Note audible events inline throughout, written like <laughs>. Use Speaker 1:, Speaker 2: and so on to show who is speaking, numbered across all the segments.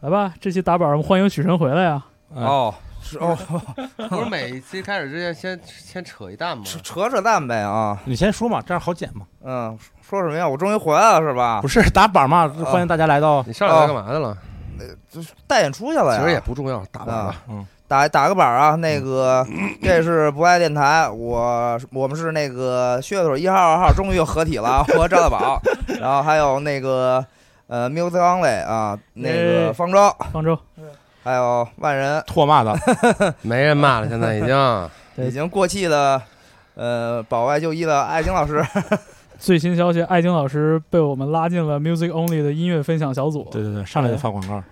Speaker 1: 来吧，这期打板，我们欢迎许晨回来呀！
Speaker 2: 哎呃
Speaker 3: 哦，
Speaker 4: 是哦，
Speaker 3: <laughs> 不是每一期开始之前先先扯一蛋吗？
Speaker 4: 扯扯扯淡呗啊，
Speaker 2: 你先说嘛，这样好剪嘛。
Speaker 4: 嗯，说什么呀？我终于回来了是吧？
Speaker 2: 不是打板嘛，欢迎大家来到
Speaker 3: 你
Speaker 1: 哦
Speaker 3: 上来干嘛去了？
Speaker 4: 带演出去
Speaker 1: 啊
Speaker 4: 了呀？
Speaker 3: 其实也不重要，打板吧。
Speaker 4: 打打个板啊，那个这是不爱电台，我我们是那个噱头一号、二号终于又合体了，啊我和赵大宝，然后还有那个呃 Music Only 啊，那
Speaker 1: 哎
Speaker 4: 个方舟，
Speaker 1: 方舟，
Speaker 4: 还有万人，
Speaker 2: 唾骂的，
Speaker 1: 啊
Speaker 3: <laughs> 没人骂了，现在
Speaker 1: <laughs>
Speaker 3: 已经。
Speaker 1: 对
Speaker 4: 已经过气的呃保外就医的艾晶老师，
Speaker 1: 最新消息，艾晶老师被我们拉进了 Music Only 的音乐分享小组，
Speaker 2: 对对对，上来就发广告，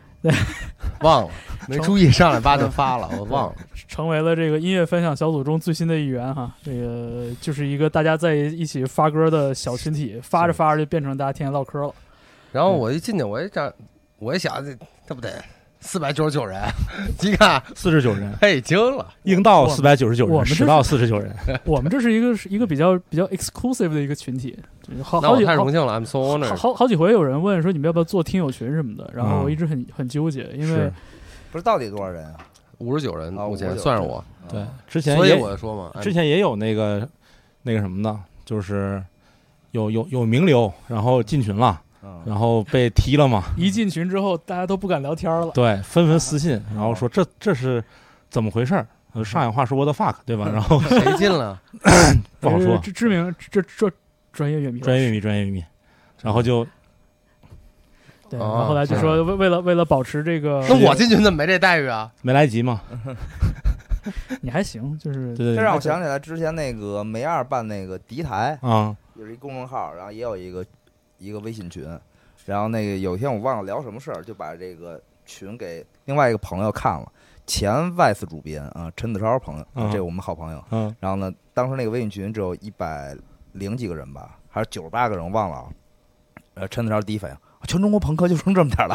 Speaker 3: 忘了，没注意上来吧就发了，我忘了。
Speaker 1: <laughs> 成为了这个音乐分享小组中最新的一员哈。这个就是一个大家在一起发歌的小群体，发着发着就变成大家天天唠
Speaker 2: <laughs>
Speaker 1: 嗑了。
Speaker 3: 然后我一进去，我一这，我一想，这这不得四百九十九人，一看，
Speaker 2: 四十九人，
Speaker 3: 嘿，惊了。
Speaker 2: 应到
Speaker 1: 我
Speaker 2: 四百九十九
Speaker 1: 我们
Speaker 2: 人，
Speaker 1: 这
Speaker 2: 实到四十九人，
Speaker 1: 我们这是一个是一个比较比较 exclusive 的一个群体，就是好
Speaker 3: 那
Speaker 1: 好
Speaker 3: 我
Speaker 1: 几
Speaker 3: 太
Speaker 1: 好
Speaker 3: 荣幸了，I'm so
Speaker 1: 好
Speaker 3: honored。
Speaker 1: 好好几回有人问说你们要不要做听友群什么的，然后
Speaker 2: 嗯
Speaker 1: 我一直很很纠结，因为
Speaker 2: 是
Speaker 4: 不是到底多少人啊？
Speaker 3: 五十九人，
Speaker 4: 啊
Speaker 3: 目前
Speaker 4: 59
Speaker 3: 算是我，
Speaker 2: 对，之前
Speaker 3: 所以
Speaker 2: 也
Speaker 3: 我就说嘛，
Speaker 2: 之前也有那个那个什么的，就是有有有名流，然后进群了，
Speaker 4: 嗯，
Speaker 2: 然后被踢了嘛，
Speaker 1: 一进群之后大家都不敢聊天了。
Speaker 2: 对，纷纷私信，然后说这这是怎么回事儿？呃上海话说 what the fuck，对吧？然后 <laughs>
Speaker 3: 谁
Speaker 1: <laughs>
Speaker 3: 进了？
Speaker 2: 不好说，
Speaker 1: 呃知知名这哎这专业乐迷，
Speaker 2: 专业玉米，专业玉米，然后就
Speaker 1: 对，
Speaker 3: 哦
Speaker 1: 然后后来就
Speaker 3: 这
Speaker 1: 说为为了为了保持这个，
Speaker 3: 那我进群怎么没这待遇啊？
Speaker 2: 没来及嘛，
Speaker 1: 你还行，就是
Speaker 2: 对对
Speaker 4: 这
Speaker 2: 对，
Speaker 4: 让我想起来之前那个梅二办那个敌台，
Speaker 2: 啊，
Speaker 4: 就是一公众号，然后也有一个一个微信群，然后那个有一天我忘了聊什么事儿，就把这个群给另外一个朋友看了，前 VICE 主编啊，陈子超朋友，
Speaker 2: 嗯
Speaker 4: 这我们好朋友。
Speaker 2: 嗯，
Speaker 4: 然后呢，当时那个微信群只有一百零几个人吧，还是九十八个人，我忘了啊。呃，陈子超第一反应，全中国朋克就剩这么点儿了，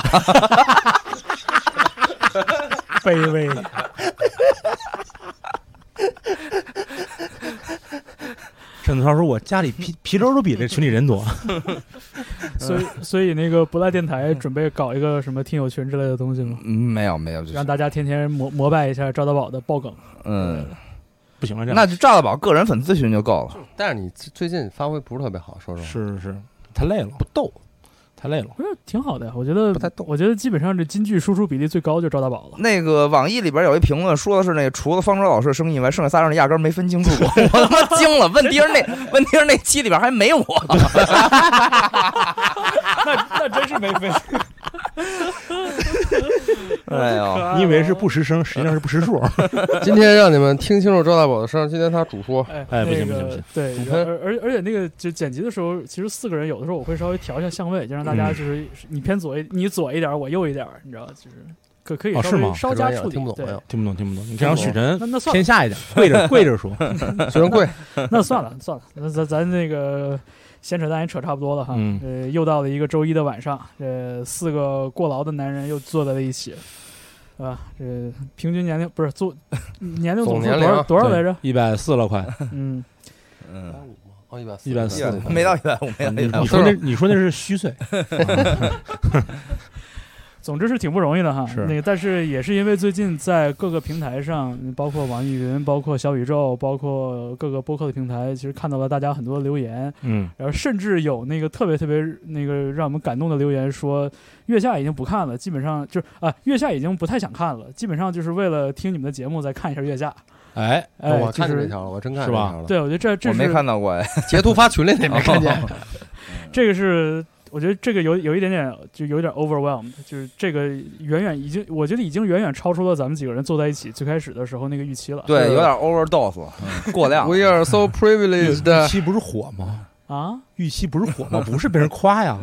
Speaker 1: 卑
Speaker 2: <laughs>
Speaker 1: 微。
Speaker 2: 沈子超说：“我家里皮皮州都比这群里人多。
Speaker 1: 所以所以那个不赖电台准备搞一个什么听友群之类的东西吗？
Speaker 4: 嗯， <laughs> 没有没有，就是
Speaker 1: 让大家天天膜膜拜一下赵大宝的爆梗。
Speaker 4: 嗯，”
Speaker 2: <laughs> 不行了，这样
Speaker 4: 那就赵大宝个人粉丝群就够了。
Speaker 3: 但是你最近发挥不是特别好，说实话。
Speaker 2: 是是是，太累了，嗯不逗，太累了。
Speaker 1: 不是挺好的呀，我觉得
Speaker 3: 不太懂
Speaker 1: 我觉得基本上这金句输出比例最高就赵大宝了。
Speaker 4: 那个网易里边有一评论说的是那个除了方舟老师的声音以外，剩下仨人压根儿没分清楚我，我他妈惊了。问题是那问题是那期里边还没我，
Speaker 1: 那那真是没分，
Speaker 4: 哎呦，
Speaker 2: 你以为是不识声，实际上是不识数。
Speaker 3: 今天让你们听清楚周大宝的声，今天他主说，
Speaker 1: 哎，
Speaker 2: 哎不行
Speaker 1: 那个
Speaker 2: 不行
Speaker 1: 对，
Speaker 3: 你看
Speaker 1: 而而而且那个就剪辑的时候，其实四个人有的时候我会稍微调一下相位，就让大家就是你偏左一，你左一点，我右一点，你知道，就是可可以
Speaker 2: 哦
Speaker 1: 稍
Speaker 2: 是
Speaker 1: 微
Speaker 2: 吗
Speaker 1: 稍
Speaker 3: 太
Speaker 1: 加
Speaker 3: 专业了
Speaker 1: 处理。
Speaker 3: 哎听不懂啊
Speaker 1: 对
Speaker 3: 没有？
Speaker 2: <laughs> 听不懂，听不懂。你让许晨
Speaker 1: <laughs> 那那算
Speaker 2: 偏
Speaker 1: 了，
Speaker 2: 下一点，跪着跪着说。
Speaker 3: 学生贵，
Speaker 1: 那算了， <laughs> 算了，那咱咱那个闲扯淡也扯差不多了哈。
Speaker 2: 嗯
Speaker 1: 呃，又到了一个周一的晚上，这四个过劳的男人又坐在了一起，啊，这平均年龄不是坐年龄总数
Speaker 3: 总年
Speaker 1: 多
Speaker 3: 龄
Speaker 1: 少
Speaker 3: 啊
Speaker 1: 多少
Speaker 2: <laughs>
Speaker 1: 来着？
Speaker 2: 一百四
Speaker 1: <laughs>
Speaker 2: 了，快。
Speaker 1: 嗯，
Speaker 4: 嗯，
Speaker 3: 哦，一百
Speaker 2: 一百四
Speaker 4: 一百没到一百五，
Speaker 1: 哎
Speaker 2: 嗯你
Speaker 4: 没到一百五
Speaker 2: 你，说那你说那是虚岁，
Speaker 1: 总之是挺不容易的哈。
Speaker 2: 是
Speaker 1: 那个，但是也是因为最近在各个平台上，包括网易云、包括小宇宙、包括各个播客的平台，其实看到了大家很多的留言，
Speaker 2: 嗯，
Speaker 1: 然后甚至有那个特别特别那个让我们感动的留言说，月下已经不看了，基本上就是啊，月下已经不太想看了，基本上就是为了听你们的节目再看一下月下。
Speaker 2: 哎，
Speaker 1: 哎，
Speaker 3: 哦我看
Speaker 1: 就
Speaker 3: 见这
Speaker 1: 是。
Speaker 3: 条了，我真看
Speaker 2: 是
Speaker 3: 见这
Speaker 2: 吧哦
Speaker 3: 条了。
Speaker 1: 对，我觉得这这
Speaker 4: 我
Speaker 1: 是
Speaker 4: 没看到过哎，
Speaker 3: 截图发群里你
Speaker 2: <laughs>
Speaker 3: 没看见？
Speaker 1: 这个是我觉得这个有有一点点就有点 overwhelmed，就是这个远远已经我觉得已经远远超出了咱们几个人坐在一起最开始的时候那个预期了。
Speaker 4: <laughs> 对，有点 overdose，过量
Speaker 3: We。are so
Speaker 2: 预
Speaker 3: privileged
Speaker 2: 预期不是火吗？
Speaker 1: 啊
Speaker 2: 预期不是火吗？不是被人夸呀。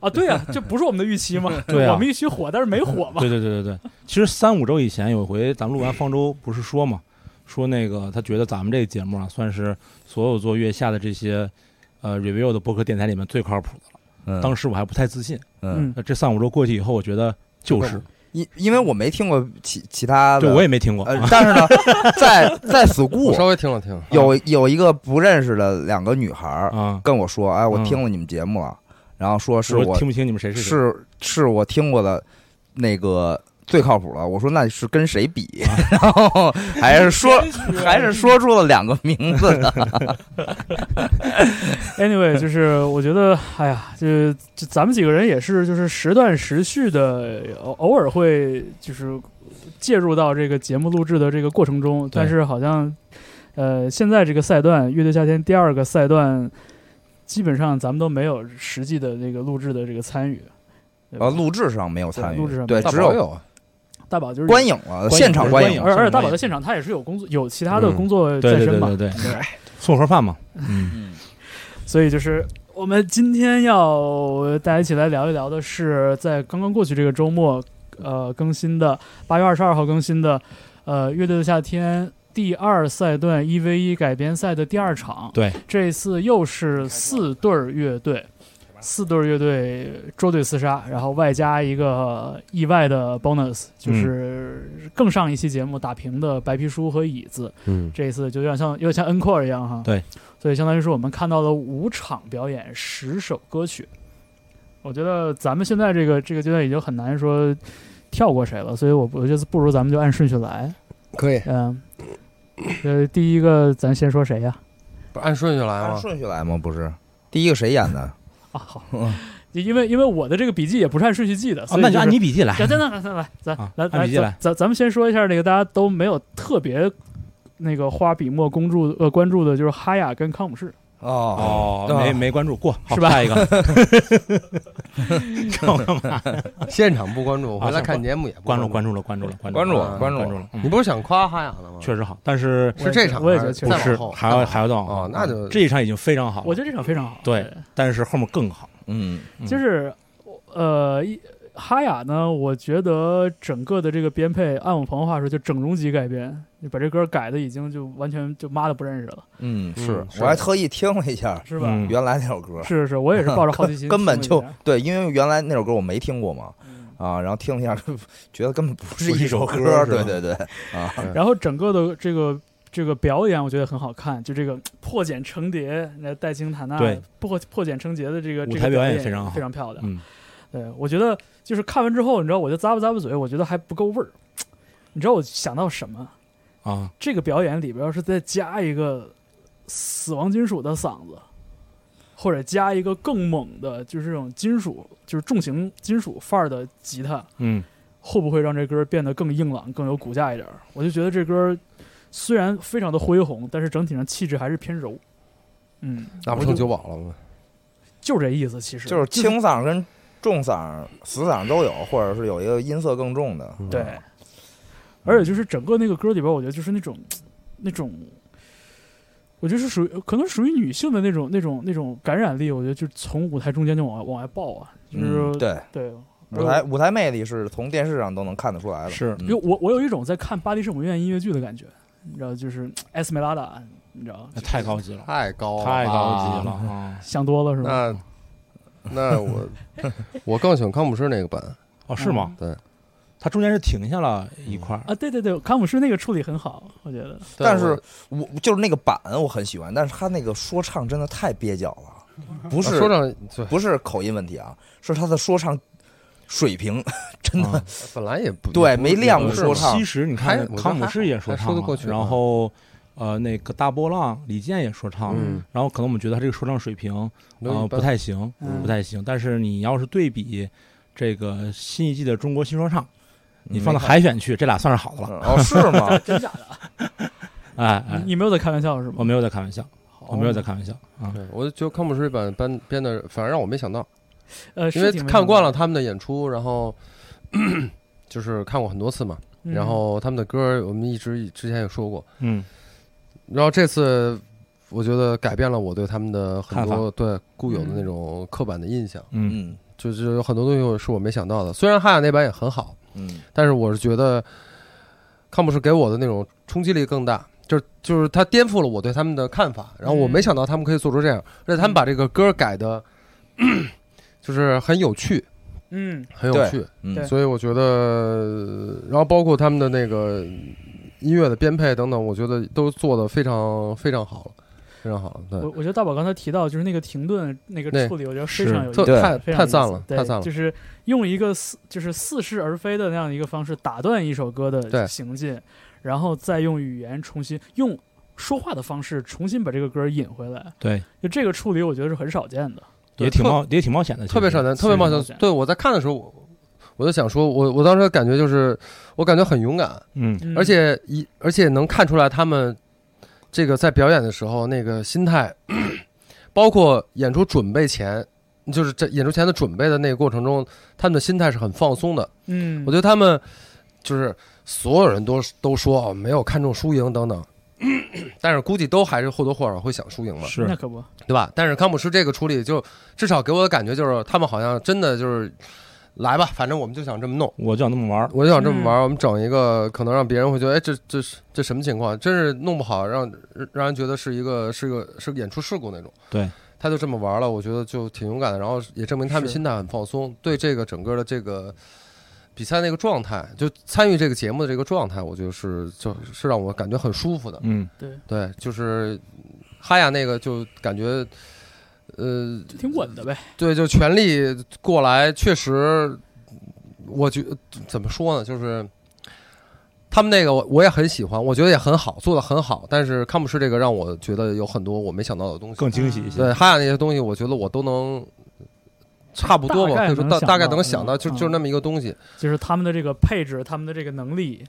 Speaker 1: 啊，对呀、这不是我们的预期嘛？
Speaker 2: 对啊
Speaker 1: 我们预期火，但是没火嘛。
Speaker 2: <laughs> 对对对对对，其实三五周以前有一回咱们录完方舟不是说嘛，说那个他觉得咱们这个节目啊，算是所有做月下的这些呃 review 的播客电台里面最靠谱的了。
Speaker 4: 嗯
Speaker 2: 当时我还不太自信，
Speaker 4: 嗯，
Speaker 1: 嗯，
Speaker 2: 那这三五周过去以后，我觉得就是，
Speaker 4: 因因为我没听过其其他
Speaker 2: 对
Speaker 4: 的，
Speaker 2: 我也没听过。
Speaker 4: 呃，但是呢，在在
Speaker 3: 我
Speaker 4: school
Speaker 3: 稍微听了听，
Speaker 4: 有有一个不认识的两个女孩儿
Speaker 2: 啊，
Speaker 4: 跟我说，哎，我
Speaker 2: 嗯
Speaker 4: 听了你们节目了，然后说是
Speaker 2: 我
Speaker 4: 我
Speaker 2: 听不清你们谁是谁。
Speaker 4: 是是我听过的那个最靠谱了。我说那是跟谁比？然后还是说还是说出了两个名字的。
Speaker 1: Anyway，就是我觉得，哎呀，就就咱们几个人也是，就是时断时续的，偶偶尔会就是介入到这个节目录制的这个过程中，但是好像，呃，现在这个赛段《乐队夏天》第二个赛段，基本上咱们都没有实际的这个录制的这个参与。对吧
Speaker 4: 呃，录制上没有参
Speaker 1: 对录制
Speaker 4: 与，
Speaker 1: 上
Speaker 4: 对，
Speaker 3: 大
Speaker 4: 只
Speaker 3: 宝
Speaker 4: 有
Speaker 3: 有啊
Speaker 1: 大宝就是
Speaker 4: 观，影了，
Speaker 2: 观
Speaker 4: 现
Speaker 2: 影
Speaker 4: 场
Speaker 2: 是
Speaker 4: 观
Speaker 2: 观
Speaker 4: 影
Speaker 2: 影。
Speaker 1: 而而且大宝
Speaker 2: 观影
Speaker 1: 在现场他也是有工作，有其他的
Speaker 3: 嗯
Speaker 1: 工作
Speaker 2: 对
Speaker 1: 在
Speaker 2: 对
Speaker 1: 身嘛
Speaker 2: 对。对对，
Speaker 1: 对
Speaker 2: 送盒饭嘛，嗯，
Speaker 4: 嗯
Speaker 1: 所以就是我们今天要呃大家一起来聊一聊的是，在刚刚过去这个周末，呃，更新的八月二十二号更新的，呃，乐队的夏天。第二赛段一 v 一改编赛的第二场，
Speaker 2: 对，
Speaker 1: 这次又是四对儿乐队，四对儿乐队捉对厮杀，然后外加一个意外的 bonus，就是更上一期节目打平的白皮书和椅子，
Speaker 3: 嗯，
Speaker 1: 这一次就有点像有点像 encore 一样哈。
Speaker 2: 对，
Speaker 1: 所以相当于是我们看到了五场表演，十首歌曲。我觉得咱们现在这个这个阶段已经很难说跳过谁了，所以我我觉得不如咱们就按顺序来。
Speaker 3: 可以，
Speaker 1: 嗯，呃，第一个咱先说谁呀？
Speaker 3: 不是按顺序来
Speaker 4: 按
Speaker 3: 吗？
Speaker 4: 顺序来吗？不是，第一个谁演的？
Speaker 1: 啊，好，因为因为我的这个笔记也不是按顺序记的，
Speaker 2: 啊
Speaker 1: 所以、
Speaker 2: 那就按你笔记来，
Speaker 1: 行行行行来，咱
Speaker 2: 啊
Speaker 1: 来
Speaker 2: 按
Speaker 1: 来
Speaker 2: 笔记
Speaker 1: 咱
Speaker 2: 来
Speaker 1: 咱咱们先说一下那个大家都没有特别那个花笔墨关注呃关注的，就是哈雅跟康姆士。
Speaker 4: 嗯
Speaker 2: 哦，没没关注过，好
Speaker 1: 是吧
Speaker 2: 下一个 <laughs>
Speaker 3: 现场不关注，
Speaker 2: 啊
Speaker 3: 回来
Speaker 2: 想
Speaker 3: 看节目也不
Speaker 2: 关注
Speaker 3: 关
Speaker 2: 关注了，关注了，关
Speaker 4: 关注
Speaker 2: 注
Speaker 3: 了
Speaker 2: 了，
Speaker 3: 关
Speaker 4: 注了
Speaker 2: 关注了，
Speaker 3: 你
Speaker 2: 嗯
Speaker 3: 不是想夸哈雅的吗？
Speaker 2: 确实好，但是
Speaker 1: 我也
Speaker 3: 是这场
Speaker 1: 我也觉得
Speaker 3: 还
Speaker 1: 确
Speaker 2: 不
Speaker 1: 实
Speaker 3: 再
Speaker 2: 是
Speaker 3: 往后
Speaker 2: 还要还要到嗯
Speaker 3: 哦，那就
Speaker 2: 这一场已经非常好
Speaker 1: 我
Speaker 2: 了，
Speaker 1: 觉得这场非常好。
Speaker 2: 对但是后面更好，
Speaker 4: 嗯，
Speaker 2: 嗯
Speaker 1: 就是呃，一哈雅呢，我觉得整个的这个编配，按我朋友话说，就整容级改编，你把这歌改的已经就完全就妈的不认识了，
Speaker 4: 嗯，是
Speaker 3: 嗯，是
Speaker 4: 我还特意听了一下
Speaker 1: 是吧？
Speaker 2: 嗯
Speaker 4: 原来那首歌，
Speaker 1: 是是，我也是抱着好
Speaker 2: <laughs>
Speaker 1: 奇心，
Speaker 4: 根本
Speaker 1: 听了
Speaker 4: 就
Speaker 1: 一下
Speaker 4: 对，因为原来那首歌我没听过嘛，
Speaker 1: 嗯
Speaker 4: 啊，然后听了一下， <laughs> 觉得根本不是
Speaker 2: 不是
Speaker 4: 一
Speaker 2: 一首
Speaker 4: 歌，
Speaker 2: 歌是
Speaker 4: 对
Speaker 2: 吧
Speaker 4: 对对，啊，
Speaker 1: 然后整个的这个。这个表演我觉得很好看，就这个破茧成蝶，那戴青塔纳
Speaker 2: 对
Speaker 1: 破破茧成蝶的这个
Speaker 2: 舞
Speaker 1: 这个
Speaker 2: 台表演
Speaker 1: 演
Speaker 2: 也非常好
Speaker 1: 非常漂亮。
Speaker 2: 嗯，
Speaker 1: 对，我觉得就是看完之后，你知道，我就咂巴咂巴嘴，我觉得还不够味儿。你知道我想到什么？
Speaker 2: 啊，
Speaker 1: 这个表演里边要是再加一个死亡金属的嗓子，或者加一个更猛的，就是这种金属，就是重型金属范儿的吉他，
Speaker 2: 嗯，
Speaker 1: 会不会让这歌变得更硬朗、更有骨架一点儿？我就觉得这歌虽然非常的恢宏，但是整体上气质还是偏柔。嗯，
Speaker 3: 那不
Speaker 1: 我就
Speaker 3: 成九宝了吗？
Speaker 1: 就是这意思，其实
Speaker 4: 就是轻嗓跟重嗓、死嗓都有，或者是有一个音色更重的，
Speaker 1: 对，而且就是整个那个歌里边，我觉得就是那种那种，我觉得是属于可能属于女性的那种那种那种感染力，我觉得就是从舞台中间就往外往外爆啊，就是说、
Speaker 4: 嗯，对，
Speaker 1: 对
Speaker 4: 舞台舞台魅力是从电视上都能看得出来的，
Speaker 2: 呃是
Speaker 4: 嗯
Speaker 1: 有我我有一种在看巴黎圣母院音乐剧的感觉，你知道，就是艾斯梅拉达，你知道，
Speaker 2: 那太高级了，
Speaker 3: 太高嗯
Speaker 2: 太高
Speaker 3: 吧
Speaker 2: 级了。
Speaker 1: <laughs>
Speaker 2: 啊！
Speaker 1: 想多了是吧？
Speaker 3: 那
Speaker 2: <laughs>
Speaker 3: 那我我更喜欢康普士那个版，
Speaker 2: 哦，是吗？
Speaker 3: 对，
Speaker 2: 它中间是停下了一块儿，
Speaker 1: 啊，对对对，康姆士那个处理很好，我觉得。
Speaker 4: 但是
Speaker 3: 我
Speaker 4: 我就是那个版我很喜欢，但是他那个说唱真的太蹩脚了，不
Speaker 3: 不
Speaker 4: 是
Speaker 3: 啊说唱，对，
Speaker 4: 不是口音问题啊，是他的说唱水平真的
Speaker 2: 啊
Speaker 3: 本来也不
Speaker 4: 对
Speaker 3: 也不
Speaker 4: 没练过
Speaker 3: 嗯也不是
Speaker 4: 说唱
Speaker 2: 其实你
Speaker 3: 还
Speaker 2: 看
Speaker 3: 我觉得
Speaker 2: 康姆士也说
Speaker 3: 还好还
Speaker 2: 唱
Speaker 3: 说
Speaker 2: 了，
Speaker 3: 得过去嗯
Speaker 2: 然后呃，那个大波浪李健也说唱了，啊
Speaker 3: 嗯
Speaker 2: 然后可能我们觉得他这个说唱水平
Speaker 3: 刘一
Speaker 2: 呃不
Speaker 3: 般
Speaker 2: 太行，
Speaker 1: 嗯
Speaker 2: 不太行。但是你要是对比这个新一季的中国新说唱，
Speaker 3: 嗯
Speaker 2: 你放到海选去，这俩算是好的了。
Speaker 4: 嗯哦是
Speaker 2: <laughs>
Speaker 4: 吗？
Speaker 1: 真假的？
Speaker 3: 嗯
Speaker 2: 哎哎
Speaker 1: 你，你没有在开玩笑是
Speaker 2: 我
Speaker 1: 吗？
Speaker 2: 没有在开玩笑，
Speaker 1: 好
Speaker 2: 我没有在开玩笑啊。
Speaker 3: 对，我就觉得康普士版编编的，反正让我没想到，
Speaker 1: 呃，
Speaker 3: 因为
Speaker 1: 是挺没
Speaker 3: 看惯
Speaker 1: 想
Speaker 3: 了
Speaker 1: 到
Speaker 3: 他们的演出，然后 <clears throat> 就是看过很多次嘛，
Speaker 1: 的，
Speaker 3: 然
Speaker 1: 嗯
Speaker 3: 后他们的歌我们一直之前也说过，
Speaker 2: 嗯，
Speaker 3: 然后这次我觉得改变了我对他们的很
Speaker 2: 看
Speaker 3: 多对固
Speaker 1: 嗯
Speaker 3: 有的那种刻板的印象，
Speaker 2: 嗯，
Speaker 4: 嗯
Speaker 3: 就是有很多东西是我没想到的。虽然哈雅那版也很好，
Speaker 4: 嗯
Speaker 3: 但是我是觉得康普士给我的那种冲击力更大，就是就是他颠覆了我对他们的看法，然后我
Speaker 1: 嗯
Speaker 3: 没想到他们可以做出这样，而且他们把这个歌改的， <clears throat> 就是很有趣，
Speaker 1: 嗯
Speaker 3: 很有趣，
Speaker 1: 对
Speaker 4: 嗯，
Speaker 3: 所以我觉得，呃然后包括他们的那个音乐的编配等等，我觉得都做的非常非常好了。非常好，对
Speaker 1: 我，我觉得大宝刚才提到就是那个停顿那
Speaker 3: 嗯对
Speaker 1: 个处理，我觉得非常有意
Speaker 3: 特
Speaker 1: 思。
Speaker 4: 对
Speaker 3: 太
Speaker 1: 非常
Speaker 3: 太
Speaker 1: 有意
Speaker 3: 赞
Speaker 1: 思
Speaker 3: 了，
Speaker 1: 对
Speaker 3: 太赞了
Speaker 1: 就，是用一个似就是似是而非的那样的一个方式打断一首歌
Speaker 3: 对
Speaker 1: 的行进，然后再用语言重新用说话的方式重新把这个歌引回来。
Speaker 2: 对，
Speaker 1: 就这个处理，我觉得是很少见的。
Speaker 3: 对
Speaker 2: 也挺
Speaker 3: 特
Speaker 2: 冒也挺冒险的，
Speaker 3: 特别少
Speaker 2: 少
Speaker 3: 见，
Speaker 2: 见，
Speaker 3: 特别冒
Speaker 1: 冒
Speaker 3: 险
Speaker 1: 险。
Speaker 3: 对我在看的时候，我我就想说，我我当时感觉就是，我感觉很勇敢，
Speaker 2: 嗯，
Speaker 1: 嗯
Speaker 3: 而且一而且能看出来他们这个在表演的时候那个心态， <clears throat> 包括演出准备前，就是这演出前的准备的那个过程中，他们的心态是很放松的。
Speaker 1: 嗯，
Speaker 3: 我觉得他们就是所有人都都说哦，没有看重输赢等 <clears throat> 等，但是估计都还是或多或少会想输赢嘛。
Speaker 2: 是
Speaker 1: 那可不，
Speaker 3: 对吧？但是康姆斯这个处理就，至少给我的感觉就是，他们好像真的就是来吧，反正我们就想这么弄，
Speaker 2: 我就想那么玩儿，
Speaker 3: 我就想这么玩儿，我们整一个可能让别人会觉得，哎，这这是这什么情况？真是弄不好让让人觉得是一个是个是个演出事故那种。
Speaker 2: 对，
Speaker 3: 他就这么玩儿了，我觉得就挺勇敢的，然后也证明他们
Speaker 1: 是
Speaker 3: 心态很放松，对这个整个的这个。比赛那个状态，就参与这个节目的这个状态，我觉得是就是让我感觉很舒服的。
Speaker 2: 嗯，
Speaker 3: 对，就是哈雅那个就感觉，呃，
Speaker 1: 就挺稳的呗。
Speaker 3: 对，就权力过来，确实，我觉怎么说呢，就是他们那个我我也很喜欢，我觉得也很好，做的很好，但是康普士这个让我觉得有很多我没想到的东西。
Speaker 2: 更惊喜一些。
Speaker 3: 对，哈雅那些东西，我觉得我都能。差不多吧，
Speaker 1: 大概
Speaker 3: 可以说
Speaker 1: 能
Speaker 3: 大
Speaker 1: 想
Speaker 3: 大概
Speaker 1: 到
Speaker 3: 能想到，
Speaker 1: 嗯
Speaker 3: 就
Speaker 1: 嗯
Speaker 3: 就那么一个东西。
Speaker 1: 就是他们的这个配置，他们的这个能力，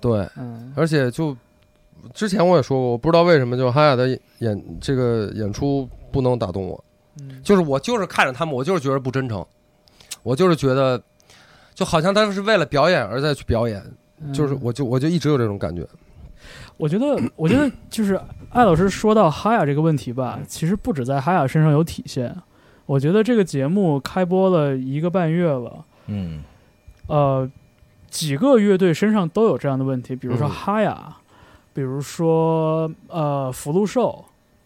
Speaker 3: 对，
Speaker 1: 嗯，
Speaker 3: 而且就之前我也说过，我不知道为什么，就哈雅的演这个演出不能打动我。
Speaker 1: 嗯
Speaker 3: 就是我就是看着他们，我就是觉得不真诚，我就是觉得，就好像他们是为了表演而在去表演，就是
Speaker 1: 嗯
Speaker 3: 我就我就一直有这种感觉。
Speaker 1: 我觉得，我觉得就是艾老师说到哈雅这个问题吧，其实不止在哈雅身上有体现。我觉得这个节目开播了一个半月了，
Speaker 2: 嗯，
Speaker 1: 呃，几个乐队身上都有这样的问题，比如说
Speaker 3: 嗯
Speaker 1: 哈雅，比如说呃福禄寿，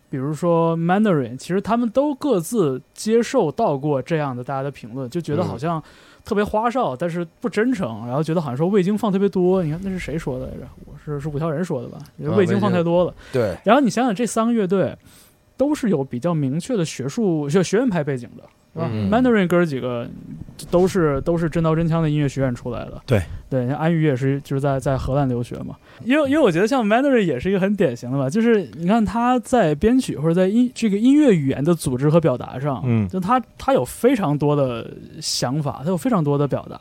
Speaker 1: 比如说 Mandarin，其实他们都各自接受到过这样的大家的评论，就觉得
Speaker 3: 嗯
Speaker 1: 好像特别花哨，但是不真诚，然后觉得好像说味精放特别多。你看那是谁说的来着？我是是五条人说的吧？觉得
Speaker 3: 啊
Speaker 1: 味
Speaker 3: 味
Speaker 1: 精放
Speaker 3: 精
Speaker 1: 太多了。
Speaker 3: 对，
Speaker 1: 然后你想想，这三个乐队都是有比较明确的学术就学院派背景的，是吧、
Speaker 3: 嗯
Speaker 1: m a n d a r i n 哥儿几个都是都是真刀真枪的音乐学院出来的。
Speaker 2: 对
Speaker 1: 对，像安宇也是就是在在荷兰留学嘛。因为因为我觉得像 Mandarin 也是一个很典型的吧，就是你看他在编曲或者在音这个音乐语言的组织和表达上，
Speaker 2: 嗯
Speaker 1: 就他他有非常多的想法，他有非常多的表达。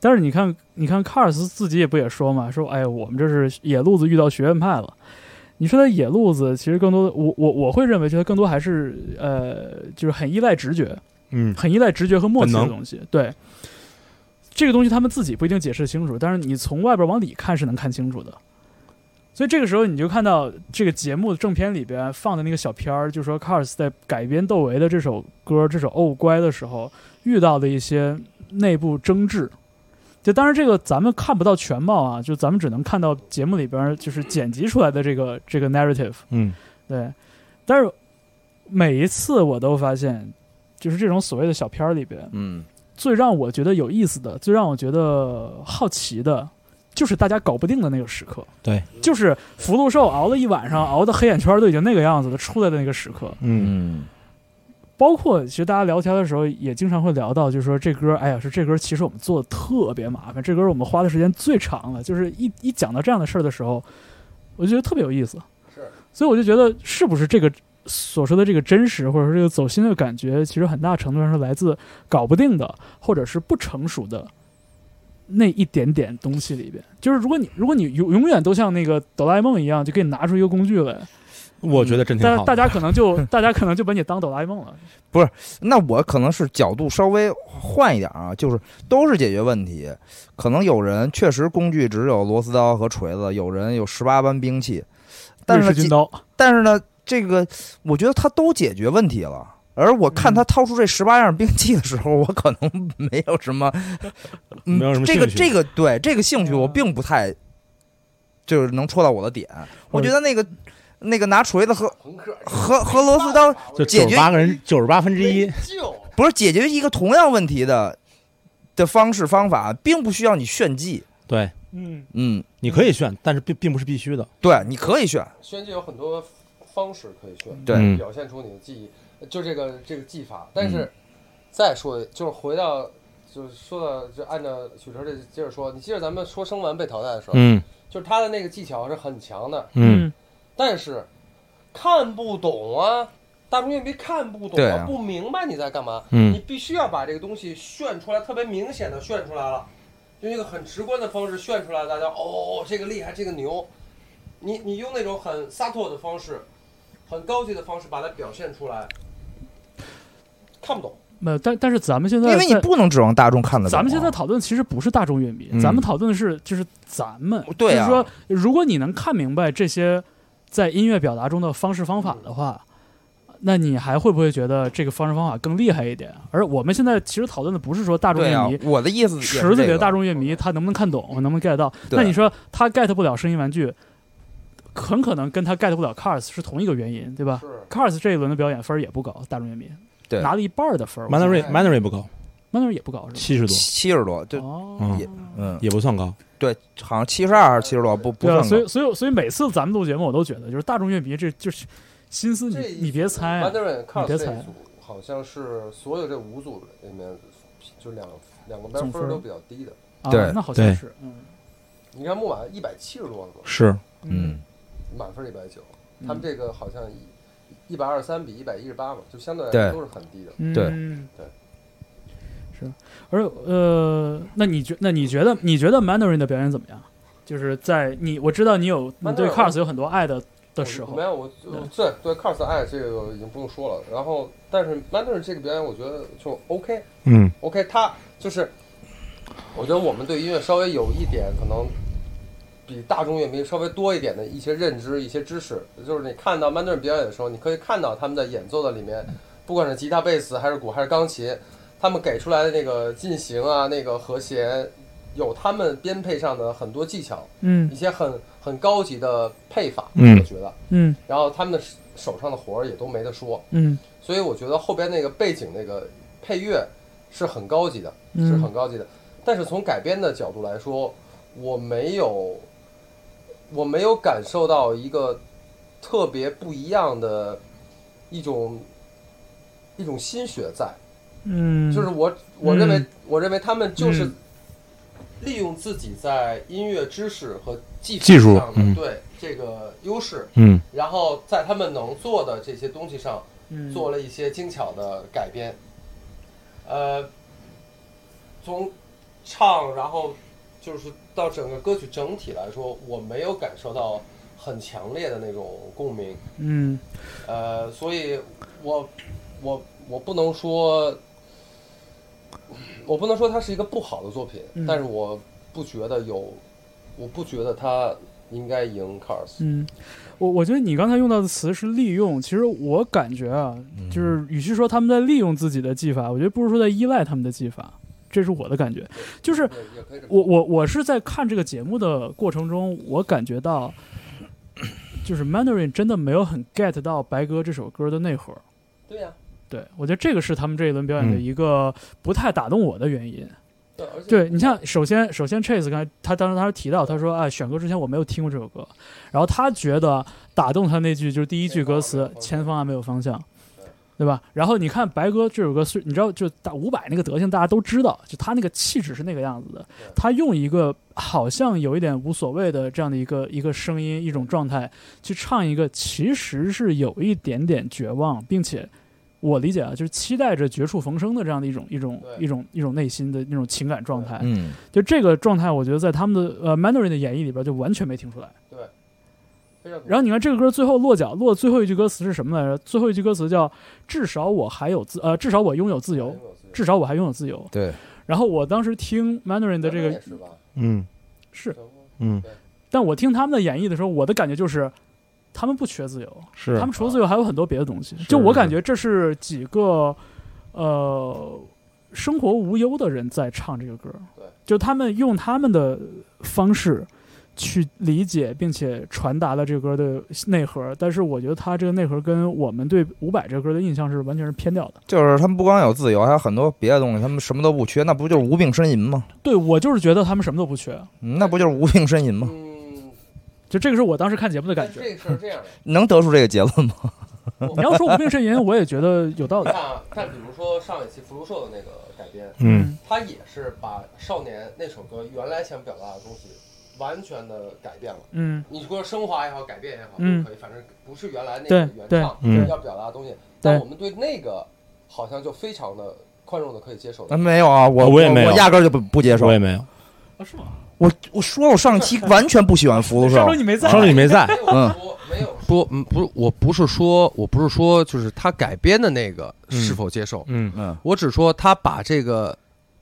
Speaker 1: 但是你看，你看 Cars 自己也不也说嘛，说哎，我们这是野路子遇到学院派了。你说他野路子，其实更多的我我我会认为，觉得更多还是呃，就是很依赖直觉，
Speaker 2: 嗯，
Speaker 1: 很依赖直觉和默契的
Speaker 2: 本能
Speaker 1: 东西。对，这个东西他们自己不一定解释清楚，但是你从外边往里看是能看清楚的。所以这个时候你就看到这个节目的正片里边放的那个小片儿，就说 Cars 在改编窦唯的这首歌这首《哦乖》的时候遇到的一些内部争执。就当然这个咱们看不到全貌啊，就咱们只能看到节目里边就是剪辑出来的这个这个 narrative。
Speaker 2: 嗯，
Speaker 1: 对，但是每一次我都发现，就是这种所谓的小片儿里边，
Speaker 2: 嗯，
Speaker 1: 最让我觉得有意思的，最让我觉得好奇的，就是大家搞不定的那个时刻。
Speaker 2: 对，
Speaker 1: 就是福禄寿熬了一晚上，熬的黑眼圈都已经那个样子了，出来的那个时刻。
Speaker 2: 嗯，
Speaker 5: 嗯，
Speaker 1: 包括其实大家聊天的时候，也经常会聊到，就是说这歌，哎呀，说这歌其实我们做的特别麻烦，这歌我们花的时间最长了。就是一一讲到这样的事儿的时候，我就觉得特别有意思。是，所以我就觉得是不是这个所说的这个真实，或者说这个走心的感觉，其实很大程度上是来自搞不定的，或者是不成熟的。那一点点东西里边，就是如果你如果你永永远都像那个哆啦 A 梦一样，就给你拿出一个工具来，
Speaker 2: 我觉得真挺
Speaker 1: 但
Speaker 2: 好
Speaker 1: 是大
Speaker 2: 的。
Speaker 1: 家可能就大家可能就把你当哆啦 A 梦了。
Speaker 4: 那我可能是角度稍微换一点啊，就是都是解决问题。可能有人确实工具只有螺丝刀和锤子，有人有十八般兵器，但
Speaker 1: 瑞
Speaker 4: 是
Speaker 1: 士军
Speaker 4: 呢
Speaker 1: 刀，
Speaker 4: 但是呢，这个我觉得他都解决问题了。而我看
Speaker 2: 嗯
Speaker 4: 他掏出这十八样兵器的时候，我可
Speaker 2: <laughs>
Speaker 4: 能没有什么，嗯
Speaker 2: 没有什么
Speaker 4: 这
Speaker 2: 兴
Speaker 4: 个
Speaker 2: 趣
Speaker 4: 这个对这个兴趣，
Speaker 1: 嗯
Speaker 4: 我并不太就是能戳到我的点。
Speaker 1: 或
Speaker 2: 嗯
Speaker 4: 我
Speaker 1: 者
Speaker 4: 觉得那个那个拿锤子和和和螺丝
Speaker 3: 哦
Speaker 4: 刀
Speaker 2: 就九
Speaker 4: 解决
Speaker 2: 十八个人，九十八分之一，
Speaker 4: 不是解决一个同样问题的的方式方法，并不需要你炫技。
Speaker 2: 对，
Speaker 1: 嗯，
Speaker 4: 嗯，
Speaker 2: 你可以炫，但是并并不是必须的。
Speaker 4: 对，你可以炫，
Speaker 3: 宣剧有很多方式可以去
Speaker 4: 对
Speaker 2: 嗯
Speaker 3: 表现出你的技艺，就这个这个技法。但是再说，就是回到就是说到就按照许晨这接着说，你记得咱们说生完被淘汰的时候，
Speaker 2: 嗯
Speaker 3: 就是他的那个技巧是很强的，
Speaker 2: 嗯，
Speaker 3: 但是看不懂啊，大众乐迷看不懂
Speaker 4: 对
Speaker 3: 啊，
Speaker 4: 啊
Speaker 3: 不明白你在干嘛。
Speaker 2: 嗯
Speaker 3: 你必须要把这个东西炫出来，特别明显的炫出来了，用一个很直观的方式炫出来，大家哦，这个厉害，这个牛。你你用那种很洒脱的方式，很高级的方式把它表现出来，看不懂。
Speaker 1: 那但但是咱们现在
Speaker 4: 因为你
Speaker 1: 在
Speaker 4: 不能指望大众看得懂啊。
Speaker 1: 咱们现在讨论其实不是大众乐迷，
Speaker 2: 嗯
Speaker 1: 咱们讨论的是就是咱们，
Speaker 4: 对啊
Speaker 1: 就是说，如果你能看明白这些在音乐表达中的方式方法的话，那你还会不会觉得这个方式方法更厉害一点？而我们现在其实讨论的不是说大众
Speaker 4: 对
Speaker 1: 乐
Speaker 4: 啊
Speaker 1: 迷，，
Speaker 4: 我的意思也是
Speaker 1: 池子里
Speaker 4: 这
Speaker 1: 的
Speaker 4: 个嗯
Speaker 1: 大众乐迷他能不能看懂，能不能 get 到？
Speaker 4: 对
Speaker 1: 那
Speaker 4: 啊
Speaker 1: 你说他 get 不了声音玩具，很可能跟他 get 不了 Cars 是同一个原因，对吧
Speaker 3: 是
Speaker 1: ？Cars 这一轮的表演分儿也不高，大众乐迷
Speaker 4: 对
Speaker 1: 拿了一半儿的分儿
Speaker 2: m a n a r y m a n a r y 不高，
Speaker 1: 那那也不高是吧？
Speaker 2: 七十多，
Speaker 4: 七十多，就
Speaker 1: 哦，
Speaker 2: 嗯
Speaker 4: 也嗯，
Speaker 2: 也不算高。
Speaker 4: 对，好像七十二还是七十多，不不
Speaker 1: 对啊，
Speaker 4: 算
Speaker 1: 所
Speaker 4: 高。
Speaker 1: 以所以所以每次咱们录节目，我都觉得就是大众乐迷这就是心思你
Speaker 3: 这一
Speaker 1: 你别猜啊
Speaker 3: 班，德瑞卡
Speaker 1: 你
Speaker 3: 这
Speaker 1: 别
Speaker 3: 一
Speaker 1: 猜
Speaker 3: 组好像是所有这五组里面，就两两个班
Speaker 1: 总
Speaker 3: 分儿
Speaker 1: 分
Speaker 3: 都比较低的。
Speaker 1: 啊
Speaker 4: 对，
Speaker 1: 那好像是，嗯
Speaker 3: 你看木马一百七十多了嘛，
Speaker 2: 是，
Speaker 4: 嗯，
Speaker 3: 满分一百九，
Speaker 1: 嗯
Speaker 3: 他们这个好像一一百二三比一百一十八嘛，就相对来
Speaker 4: 对
Speaker 3: 说都是很低的。
Speaker 1: 嗯
Speaker 4: 对
Speaker 3: 对。
Speaker 1: 是，而呃，那你觉那你觉得你觉得 Mandarin 的表演怎么样？就是在你我知道你有你对
Speaker 3: Mandarin-
Speaker 1: Cars 有很多爱的的时
Speaker 3: 没
Speaker 1: 候，
Speaker 3: 有我
Speaker 1: 对
Speaker 3: 对对 cos 爱这个已经不用说了，然后但是 m a n d e r 这个表演我觉得就 OK
Speaker 2: 嗯
Speaker 3: OK，他就是我觉得我们对音乐稍微有一点可能比大众乐迷稍微多一点的一些认知、一些知识，就是你看到 m a n d e r 表演的时候，你可以看到他们在演奏的里面，不管是吉他、贝斯还是鼓还是钢琴，他们给出来的那个进行啊，那个和弦。有他们编配上的很多技巧，
Speaker 1: 嗯
Speaker 3: 一些很很高级的配法，
Speaker 2: 嗯
Speaker 3: 我觉得，
Speaker 1: 嗯
Speaker 3: 然后他们的手手上的活儿也都没得说，
Speaker 1: 嗯
Speaker 3: 所以我觉得后边那个背景那个配乐是很高级的，
Speaker 1: 嗯
Speaker 3: 是很高级的。但是从改编的角度来说，我没有，我没有感受到一个特别不一样的一种一种心血在，
Speaker 1: 嗯，
Speaker 3: 就是我我认为
Speaker 1: 嗯
Speaker 3: 我认为他们就是
Speaker 1: 嗯
Speaker 3: 利用自己在音乐知识和技
Speaker 2: 技术
Speaker 3: 上的
Speaker 2: 嗯
Speaker 3: 对这个优势，
Speaker 2: 嗯
Speaker 3: 然后在他们能做的这些东西上
Speaker 1: 嗯
Speaker 3: 做了一些精巧的改编。呃，从唱，然后就是到整个歌曲整体来说，我没有感受到很强烈的那种共鸣。
Speaker 1: 嗯
Speaker 3: 呃，所以我我我不能说，我不能说它是一个不好的作品，
Speaker 1: 嗯
Speaker 3: 但是我不觉得有，我不觉得它应该赢 Cars。
Speaker 1: 嗯，我我觉得你刚才用到的词是利用，其实我感觉啊，就是与其说他们在利用自己的技法，我觉得不如说在依赖他们的技法，这是我的感觉。嗯就是
Speaker 3: 也也可以这么说
Speaker 1: 我我我是在看这个节目的过程中，我感觉到，就是 Mandarin 真的没有很 get 到白鸽这首歌的内核。
Speaker 3: 对呀、
Speaker 1: 对我觉得这个是他们这一轮表演的一个不太打动我的原因。
Speaker 3: 对，而且
Speaker 1: 对你像，首先首先 Chase 刚才他当时当时提到，他说啊，选歌之前我没有听过这首歌，然后他觉得打动他那句就是第一句歌词“前
Speaker 3: 前
Speaker 1: 方还没有方向
Speaker 3: 对”，
Speaker 1: 对吧？然后你看白鸽这首歌是，你知道就打伍佰那个德行，大家都知道，就他那个气质是那个样子的
Speaker 3: 对，
Speaker 1: 他用一个好像有一点无所谓的这样的一个一个声音一种状态去唱一个，其实是有一点点绝望，并且。我理解啊，就是期待着绝处逢生的这样的一种一种
Speaker 3: 对
Speaker 1: 一种一种内心的那种情感状态，
Speaker 4: 嗯，
Speaker 1: 就这个状态，我觉得在他们的呃 Mandarin 的演绎里边就完全没听出来。
Speaker 3: 非常可惜
Speaker 1: 然后你看这个歌最后落脚落最后一句歌词是什么来着？最后一句歌词叫“至少我还有自呃至少我拥有自由，至少我还拥有自由
Speaker 4: 对，”。
Speaker 1: 然后我当时听 Mandarin 的这
Speaker 3: 也
Speaker 1: 个
Speaker 3: 是吧？
Speaker 2: 嗯
Speaker 1: 是，
Speaker 2: 嗯，
Speaker 1: 但我听他们的演绎的时候，我的感觉就是他们不缺自由，
Speaker 2: 是
Speaker 1: 他们除了自由还有很多别的东西
Speaker 2: 是。
Speaker 1: 就我感觉这是几个呃生活无忧的人在唱这个歌
Speaker 3: 对，
Speaker 1: 就他们用他们的方式去理解并且传达了这个歌的内核。但是我觉得他这个内核跟我们对伍佰这个歌的印象是完全是偏掉的。
Speaker 4: 就是他们不光有自由，还有很多别的东西，他们什么都不缺，那不就是无病呻吟吗？
Speaker 1: 对我就是觉得他们什么都不缺，
Speaker 4: 嗯那不就是无病呻吟吗？
Speaker 3: 嗯，
Speaker 1: 就这个是我当时看节目的感觉。
Speaker 3: 这个事儿这样的，
Speaker 4: 能得出这个结论吗？
Speaker 2: <laughs>
Speaker 1: 你要说无病呻吟，我也觉得有道理
Speaker 3: 看。啊，看比如说上一期福禄寿的那个改编，
Speaker 2: 嗯，
Speaker 3: 他也是把少年那首歌原来想表达的东西完全的改变了。
Speaker 1: 嗯
Speaker 3: 你说升华也好，改变也好，
Speaker 1: 嗯
Speaker 3: 都可以，反正不是原来那
Speaker 1: 对
Speaker 3: 个原唱
Speaker 2: 对嗯
Speaker 3: 要表达的东西。
Speaker 1: 对
Speaker 3: 但我们对那个好像就非常的宽容的可以接受
Speaker 2: 嗯
Speaker 4: 啊，。没有啊，我
Speaker 2: 我也没有
Speaker 4: 我压根儿就不不接受
Speaker 2: 我。也没有。
Speaker 1: 啊是吗？
Speaker 4: 我我说我上期完全不喜欢福禄
Speaker 1: <laughs>
Speaker 4: 寿
Speaker 1: 上周，你没在，
Speaker 2: 啊上周你没在，
Speaker 3: 没有说，没有说，嗯，不是，我不是说，我不是说，就是他改编的那个是否接受，
Speaker 2: 嗯
Speaker 4: 嗯
Speaker 3: 我只说他把这个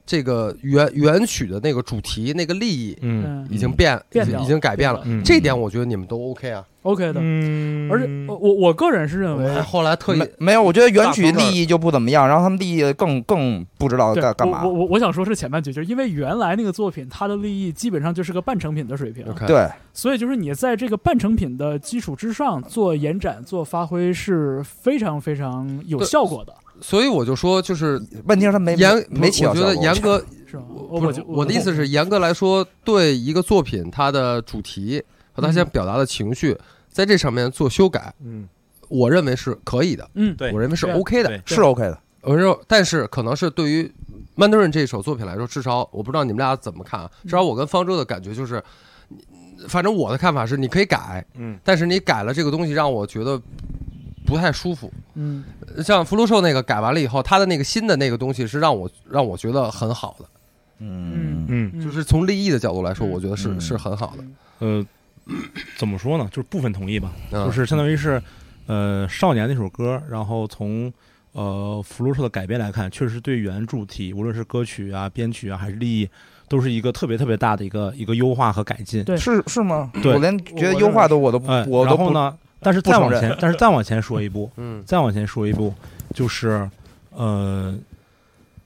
Speaker 3: 这个原原曲的那个主题、那个利益
Speaker 2: 嗯
Speaker 1: 嗯
Speaker 3: 已经变，
Speaker 1: 变
Speaker 3: 已
Speaker 1: 掉
Speaker 3: 经
Speaker 1: 了
Speaker 3: 已经改变了。
Speaker 2: 嗯
Speaker 3: 这点我觉得你们都 OK 啊。
Speaker 1: ，OK 的。
Speaker 2: 嗯
Speaker 1: 而且我我我个人是认为
Speaker 3: 还，后来特意
Speaker 4: 没没有，我觉得原曲利益就不怎么样，然后他们利益更更不知道
Speaker 1: 对
Speaker 4: 哦干干嘛
Speaker 1: 我。我我想说是前半句，就是因为原来那个作品它的利益基本上就是个半成品的水平，
Speaker 3: OK，
Speaker 4: 对，
Speaker 1: 所以就是你在这个半成品的基础之上做延展、做发挥是非常非常有
Speaker 3: 对
Speaker 1: 效果的，
Speaker 3: 所以我就说，就是
Speaker 4: 问题是他没
Speaker 3: 严，
Speaker 4: 没起到
Speaker 3: 我觉
Speaker 4: 效
Speaker 3: 得
Speaker 4: 果
Speaker 3: 严格
Speaker 1: 是吗？我
Speaker 3: 我不是
Speaker 1: 觉
Speaker 3: 我的意思是，严格来说，对一个作品它的主题和他想表达的情绪，在这上面做修改，
Speaker 2: 嗯
Speaker 3: 我认为是可以的，
Speaker 1: 嗯，
Speaker 2: 对
Speaker 3: 我认为是
Speaker 1: 对
Speaker 3: OK 的。
Speaker 2: 对
Speaker 4: 是 OK 的。
Speaker 3: 我说，但是可能是对于 Mandarin 这首作品来说，至少我不知道你们俩怎么看啊。至少我跟方舟的感觉就是，你反正我的看法是，你可以改，
Speaker 2: 嗯
Speaker 3: 但是你改了这个东西让我觉得不太舒服。
Speaker 1: 嗯
Speaker 3: 像福禄寿那个改完了以后，他的那个新的那个东西是让我让我觉得很好的，
Speaker 1: 嗯
Speaker 2: 嗯，
Speaker 1: 嗯
Speaker 3: 就是从立意的角度来说，
Speaker 1: 嗯
Speaker 3: 我觉得是
Speaker 4: 嗯
Speaker 3: 是很好的。
Speaker 2: 呃，怎么说呢？就是部分同意吧，
Speaker 3: 嗯
Speaker 2: 就是相当于是呃少年那首歌，然后从呃福禄寿的改编来看，确实对原主题，无论是歌曲啊、编曲啊，还是立意，都是一个特别特别大的一个一个优化和改进。
Speaker 1: 对
Speaker 4: 是是吗？
Speaker 2: 对
Speaker 4: 我连觉得优化都我都不
Speaker 2: 哎，
Speaker 4: 我都
Speaker 2: 然
Speaker 4: 不
Speaker 2: 后呢？但是
Speaker 4: 不
Speaker 2: 再
Speaker 4: 承
Speaker 2: 往
Speaker 4: 认
Speaker 2: 前，但是再往前说一
Speaker 4: <laughs>
Speaker 2: 步，
Speaker 3: 嗯
Speaker 2: 再往前说一步，就是呃，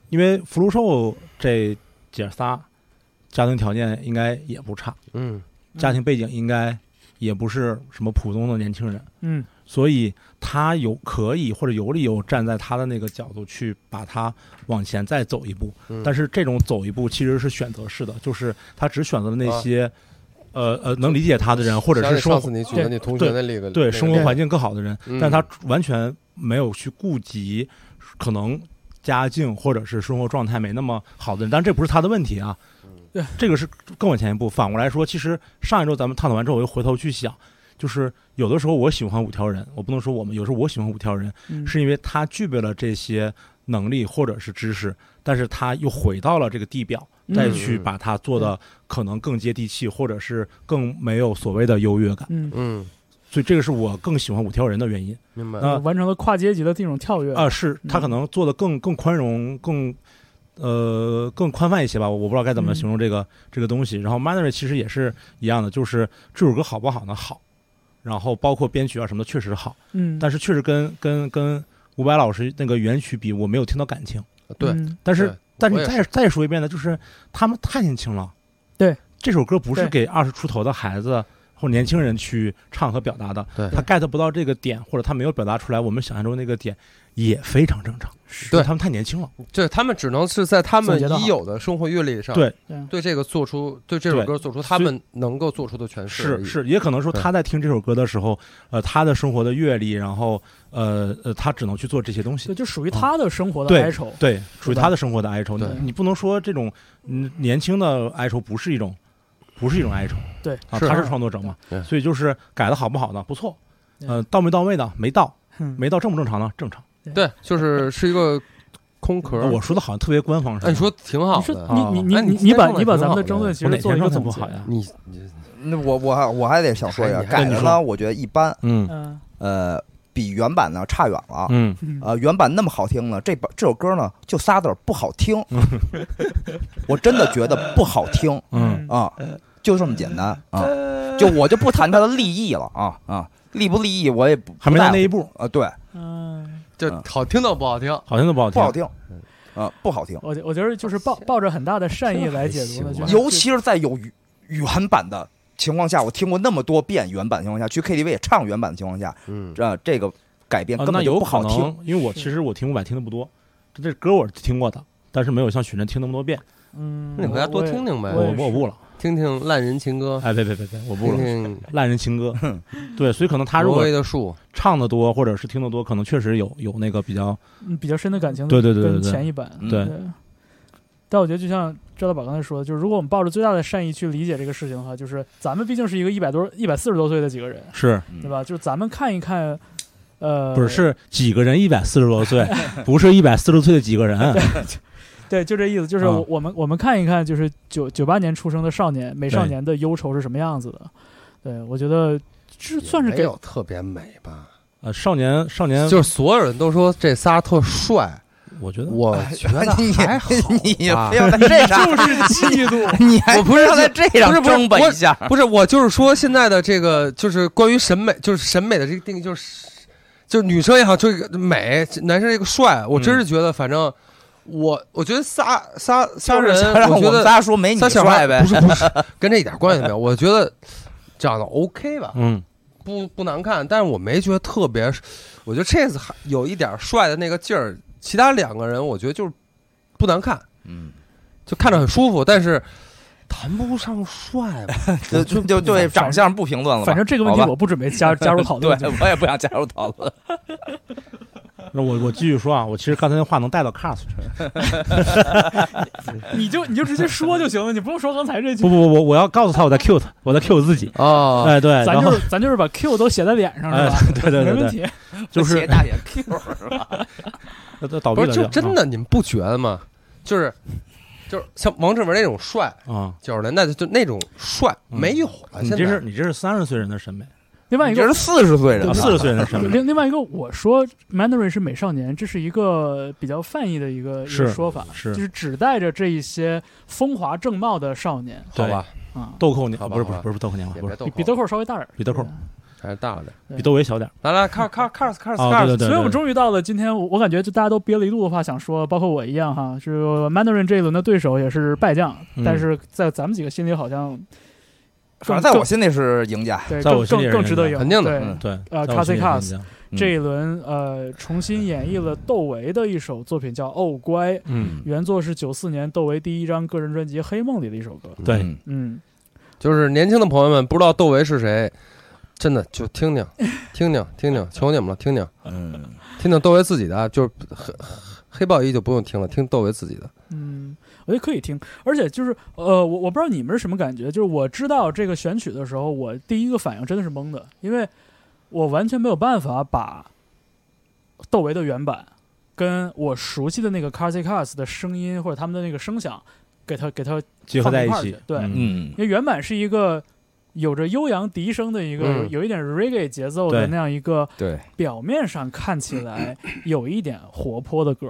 Speaker 2: 因为福禄寿这姐儿仨家庭条件应该也不差，
Speaker 3: 嗯
Speaker 2: 家庭背景应该也不是什么普通的年轻人，
Speaker 1: 嗯
Speaker 2: 所以他有可以或者有理由站在他的那个角度去把他往前再走一步，
Speaker 3: 嗯
Speaker 2: 但是这种走一步其实是选择式的，就是他只选择了那些、呃呃能理解他的人，或者
Speaker 3: 想
Speaker 2: 是
Speaker 3: 起
Speaker 2: 生
Speaker 3: 啊上
Speaker 2: 活
Speaker 3: 次你举的你同学的那个
Speaker 2: 对生活环
Speaker 3: 境，
Speaker 2: 境更好的人，
Speaker 3: 嗯
Speaker 2: 但他完全没有去顾及可能家境或者是生活状态没那么好的人，但这不是他的问题啊
Speaker 3: 嗯。
Speaker 1: 对，
Speaker 2: 这个是更往前一步。反过来说，其实上一周咱们探讨完之后，我又回头去想，就是有的时候我喜欢五条人，我不能说我们，有时候我喜欢五条人，
Speaker 1: 嗯
Speaker 2: 是因为他具备了这些能力或者是知识，但是他又回到了这个地表，
Speaker 1: 嗯
Speaker 2: 再去把它做的可能更接地气，或者是更没有所谓的优越感。
Speaker 1: 嗯，
Speaker 3: 嗯，
Speaker 2: 所以这个是我更喜欢五条人的原因。
Speaker 3: 明白。
Speaker 2: 那
Speaker 1: 完成了跨阶级的这种跳跃
Speaker 2: 啊，是他
Speaker 1: 嗯
Speaker 2: 可能做的更更宽容，更呃更宽泛一些吧，我我不知道该怎么
Speaker 1: 嗯
Speaker 2: 形容这个、这个东西。然后 Mandarin 其实也是一样的，就是这首歌好不好呢？好，然后包括编曲啊什么的确实好，
Speaker 1: 嗯，
Speaker 2: 但
Speaker 1: 是
Speaker 2: 是确实跟跟跟伍佰老师那个原曲比，我没有听到感情。
Speaker 3: 对，
Speaker 2: 但是
Speaker 3: 对
Speaker 2: 但是你
Speaker 3: 我也
Speaker 2: 再再说一遍呢，就是他们太年轻了，
Speaker 1: 对，
Speaker 2: 这首歌不是
Speaker 1: 对
Speaker 2: 给二十出头的孩子。或年轻人去唱和表达的，
Speaker 3: 对
Speaker 2: 他 get 不到这个点，或者他没有表达出来，我们想象中那个点也非常正常。
Speaker 3: 对
Speaker 2: 他们太年轻了。
Speaker 3: 对他们只能是在他们
Speaker 1: 总结得好
Speaker 3: 已有的生活阅历上，
Speaker 2: 对
Speaker 3: 对这个做出对这首
Speaker 2: 对
Speaker 3: 歌做出他们能够做出的诠释而
Speaker 2: 是
Speaker 3: 已。
Speaker 2: 是，也可能说
Speaker 3: 对
Speaker 2: 他在听这首歌的时候，呃，他的生活的阅历，然后呃呃，他只能去做这些
Speaker 1: 对，
Speaker 2: 东西。
Speaker 1: 就属于他的生活的
Speaker 2: 对
Speaker 1: 哀愁，
Speaker 2: 对，属于
Speaker 1: 对
Speaker 2: 他的生活的哀愁。你
Speaker 3: 对
Speaker 2: 你不能说这种嗯年轻的哀愁不是一种，不是一种哀愁
Speaker 1: 对，
Speaker 2: 啊。
Speaker 3: 是
Speaker 2: 他是创作者嘛
Speaker 3: 对，
Speaker 2: 所以就是改的好不好呢？不错。
Speaker 1: 对
Speaker 2: 呃，到没到位呢？没到，
Speaker 1: 嗯
Speaker 2: 没到正不正常呢？正常。
Speaker 3: 对，就是是一个空壳。
Speaker 2: 我说的好像特别官方似的。
Speaker 3: 哎，你说挺好
Speaker 1: 你说
Speaker 3: 的。
Speaker 1: 你你
Speaker 3: 哎
Speaker 1: 你
Speaker 3: 你
Speaker 1: 你
Speaker 3: 今天
Speaker 1: 把
Speaker 3: 状态
Speaker 1: 你把
Speaker 3: 挺
Speaker 1: 咱们
Speaker 3: 好
Speaker 1: 的
Speaker 3: 的
Speaker 1: 争论其
Speaker 2: 我
Speaker 1: 实
Speaker 2: 哪
Speaker 1: 做
Speaker 2: 天
Speaker 1: 一个
Speaker 2: 状态
Speaker 1: 总
Speaker 2: 不
Speaker 1: 结
Speaker 2: 好，呀？
Speaker 3: 你你
Speaker 4: 那我我还我还得想说一下，
Speaker 3: 你还
Speaker 4: 改的
Speaker 2: 哎你说
Speaker 4: 呢，我觉得一般，
Speaker 2: 嗯
Speaker 1: 嗯
Speaker 4: 呃，比原版呢差远了。
Speaker 2: 嗯，
Speaker 1: 嗯
Speaker 4: 呃，原版那么好听呢，这版这首歌呢就仨字儿不好
Speaker 2: <laughs>
Speaker 4: 听，我真的觉得不好听
Speaker 2: 嗯
Speaker 4: 啊，
Speaker 3: 呃
Speaker 4: 就这么简单啊，就我就不谈它的利益了啊啊，利不利益我也不
Speaker 2: 还没
Speaker 4: 不
Speaker 2: 到
Speaker 4: 在
Speaker 2: 那一步，
Speaker 4: 乎啊，对，
Speaker 1: 嗯，
Speaker 3: 这好听到不好听，嗯
Speaker 2: 好像都不好
Speaker 4: 不
Speaker 2: 听
Speaker 4: 好。听啊，不好听，
Speaker 1: 我觉我觉得就是抱抱着很大的善意来解读的，就
Speaker 3: 这还
Speaker 1: 是
Speaker 4: 尤其是在有原原版的情况下，我听过那么多遍原版的情况下，去 KTV 也唱原版的情况下，
Speaker 3: 嗯，
Speaker 4: 这这个改编
Speaker 3: 哦
Speaker 2: 啊，
Speaker 4: 根
Speaker 2: 那
Speaker 4: 本
Speaker 2: 有
Speaker 4: 就不
Speaker 2: 可
Speaker 4: 好听。
Speaker 2: 能，因为我
Speaker 1: 是
Speaker 2: 其实我听伍佰听的不多，这这歌我是听过的，但是没有像许晨听那么多遍，
Speaker 1: 嗯，
Speaker 3: 那你回家多听听呗
Speaker 1: 我
Speaker 2: 我
Speaker 1: 也
Speaker 2: 我
Speaker 1: 是
Speaker 2: 悟了。
Speaker 3: 听听烂人情歌，
Speaker 2: 哎，别别别别，我不
Speaker 3: 听
Speaker 2: 了，
Speaker 3: 听
Speaker 2: 烂人情歌。对，所以可能他如
Speaker 3: 挪
Speaker 2: 果
Speaker 3: 威的树，
Speaker 2: 唱的多，或者是听得多，可能确实有有那个比较
Speaker 1: 嗯比较深的感情，
Speaker 2: 对对对对
Speaker 1: 跟
Speaker 2: 对
Speaker 1: 前一版，
Speaker 4: 嗯
Speaker 2: 对
Speaker 1: 但我觉得就像赵大宝刚才说的，就是如果我们抱着最大的善意去理解这个事情的话，就是咱们毕竟是一个一百多、一百四十多岁的几个人，
Speaker 2: 是
Speaker 4: 嗯
Speaker 1: 对吧？就是咱们看一看，呃，
Speaker 2: 不是是几个人一百四十多岁，不是一百四十岁的几个人，
Speaker 1: 对，就这意思，就是
Speaker 2: 啊
Speaker 1: 我我们我们看一看，就是九九八年出生的少年美少年的忧愁是什么样子的。对，我觉得这算是
Speaker 3: 没
Speaker 1: 给
Speaker 3: 有特别美吧？
Speaker 2: 呃，少年少年，
Speaker 3: 就是所有人都说这仨特帅，
Speaker 2: 我觉得
Speaker 3: 我觉得
Speaker 4: 哎你
Speaker 3: 还好
Speaker 4: <laughs> 你
Speaker 3: 吧
Speaker 4: 非。要在这上，
Speaker 1: 就是嫉妒，
Speaker 4: <laughs> 你还
Speaker 3: 我不是
Speaker 4: 要在哎这
Speaker 3: 不是
Speaker 4: 上
Speaker 3: 不是
Speaker 4: 争吧
Speaker 3: 我
Speaker 4: 一下？ <laughs>
Speaker 3: 不是，我就是说现在的这个，就是关于审美，就是审美的这个定义，就是就是女生也好，就是美，男生这个帅，
Speaker 4: 嗯
Speaker 3: 我真是觉得，反正我我觉得仨仨仨人，
Speaker 4: 让
Speaker 3: 我觉
Speaker 4: 我们
Speaker 3: 得
Speaker 4: 仨说没你
Speaker 3: 仨小孩
Speaker 4: 帅呗
Speaker 3: 不。是不是，跟这一点
Speaker 4: <laughs>
Speaker 3: 关系没有。我觉得长得 OK 吧，
Speaker 2: 嗯，
Speaker 3: 不不难看，但是我没觉得特别，我觉得 Chase 还有一点帅的那个劲儿，其他两个人我觉得就是不难看，
Speaker 4: 嗯，
Speaker 3: 就看着很舒服，但是谈不上帅吧。
Speaker 4: 就就就
Speaker 3: <laughs>
Speaker 4: 对长相不评论了吧。
Speaker 1: 反正这个问题
Speaker 4: 好吧
Speaker 1: 我不准备加加入讨论。
Speaker 4: 对我也不想加入讨 <laughs> 论。
Speaker 2: 那我我继续说啊，我其实刚才那话能带到 cast 去，
Speaker 1: 你就你就直接说就行了，你不用说刚才这
Speaker 2: 不
Speaker 1: 句。
Speaker 2: 不不，我我要告诉他我在 cue 他，我在 cue 我自己，
Speaker 4: 啊
Speaker 3: 哦
Speaker 2: 哎对，
Speaker 1: 咱
Speaker 2: 然
Speaker 1: 就
Speaker 2: 后
Speaker 1: 是咱就是把 Q 都写在脸上是
Speaker 2: 哎
Speaker 1: 吧？
Speaker 2: 对对对
Speaker 1: 没问
Speaker 2: 对，
Speaker 1: 题。
Speaker 2: 就是
Speaker 4: 斜大眼 Q 是吧？
Speaker 2: 呃倒闭
Speaker 3: 不
Speaker 2: 了
Speaker 3: 是，就真
Speaker 2: 啊
Speaker 3: 的，你们不觉得吗？就是，就是像王志文那种帅，
Speaker 2: 啊，
Speaker 3: 九十年代就就那种帅
Speaker 2: 嗯
Speaker 3: 没有了。
Speaker 2: 你
Speaker 3: 啊现
Speaker 2: 这是
Speaker 3: 在
Speaker 2: 你这是三十岁人的审美，
Speaker 1: 另外一
Speaker 4: 你这
Speaker 1: 个
Speaker 4: 是四十岁人
Speaker 2: 啊
Speaker 4: 了，
Speaker 2: 四十岁人的审美，
Speaker 1: 另另外一个，我说 Mandarin 是美少年，这是一个比较泛义的一个一
Speaker 2: 是
Speaker 1: 个说法，
Speaker 2: 是
Speaker 1: 就是指代着这一些风华正茂的少年
Speaker 3: 好吧，
Speaker 1: 啊，
Speaker 2: 豆蔻年
Speaker 3: 好吧
Speaker 2: 不是不
Speaker 3: 好
Speaker 2: 是
Speaker 3: 吧
Speaker 2: 不是豆蔻年华，
Speaker 3: 也
Speaker 2: 不
Speaker 3: 别
Speaker 2: 是
Speaker 3: 豆
Speaker 1: 比比豆
Speaker 3: 蔻
Speaker 1: 蔻稍微大点儿，
Speaker 2: 比豆蔻
Speaker 1: 对
Speaker 3: 还是大了点。
Speaker 2: 比豆唯小点儿
Speaker 3: 来来，看看看看看
Speaker 2: 啊，对对
Speaker 3: 看，
Speaker 2: 对，
Speaker 1: 所以我们
Speaker 2: 对
Speaker 1: 终于到了今天，我我感觉就大家都憋了一肚子话想说，包括我一样哈，就是 Mandarin 这一轮的对手也是败将，
Speaker 2: 嗯
Speaker 1: 但是在咱们几个心里好像更
Speaker 4: 反正在我
Speaker 1: 更
Speaker 4: 心里是赢家。
Speaker 1: 对
Speaker 2: 在我
Speaker 1: 更
Speaker 2: 心里也
Speaker 1: 更
Speaker 2: 是
Speaker 1: 更值得
Speaker 2: 赢
Speaker 1: 赢，
Speaker 3: 肯定的
Speaker 1: 对
Speaker 4: 嗯
Speaker 2: 对
Speaker 1: 呃
Speaker 2: 在我心
Speaker 1: Classic
Speaker 2: 里也是这样嗯
Speaker 1: 这一轮呃重新演绎了窦唯的一首作品叫《哦乖》，
Speaker 2: 嗯
Speaker 1: 原作是九四年窦唯第一张个人专辑《黑梦》里的一首歌。
Speaker 2: 对
Speaker 4: 嗯
Speaker 1: 嗯，
Speaker 3: 就是年轻的朋友们不知道窦唯是谁，真的就听听听听听听，求你们了，听听
Speaker 4: 嗯，
Speaker 3: 听听窦唯自己的啊，就是黑黑豹一就不用听了，听窦唯自己的。
Speaker 1: 嗯，我觉得可以听，而且就是呃，我我不知道你们是什么感觉，就是我知道这个选曲的时候，我第一个反应真的是懵的，因为我完全没有办法把窦唯的原版跟我熟悉的那个 c a r s i c a s 的声音或者他们的那个声响给它给它，
Speaker 2: 结合在一
Speaker 1: 放一
Speaker 2: 起
Speaker 1: 块儿去，对
Speaker 2: 嗯
Speaker 4: 嗯
Speaker 1: 因，为原版是一个有着悠扬笛声的一个、
Speaker 3: 嗯
Speaker 1: 有一点 reggae 节奏的
Speaker 2: 对
Speaker 1: 那样一个
Speaker 4: 对，
Speaker 1: 表面上看起
Speaker 4: <clears throat>
Speaker 1: 来有一点活泼的歌，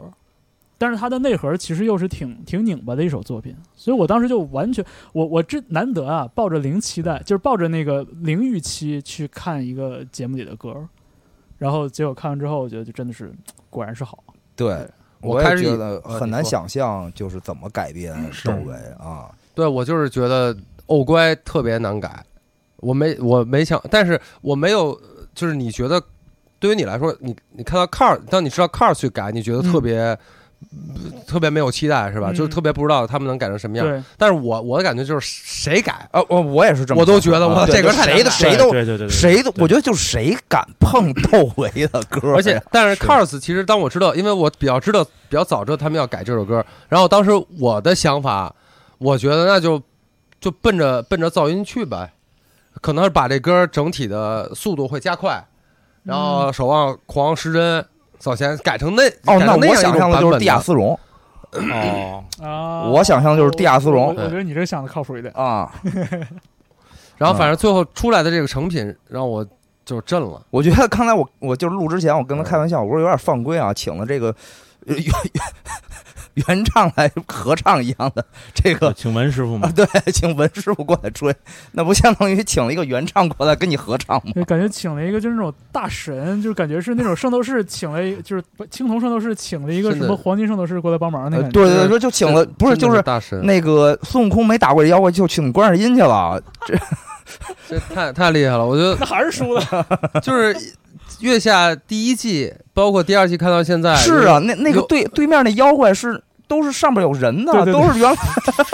Speaker 1: 但是它的内核其实又是挺挺拧巴的一首作品，所以我当时就完全，我我这难得啊，抱着零期待，就是抱着那个零预期去看一个节目里的歌，然后结果看完之后，我觉得就真的是果然是好，
Speaker 4: 对，
Speaker 3: 我
Speaker 4: 也
Speaker 3: 开始以
Speaker 4: 觉得
Speaker 3: 呃
Speaker 4: 很
Speaker 3: 你
Speaker 4: 难
Speaker 3: 说嗯
Speaker 4: 想象，就是怎么改编窦唯啊。
Speaker 3: 对我就是觉得偶乖特别难改，我没我没想，但是我没有，就是你觉得对于你来说，你你看到 car，当你知道 car 去改，你觉得特别、呃特别没有期待是吧？
Speaker 1: 嗯
Speaker 3: 就是特别不知道他们能改成什么样。
Speaker 1: 对，
Speaker 3: 但是我我的感觉就是谁改，
Speaker 4: 啊，我我也是这么
Speaker 3: 我
Speaker 4: 想的，
Speaker 3: 都觉得哇
Speaker 4: 啊对
Speaker 3: 这歌
Speaker 4: 就
Speaker 3: 太
Speaker 4: 谁
Speaker 3: 难
Speaker 4: 的
Speaker 3: 改
Speaker 4: 谁都
Speaker 2: 对对对对，
Speaker 4: 谁都，
Speaker 2: 对
Speaker 4: 我觉得就是谁敢
Speaker 3: <laughs>
Speaker 4: 碰窦唯的歌，
Speaker 3: 而且但是
Speaker 2: 是
Speaker 3: cars 其实当我知道，因为我比较知道比较早知道他们要改这首歌，然后当时我的想法，我觉得那就就奔着奔着噪音去呗，可能是把这歌整体的速度会加快。然后守望狂失真，早前改成那
Speaker 4: 哦，
Speaker 3: 改
Speaker 4: 那
Speaker 3: 成
Speaker 4: 我
Speaker 3: 样一
Speaker 4: 想
Speaker 3: 种
Speaker 4: 象的
Speaker 3: 版
Speaker 4: 就是
Speaker 3: 本
Speaker 4: 地下丝绒
Speaker 2: 哦，
Speaker 1: 啊，
Speaker 4: 我想象就是地下丝绒
Speaker 1: 我我我觉得你这个想的靠谱一
Speaker 3: 哦
Speaker 1: 点，
Speaker 4: 啊。
Speaker 3: 然后
Speaker 4: 嗯
Speaker 3: 反正最后出来的这个成品让我就震了。
Speaker 4: 我觉得刚才我我就是录之前，我跟他开玩笑，我说有点犯规啊，请了这个 <laughs> 呃原原唱来合唱一样的这
Speaker 2: <laughs>
Speaker 4: 个
Speaker 2: 请文师傅
Speaker 4: 啊
Speaker 2: 嘛，，
Speaker 4: 对，请文师傅过来吹，那不相当于请了一个原唱过来跟你合唱吗？
Speaker 1: 就感觉请了一个就是那种大神，就是感觉是那种圣斗士请了一，就是青铜圣斗士请了一个
Speaker 3: 真
Speaker 1: 什
Speaker 3: 的
Speaker 1: 么黄金圣斗士过来帮忙那
Speaker 4: 呃
Speaker 1: 感觉。
Speaker 4: 对对对，就请了，不是
Speaker 3: 真
Speaker 4: 就
Speaker 3: 的
Speaker 4: 是
Speaker 3: 大神，
Speaker 4: 那个孙悟空没打过这妖怪，就请观世音去了。
Speaker 3: 这太太厉害了！我
Speaker 4: <laughs>
Speaker 3: 觉得
Speaker 1: <laughs> 那还是输 <laughs> 了，
Speaker 3: 就是月下第一季，包括第二季，看到现在
Speaker 4: 是，啊，那那个
Speaker 3: 哎有
Speaker 4: 对对面那妖怪是都是上面有人呢，
Speaker 1: 对对对
Speaker 4: 都是原来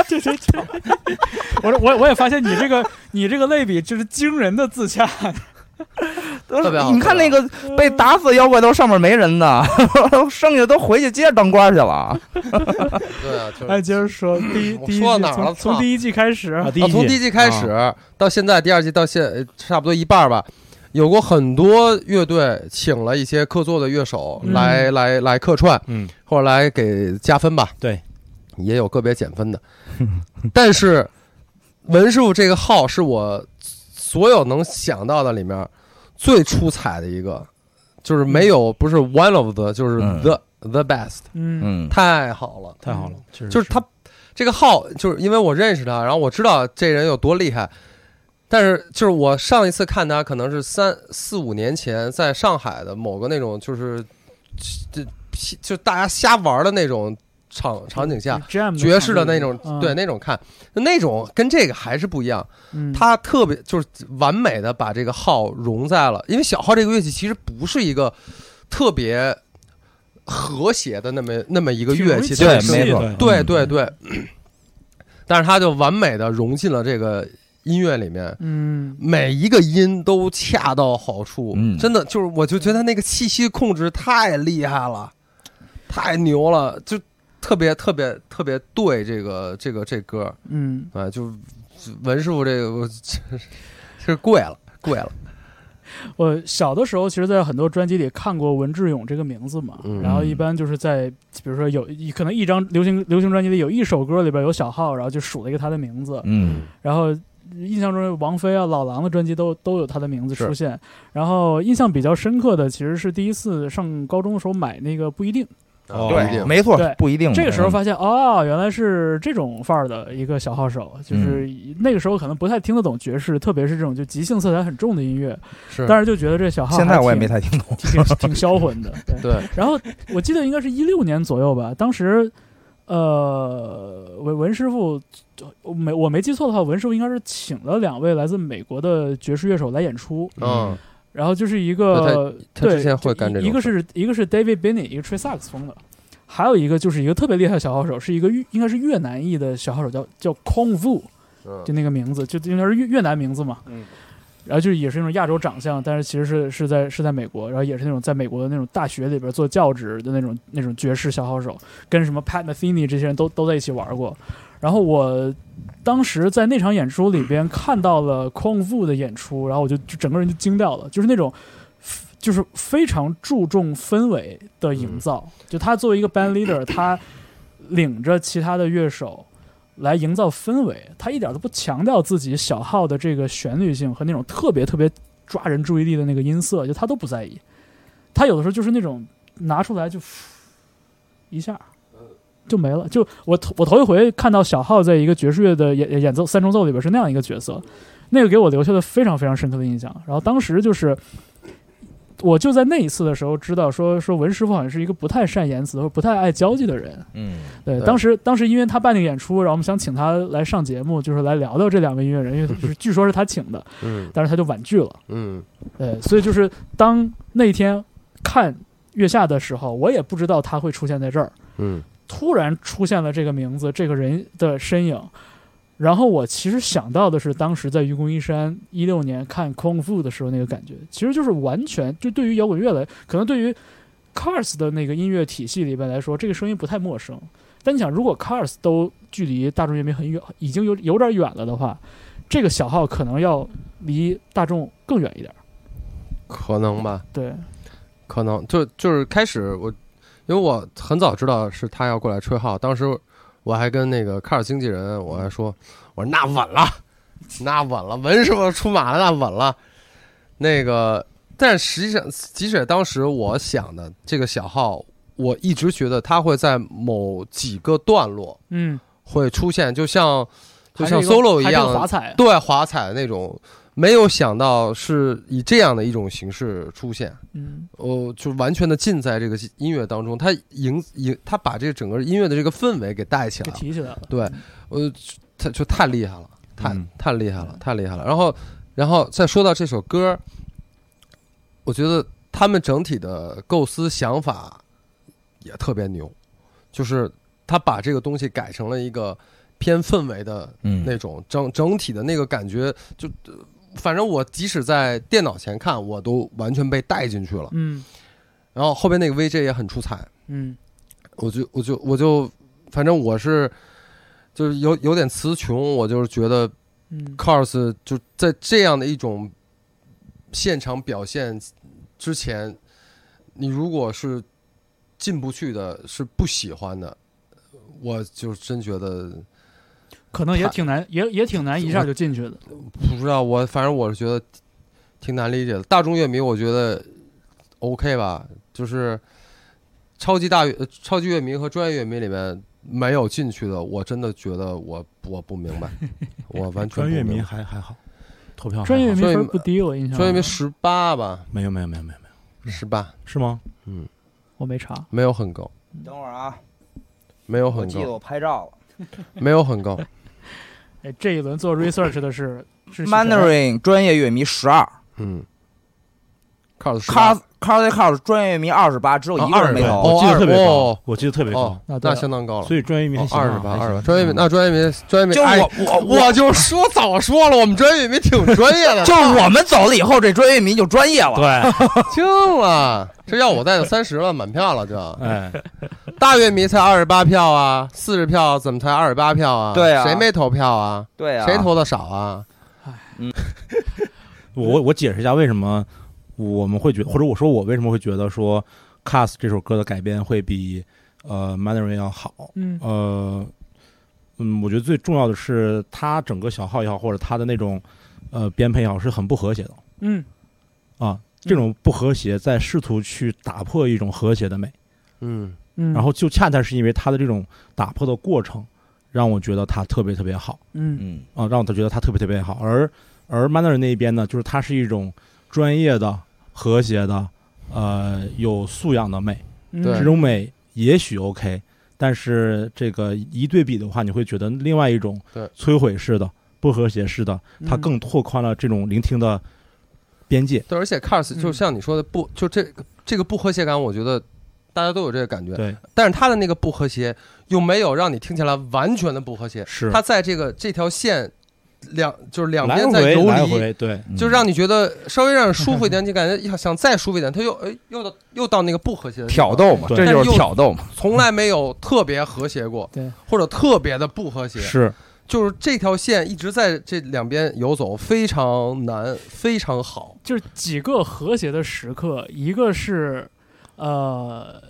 Speaker 1: 对对对，我说我我也发现你这个你这个类比就是惊人的自洽，
Speaker 4: 都
Speaker 3: 特别好
Speaker 4: 是。你看那个被打死的妖怪都上面没人呢， <laughs> 剩下都回去接着当官去了。
Speaker 3: 对啊，就是
Speaker 1: 哎，接着说第一
Speaker 3: 我
Speaker 1: 第一
Speaker 3: 说到
Speaker 1: 季
Speaker 3: 哪儿了
Speaker 1: 从从
Speaker 3: 操
Speaker 1: 第一季开始
Speaker 2: 啊，，第
Speaker 3: 啊，
Speaker 2: 一
Speaker 3: 从第一
Speaker 2: 季
Speaker 3: 季开始、到现在，第二季到现呃差不多一半儿吧，有过很多乐队请了一些客座的乐手
Speaker 1: 嗯
Speaker 3: 来、来来客串，
Speaker 2: 嗯，
Speaker 3: 或者来给加分吧。
Speaker 2: 对，
Speaker 3: 也有个别减分的，但是文师傅这个号是我所有能想到的里面最出彩的一个，就是没有不是 one of the，就是
Speaker 4: 嗯
Speaker 3: the、the best，
Speaker 1: 嗯
Speaker 4: 嗯
Speaker 3: 太好了。
Speaker 2: 太好了，确实
Speaker 3: 嗯就是他这个号，就是因为我认识他，然后我知道这人有多厉害。但是就是我上一次看他，可能是三四五年前在上海的某个那种就是这就大家瞎玩的那种场场景下，
Speaker 1: ，jam 的
Speaker 3: 爵士的
Speaker 1: 场
Speaker 3: 那
Speaker 1: 景
Speaker 3: 种
Speaker 1: 嗯
Speaker 3: 对那种看那种跟这个还是不一样。
Speaker 1: 嗯
Speaker 3: 他特别就是完美的把这个号融在了，因为小号这个乐器其实不是一个特别和谐的那么那么一个
Speaker 1: 挺容
Speaker 3: 乐
Speaker 1: 易
Speaker 3: 器，
Speaker 1: 起
Speaker 4: 对
Speaker 3: 它是
Speaker 4: 没错
Speaker 2: 对嗯
Speaker 3: 对对对，但是他就完美的融进了这个音乐里面，
Speaker 1: 嗯
Speaker 3: 每一个音都恰到好处，
Speaker 4: 嗯
Speaker 3: 真的就是我就觉得那个气息控制太厉害了，太牛了，就特别特别特别对这个这个这歌，
Speaker 1: 嗯，
Speaker 3: 啊，就就文师傅这个我 <laughs> 是贵了贵了，
Speaker 1: 我小的时候其实，在很多专辑里看过文志勇这个名字嘛，
Speaker 3: 嗯
Speaker 1: 然后一般就是在比如说有一可能一张流行流行专辑里有一首歌里边有小号，然后就数了一个他的名字，
Speaker 4: 嗯
Speaker 1: 然后印象中王菲啊、老狼的专辑都都有他的名字出现。然后印象比较深刻的其实是第一次上高中的时候买那个不一定，
Speaker 3: 啊
Speaker 2: 哦
Speaker 3: 不一
Speaker 4: 对，
Speaker 3: 定
Speaker 4: 没错
Speaker 1: 对，
Speaker 4: 不一定。
Speaker 1: 这个时候
Speaker 4: 嗯
Speaker 1: 发现哦，原来是这种范儿的一个小号手，就是
Speaker 4: 嗯
Speaker 1: 那个时候可能不太听得懂爵士，特别是这种就即兴色彩很重的音乐，
Speaker 3: 是，
Speaker 1: 但是就觉得这小号
Speaker 4: 现在我也没
Speaker 1: 太
Speaker 4: 太听懂。
Speaker 1: 挺挺销魂
Speaker 3: <laughs>
Speaker 1: 的。对
Speaker 3: 对
Speaker 1: 然后我记得应该是一六年左右吧，当时，呃，文文师傅，我没我没记错的话，文师傅应该是请了两位来自美国的爵士乐手来演出，
Speaker 3: 嗯，
Speaker 1: 然后就是一个
Speaker 3: 他
Speaker 1: 对
Speaker 3: 之前会
Speaker 1: 就
Speaker 3: 干这
Speaker 1: 一一
Speaker 3: 种
Speaker 1: 个是一个是 David Binney，一个吹萨克斯风的。还有一个就是一个特别厉害的小号手，是一个越应该是越南裔的小号手，叫叫 Kong Vu，就那个名字，就应该是越越南名字嘛。
Speaker 3: 嗯。
Speaker 1: 然后就是也是那种亚洲长相，但是其实是是在是在美国，然后也是那种在美国的那种大学里边做教职的那种那种爵士小号手，跟什么 Pat Metheny 这些人都都在一起玩过。然后我当时在那场演出里边看到了 k o n g Wu 的演出，然后我就就整个人就惊掉了，就是那种。就是非常注重氛围的营造，就他作为一个 band leader，他领着其他的乐手，来营造氛围，他一点都不强调自己小号的这个旋律性和那种特别特别抓人注意力的那个音色，就他都不在意。他有的时候就是那种拿出来就一下就没了。就我头我头一回看到小号在一个爵士乐的演演奏三重奏里边是那样一个角色，那个给我留下了非常非常深刻的印象。然后当时就是。我就在那一次的时候知道说说文师傅好像是一个不太善言辞或不太爱交际的人，
Speaker 4: <laughs> 嗯
Speaker 1: 对，
Speaker 3: 对
Speaker 1: 当时当时因为他办那个演出，然后我们想请他来上节目，就是来聊聊这两位音乐人，因为就是据说是他请 <laughs> 的，
Speaker 3: 嗯
Speaker 1: 但是他就婉拒了。
Speaker 3: 嗯
Speaker 1: 对，所以就是当那天看月下的时候，我也不知道他会出现在这儿，
Speaker 3: 嗯
Speaker 1: 突然出现了这个名字，这个人的身影。然后我其实想到的是，当时在愚公移山一六年看空腹的时候那个感觉，其实就是完全就对于摇滚乐来，可能对于 Cars 的那个音乐体系里边来说，这个声音不太陌生。但你想，如果 Cars 都距离大众乐迷很远，已经有有点远了的话，这个小号可能要离大众更远一点。
Speaker 3: 可能吧，
Speaker 1: 对，
Speaker 3: 可能就就是开始我，因为我很早知道是他要过来吹号，当时我还跟那个卡尔经纪人我还说，我说那稳了，那稳了，文师傅出马了，那稳了。那个，但实际上，即使当时我想的这个小号，我一直觉得他会在某几个段落
Speaker 1: 嗯，
Speaker 3: 会出现，就像
Speaker 1: 还
Speaker 3: 就
Speaker 1: 是
Speaker 3: 像
Speaker 1: 一个
Speaker 3: solo 一
Speaker 1: 还是
Speaker 3: 样
Speaker 1: 个，华彩。
Speaker 3: 对华彩那种。没有想到是以这样的一种形式出现，
Speaker 1: 嗯
Speaker 3: 哦，就完全的浸在这个音乐当中，他营营他把这个整个音乐的这个氛围给带起
Speaker 1: 给
Speaker 3: 来了，
Speaker 1: 提起来了。
Speaker 3: 对呃，他就太厉害了，太、
Speaker 2: 嗯
Speaker 3: 太厉害了，太厉害了。然后，然后再说到这首歌，我觉得他们整体的构思想法也特别牛，就是他把这个东西改成了一个偏氛围的
Speaker 5: 嗯
Speaker 3: 那种整整体的那个感觉，就呃反正我即使在电脑前看，我都完全被带进去了。
Speaker 1: 嗯
Speaker 3: 然后后边那个 VJ 也很出彩，
Speaker 1: 嗯
Speaker 3: 我就我就我就反正我是就是有有点词穷，我就是觉得
Speaker 1: 嗯
Speaker 3: Cars 就在这样的一种现场表现之前，你如果是进不去的，是不喜欢的，我就真觉得
Speaker 1: 可能也挺难，也也挺难一下就进去
Speaker 3: 啊
Speaker 1: 的。
Speaker 3: 不知道我，反正我是觉得挺难理解的。大众乐迷，我觉得 OK 吧，就是超级大乐、呃超级乐迷和专业乐迷里面没有进去的，我真的觉得我我不明
Speaker 2: <laughs>
Speaker 3: 白，我完全
Speaker 2: 专
Speaker 3: 不
Speaker 2: 业
Speaker 3: 明
Speaker 2: 迷
Speaker 3: 白。
Speaker 2: 还还好，投票还好
Speaker 1: 专业迷
Speaker 3: 专业
Speaker 1: 分不低，我印象。
Speaker 3: 专业迷十八吧，
Speaker 2: 没有没有没有没有没
Speaker 3: 十八
Speaker 2: 有是吗？
Speaker 1: 我没查。
Speaker 3: 没有很高，
Speaker 4: 等会儿啊，
Speaker 3: 没有
Speaker 4: 我
Speaker 3: 很
Speaker 4: 记得
Speaker 3: 高，
Speaker 4: 我拍照了。
Speaker 3: 没有很高。
Speaker 1: 哎，这一轮做 research 的是是许晨
Speaker 4: Mandarin 专业乐迷十二
Speaker 3: 嗯，Cars 十八
Speaker 4: ，Cars Cars Cars 专业乐迷二十八，只有一个人没
Speaker 2: 对
Speaker 3: 哦
Speaker 4: 投。
Speaker 2: 我记得特别
Speaker 3: 哦
Speaker 2: 高，我记得特别高
Speaker 3: 哦，，
Speaker 1: 啊对
Speaker 3: 那
Speaker 1: 了
Speaker 3: 相当高了。哦
Speaker 2: 所以专业迷还行啊
Speaker 3: 二十八，
Speaker 2: 还行
Speaker 3: 二十八，专业迷那专业迷专业迷，
Speaker 4: 就
Speaker 3: 哎
Speaker 4: 我我
Speaker 3: 我就说早说了，我们专业迷挺专业的，
Speaker 4: 就是我们走了以后，这专业迷就专业了。
Speaker 2: 对，
Speaker 3: 惊了。这要我在就三十了，满票
Speaker 2: <laughs>
Speaker 3: 了这。
Speaker 2: 哎，
Speaker 3: 大乐迷才二十八票啊，四十票怎么才二十八票啊？
Speaker 4: 对啊
Speaker 3: 谁没投票啊？
Speaker 4: 对啊，
Speaker 3: 谁？投的少啊？
Speaker 2: 我我我解释一下为什么我们会觉或者我说我为什么会觉得说《Cast》这首歌的改编会比呃《Mandarin》要好。
Speaker 1: 嗯
Speaker 2: 呃，嗯，我觉得最重要的是它整个小号也好，或者它的那种呃编配也好，是很不和谐的
Speaker 1: 嗯
Speaker 2: 啊。这种不和谐在试图去打破一种和谐的美，
Speaker 3: 嗯
Speaker 1: 嗯，
Speaker 2: 然后就恰恰是因为它的这种打破的过程，让我觉得它特别特别好。
Speaker 1: 嗯
Speaker 5: 嗯
Speaker 2: 啊，让我觉得他特别特别好。而而 Mandarin 那一边呢，就是它是一种专业的、和谐的、呃有素养的美，
Speaker 1: 嗯
Speaker 3: 对
Speaker 2: 这种美也许 OK，但是这个一对比的话，你会觉得另外一种
Speaker 3: 对
Speaker 2: 摧毁式的、不和谐式的，它
Speaker 1: 嗯
Speaker 2: 更拓宽了这种聆听的边界。
Speaker 3: 对，而且
Speaker 2: 嗯
Speaker 3: Cars 就像你说的不，就这个这个不和谐感，我觉得大家都有这个感觉。
Speaker 2: 对，
Speaker 3: 但是他的那个不和谐又没有让你听起来完全的不和谐，
Speaker 2: 是
Speaker 3: 他在这个这条线两就是两
Speaker 2: 来
Speaker 3: 边在
Speaker 2: 回
Speaker 3: 游
Speaker 2: 来
Speaker 3: 离，
Speaker 2: 回，对，
Speaker 5: 嗯
Speaker 3: 就让你觉得稍微让你
Speaker 2: <laughs>
Speaker 3: 舒服一点，你感觉要想再舒服一点，他又哎又到又到那个不和
Speaker 4: 嗯
Speaker 3: 谐的地方
Speaker 5: 挑，逗嘛，
Speaker 2: 对
Speaker 5: 这就是
Speaker 3: 但是又
Speaker 5: 挑逗嘛，
Speaker 3: 从来没有特别和谐过，
Speaker 1: 对，
Speaker 3: 或者特别的不和谐，
Speaker 2: 是
Speaker 3: 就是这条线一直在这两边游走，非常难，非常好，
Speaker 1: 就是几个和谐的时刻，一个是呃。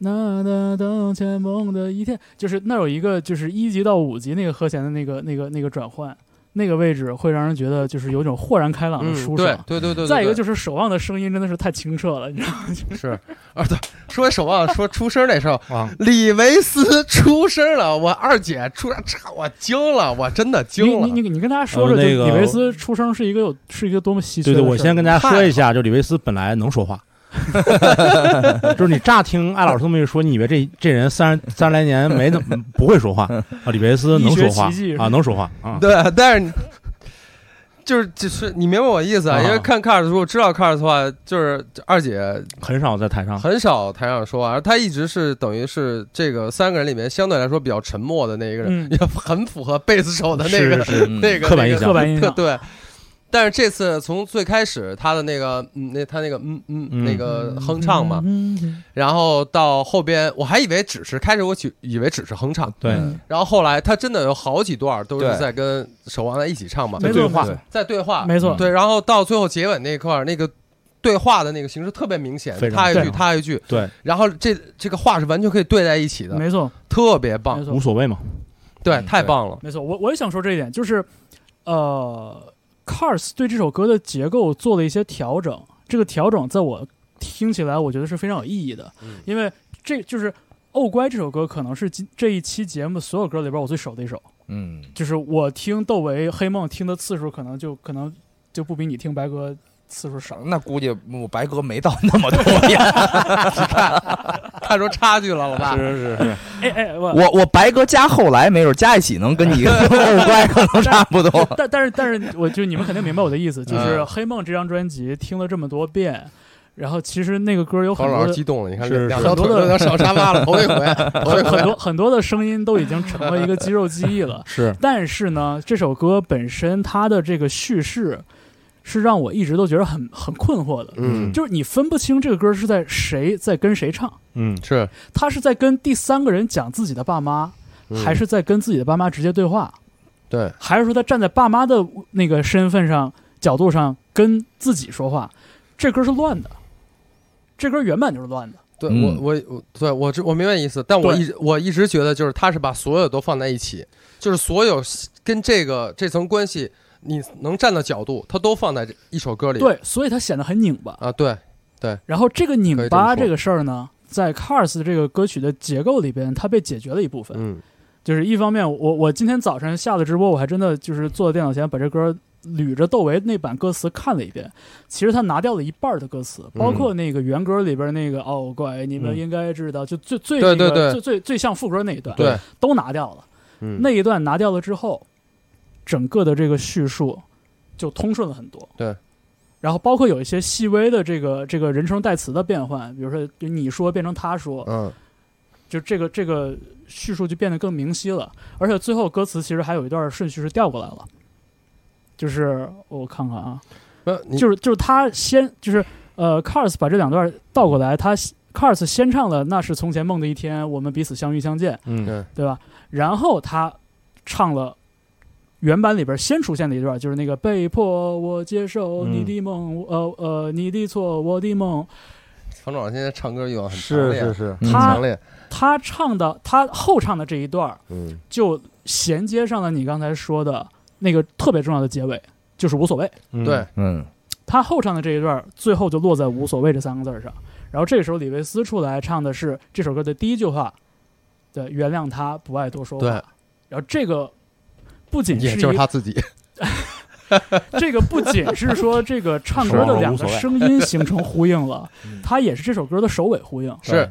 Speaker 1: 那那等前梦的一天，就是那有一个就是一级到五级那个和弦的那个那个那个转换，那个位置会让人觉得就是有种豁然开朗的
Speaker 3: 嗯，
Speaker 1: 舒
Speaker 3: 对
Speaker 1: 爽。
Speaker 3: 对对对对，
Speaker 1: 再一个就是是守望的声音真的是太清澈了，你知道吗？
Speaker 3: 是啊，对，说手腕说出声那时候，
Speaker 2: 啊，
Speaker 3: 李维斯出声了，我二姐出声，差我惊了，我真的
Speaker 1: 你
Speaker 3: 惊了。
Speaker 1: 你你你跟大家说说，
Speaker 2: 呃
Speaker 1: 就
Speaker 2: 那个
Speaker 1: 李维斯出生是一个有是一个多么稀缺
Speaker 2: 对
Speaker 1: 的
Speaker 2: 对，
Speaker 1: 事儿。
Speaker 2: 我先跟大家说一下，就李维斯本来能说话，就是你乍听艾老师这么一说，你以为这这人三十三十来年没怎么不会说话啊？李维斯能说话
Speaker 1: 一学奇迹
Speaker 2: 啊，能说话啊，
Speaker 3: 对，但是你就是就是你明白我意思啊？
Speaker 2: 啊
Speaker 3: 因为看 Cars 如果知道 Cars 的话，就是二姐
Speaker 2: 很少在台上。
Speaker 3: 很少台上说话，而她一直是等于是这个三个人里面相对来说比较沉默的那一个人，
Speaker 1: 嗯
Speaker 3: 也很符合贝斯手的那
Speaker 2: 是
Speaker 3: 个
Speaker 2: 是
Speaker 5: 嗯
Speaker 3: 那个
Speaker 2: 刻板印象
Speaker 1: 刻板印
Speaker 3: 那个
Speaker 1: 象，
Speaker 3: <laughs> 对。但是这次从最开始他的那个嗯，那他那个嗯嗯
Speaker 2: 嗯
Speaker 3: 那个哼唱嘛，
Speaker 1: 嗯，嗯
Speaker 3: 然后到后边我还以为只是开始我以以为只是哼唱，
Speaker 2: 对，
Speaker 1: 嗯
Speaker 3: 然后后来他真的有好几段都是
Speaker 4: 对
Speaker 3: 在跟守望在一起唱嘛，
Speaker 1: 没
Speaker 2: 对
Speaker 1: 错
Speaker 2: 话
Speaker 1: 没错
Speaker 3: 在对话，
Speaker 1: 没错，
Speaker 3: 啊对，然后到最后结尾那一块儿，那个对话的那个形式特别明显
Speaker 2: 非，常
Speaker 3: 他一句
Speaker 2: 对
Speaker 3: 他一句，
Speaker 2: 对，
Speaker 3: 然后这这个话是完全可以对在一起的，
Speaker 1: 没错，
Speaker 3: 特别
Speaker 1: 没
Speaker 3: 棒，
Speaker 1: 错
Speaker 2: 无所谓嘛，
Speaker 3: 对，
Speaker 5: 嗯
Speaker 3: 太
Speaker 5: 对
Speaker 3: 棒了，
Speaker 1: 没错，我我也想说这一点，就是呃，Cars 对这首歌的结构做了一些调整，这个调整在我听起来，我觉得是非常有意义的，
Speaker 3: 嗯
Speaker 1: 因为这就是《哦乖》这首歌可能是今这一期节目所有歌里边我最熟的一首，
Speaker 5: 嗯
Speaker 1: 就是我听窦唯《黑梦》听的次数可能就可能就不比你听白鸽次数少。
Speaker 4: 嗯那估计我白哥没到那么多呀。
Speaker 3: 看出差距了，老爸，
Speaker 2: 是是，
Speaker 1: 哎哎，我
Speaker 5: 我我白哥加后来没准加一起能跟你二乖可能差不多，
Speaker 1: 但但是但是，我就你们肯定明白我的意思，就是
Speaker 3: 嗯
Speaker 1: 《黑梦》这张专辑听了这么多遍，然后其实那个歌有很
Speaker 3: 陶
Speaker 1: 多
Speaker 3: 老
Speaker 1: 的
Speaker 3: 师激动了，你看
Speaker 2: 是。
Speaker 3: 两
Speaker 1: 是
Speaker 3: 条腿都有点上沙发
Speaker 1: <laughs>
Speaker 3: 了，头一回，头一 <laughs>
Speaker 1: 很
Speaker 3: 回。
Speaker 1: 多很多的声音都已经成了一个肌肉记忆了
Speaker 2: 是
Speaker 1: 但是呢，这首歌本身它的这个叙事是让我一直都觉得很很困惑的，
Speaker 3: 嗯，
Speaker 1: 就是你分不清这个歌是在谁在跟谁唱，
Speaker 2: 嗯
Speaker 3: 是
Speaker 1: 他是在跟第三个人讲自己的爸妈，
Speaker 3: 嗯
Speaker 1: 还是在跟自己的爸妈直接对话，
Speaker 3: 对，
Speaker 1: 还是说他站在爸妈的那个身份上角度上跟自己说话？这歌是乱的，这歌原版就是乱的。
Speaker 3: 对我
Speaker 5: 嗯
Speaker 3: 我我对我知我明白意思，但我
Speaker 1: 对
Speaker 3: 一直我一直觉得就是他是把所有都放在一起，就是所有跟这个这层关系你能站的角度，他都放在这一首歌里。
Speaker 1: 对，所以它显得很拧巴。
Speaker 3: 啊，对，
Speaker 1: 然后这个拧
Speaker 3: 可以这么
Speaker 1: 巴
Speaker 3: 说
Speaker 1: 这个事儿呢，在 Cars 这个歌曲的结构里边，它被解决了一部分。
Speaker 3: 嗯
Speaker 1: 就是一方面，我我今天早晨下了直播，我还真的就是坐在电脑前把这歌捋着窦唯那版歌词看了一遍。其实他拿掉了一半儿的歌词，
Speaker 3: 嗯
Speaker 1: 包括那个原歌里边那个“哦，乖，你们
Speaker 2: 嗯
Speaker 1: 应该知道”，就最最
Speaker 3: 对
Speaker 1: 那个
Speaker 3: 对对
Speaker 1: 最最最像副歌那一段，
Speaker 3: 对，
Speaker 1: 都拿掉了。
Speaker 3: 嗯，
Speaker 1: 那一段拿掉了之后，整个的这个叙述就通顺了很多。
Speaker 3: 对，
Speaker 1: 然后包括有一些细微的这个这个人称代词的变换，比如说就你说变成他说，
Speaker 3: 嗯
Speaker 1: 就这个这个叙述就变得更明晰了。而且最后歌词其实还有一段顺序是调过来了，就是我看看啊，
Speaker 3: 呃你
Speaker 1: 就是就是他先就是呃，Cars 把这两段倒过来，他 Cars 先唱了那是从前梦的一天，我们彼此相遇相见。
Speaker 2: 嗯
Speaker 3: 对
Speaker 1: 对吧？然后他唱了原版里边先出现的一段，就是那个被迫我接受
Speaker 2: 嗯
Speaker 1: 你的梦，呃呃，你的错，我的梦。
Speaker 3: 冯老师现在唱歌欲望很强
Speaker 6: 是
Speaker 3: 烈，啊
Speaker 6: 是是，
Speaker 4: 嗯
Speaker 3: 很
Speaker 1: 他
Speaker 3: 强烈，
Speaker 1: 他唱的他后唱的这一段
Speaker 3: 嗯
Speaker 1: 就衔接上了你刚才说的那个特别重要的结尾，就是无所谓。
Speaker 2: 嗯
Speaker 3: 对，
Speaker 5: 嗯，
Speaker 1: 他后唱的这一段最后就落在无所谓这三个字儿上。然后这时候李维斯出来唱的是这首歌的第一句话，对，原谅他不爱多说话
Speaker 3: 对。
Speaker 1: 然后这个不仅
Speaker 3: 也
Speaker 1: 是
Speaker 3: 就是
Speaker 1: 一
Speaker 3: 他自己，
Speaker 1: <laughs> 这个不仅是说这个唱歌的两个声音形成呼应
Speaker 3: <laughs>
Speaker 1: 了，
Speaker 3: 嗯
Speaker 1: 它也是这首歌的首尾呼应。
Speaker 3: 是，